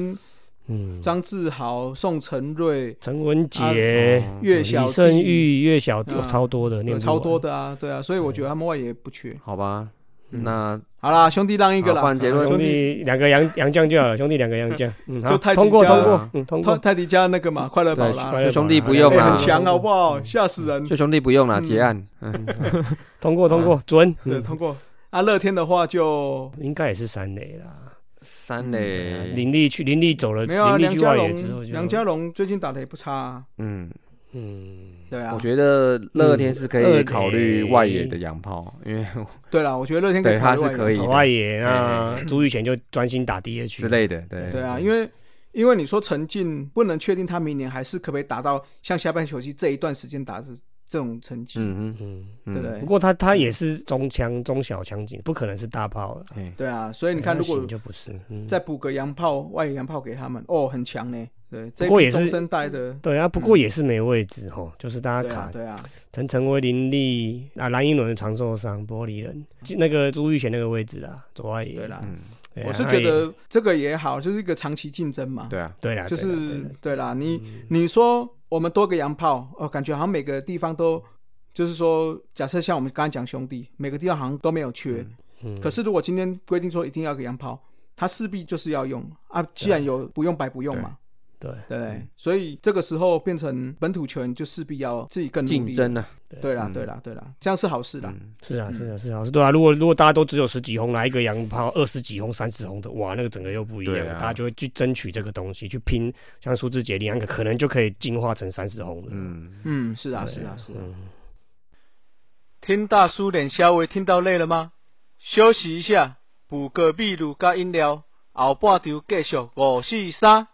[SPEAKER 2] 嗯，
[SPEAKER 3] 张志豪、宋承瑞、
[SPEAKER 2] 陈文杰、
[SPEAKER 1] 哦
[SPEAKER 3] 岳小
[SPEAKER 2] 李
[SPEAKER 3] 弟
[SPEAKER 2] 胜玉、岳小弟
[SPEAKER 3] 嗯
[SPEAKER 2] 哦超多的，
[SPEAKER 3] 有
[SPEAKER 2] 念
[SPEAKER 3] 超多
[SPEAKER 2] 的。
[SPEAKER 3] 的啊，对啊，所以我觉得他们外野不缺。
[SPEAKER 1] 好吧，
[SPEAKER 3] 嗯
[SPEAKER 1] 那
[SPEAKER 3] 好啦，兄弟让一个啦，
[SPEAKER 1] 好换结论
[SPEAKER 2] 兄
[SPEAKER 3] 兄弟。
[SPEAKER 2] 弟两个洋洋将就好了，兄弟两个洋将，嗯，好
[SPEAKER 3] 就泰迪
[SPEAKER 2] 通过
[SPEAKER 3] 加
[SPEAKER 2] 通过，嗯通
[SPEAKER 3] 泰
[SPEAKER 2] 过，
[SPEAKER 3] 泰迪加那个嘛，快乐宝
[SPEAKER 1] 对
[SPEAKER 3] 啦
[SPEAKER 2] 快，乐
[SPEAKER 1] 兄弟
[SPEAKER 2] 宝
[SPEAKER 1] 不
[SPEAKER 2] 啦
[SPEAKER 1] 用
[SPEAKER 3] 哎
[SPEAKER 1] 啦，
[SPEAKER 3] 很强好不好？吓死人！
[SPEAKER 1] 就兄弟不用了，
[SPEAKER 3] 嗯
[SPEAKER 1] 结案。嗯
[SPEAKER 2] 通过通过准，
[SPEAKER 3] 啊对，
[SPEAKER 2] 嗯
[SPEAKER 3] 通过。啊，乐天的话就
[SPEAKER 2] 应该也是三垒啦。
[SPEAKER 1] 三
[SPEAKER 2] 对啊
[SPEAKER 1] 垒，
[SPEAKER 2] 林立去林立走了，
[SPEAKER 3] 没有啊，
[SPEAKER 2] 呃林
[SPEAKER 3] 梁
[SPEAKER 2] 立去
[SPEAKER 3] 家
[SPEAKER 2] 外野之后
[SPEAKER 3] 龙，
[SPEAKER 2] 就
[SPEAKER 3] 梁家龙最近打的也不差啊，
[SPEAKER 1] 嗯，
[SPEAKER 2] 嗯，
[SPEAKER 3] 对啊
[SPEAKER 1] 我。觉得乐天是可
[SPEAKER 2] 嗯二
[SPEAKER 1] 以
[SPEAKER 2] 垒
[SPEAKER 1] 考虑外野的洋炮，因为
[SPEAKER 3] 对啦，我觉得乐天可以
[SPEAKER 1] 对他
[SPEAKER 3] 排外的
[SPEAKER 1] 是可以
[SPEAKER 2] 走外
[SPEAKER 1] 的
[SPEAKER 2] 野那朱玉贤就专心打 DH
[SPEAKER 1] 之，类的，对
[SPEAKER 3] 对啊，因为因为你说陈进不能确定他明年还是可不可以达到像下半球季这一段时间打的这种成绩，
[SPEAKER 1] 嗯嗯
[SPEAKER 2] 嗯，
[SPEAKER 1] 嗯，
[SPEAKER 3] 对不
[SPEAKER 2] 不
[SPEAKER 3] 对？
[SPEAKER 2] 过他他也是中枪中小枪警，不可能是大炮了。
[SPEAKER 1] 嘿
[SPEAKER 3] 对啊，所以你看，
[SPEAKER 2] 哎
[SPEAKER 3] 如
[SPEAKER 2] 那
[SPEAKER 3] 果
[SPEAKER 2] 行就不是，嗯
[SPEAKER 3] 再补个洋炮、外野洋炮给他们，哦，很强呢。对，这
[SPEAKER 2] 不过
[SPEAKER 3] 一
[SPEAKER 2] 也
[SPEAKER 3] 批
[SPEAKER 2] 是
[SPEAKER 3] 中生代的，
[SPEAKER 2] 对啊，不过也是没位置吼，就是大家
[SPEAKER 3] 对啊
[SPEAKER 2] 嗯卡，
[SPEAKER 3] 对啊，
[SPEAKER 2] 陈晨威、林立啊，蓝英伦常受伤，玻璃人那个朱玉贤那个位置啦，左外野
[SPEAKER 3] 嗯对啦。
[SPEAKER 1] 嗯，
[SPEAKER 2] 对啊
[SPEAKER 3] 我是
[SPEAKER 2] 那
[SPEAKER 3] 觉
[SPEAKER 2] 也
[SPEAKER 3] 得这个也好，就是一个长期竞争嘛。
[SPEAKER 1] 对啊，
[SPEAKER 2] 对啦，
[SPEAKER 3] 就
[SPEAKER 2] 对啦对嗯
[SPEAKER 3] 是
[SPEAKER 2] 啦
[SPEAKER 3] 对啦，你你说我们多个洋炮，哦，感觉好像每个地方都，就是说，假设像我们刚才讲兄弟，每个地方好像都没有缺。
[SPEAKER 2] 嗯
[SPEAKER 3] 可是如果今天规定说一定要有个洋炮，它势必就是要用啊，既然有不用白不用嘛，
[SPEAKER 2] 对
[SPEAKER 3] 对不对，所以这个时候变成本土球员就势必要自己更努力
[SPEAKER 1] 竞。争啊，
[SPEAKER 3] 对啦，
[SPEAKER 1] 嗯
[SPEAKER 3] 对啦，对啦，这样是好事啦。
[SPEAKER 1] 嗯
[SPEAKER 2] 是啊，是啊，是啊，是对啊。如果如果大家都只有十几轰，来一个洋炮二十几轰、三十轰的，哇，那个整个又不一样
[SPEAKER 1] 对，啊
[SPEAKER 2] 大家就会去争取这个东西，去拼。像苏志杰、林安可，可能就可以进化成三十轰了。
[SPEAKER 1] 嗯，
[SPEAKER 3] 嗯，是啊，
[SPEAKER 2] 对
[SPEAKER 3] 是啊，是啊。
[SPEAKER 2] 嗯，
[SPEAKER 3] 听大叔脸稍微听到累了吗？休息一下，补个秘鲁加饮料，后半场继续五四三。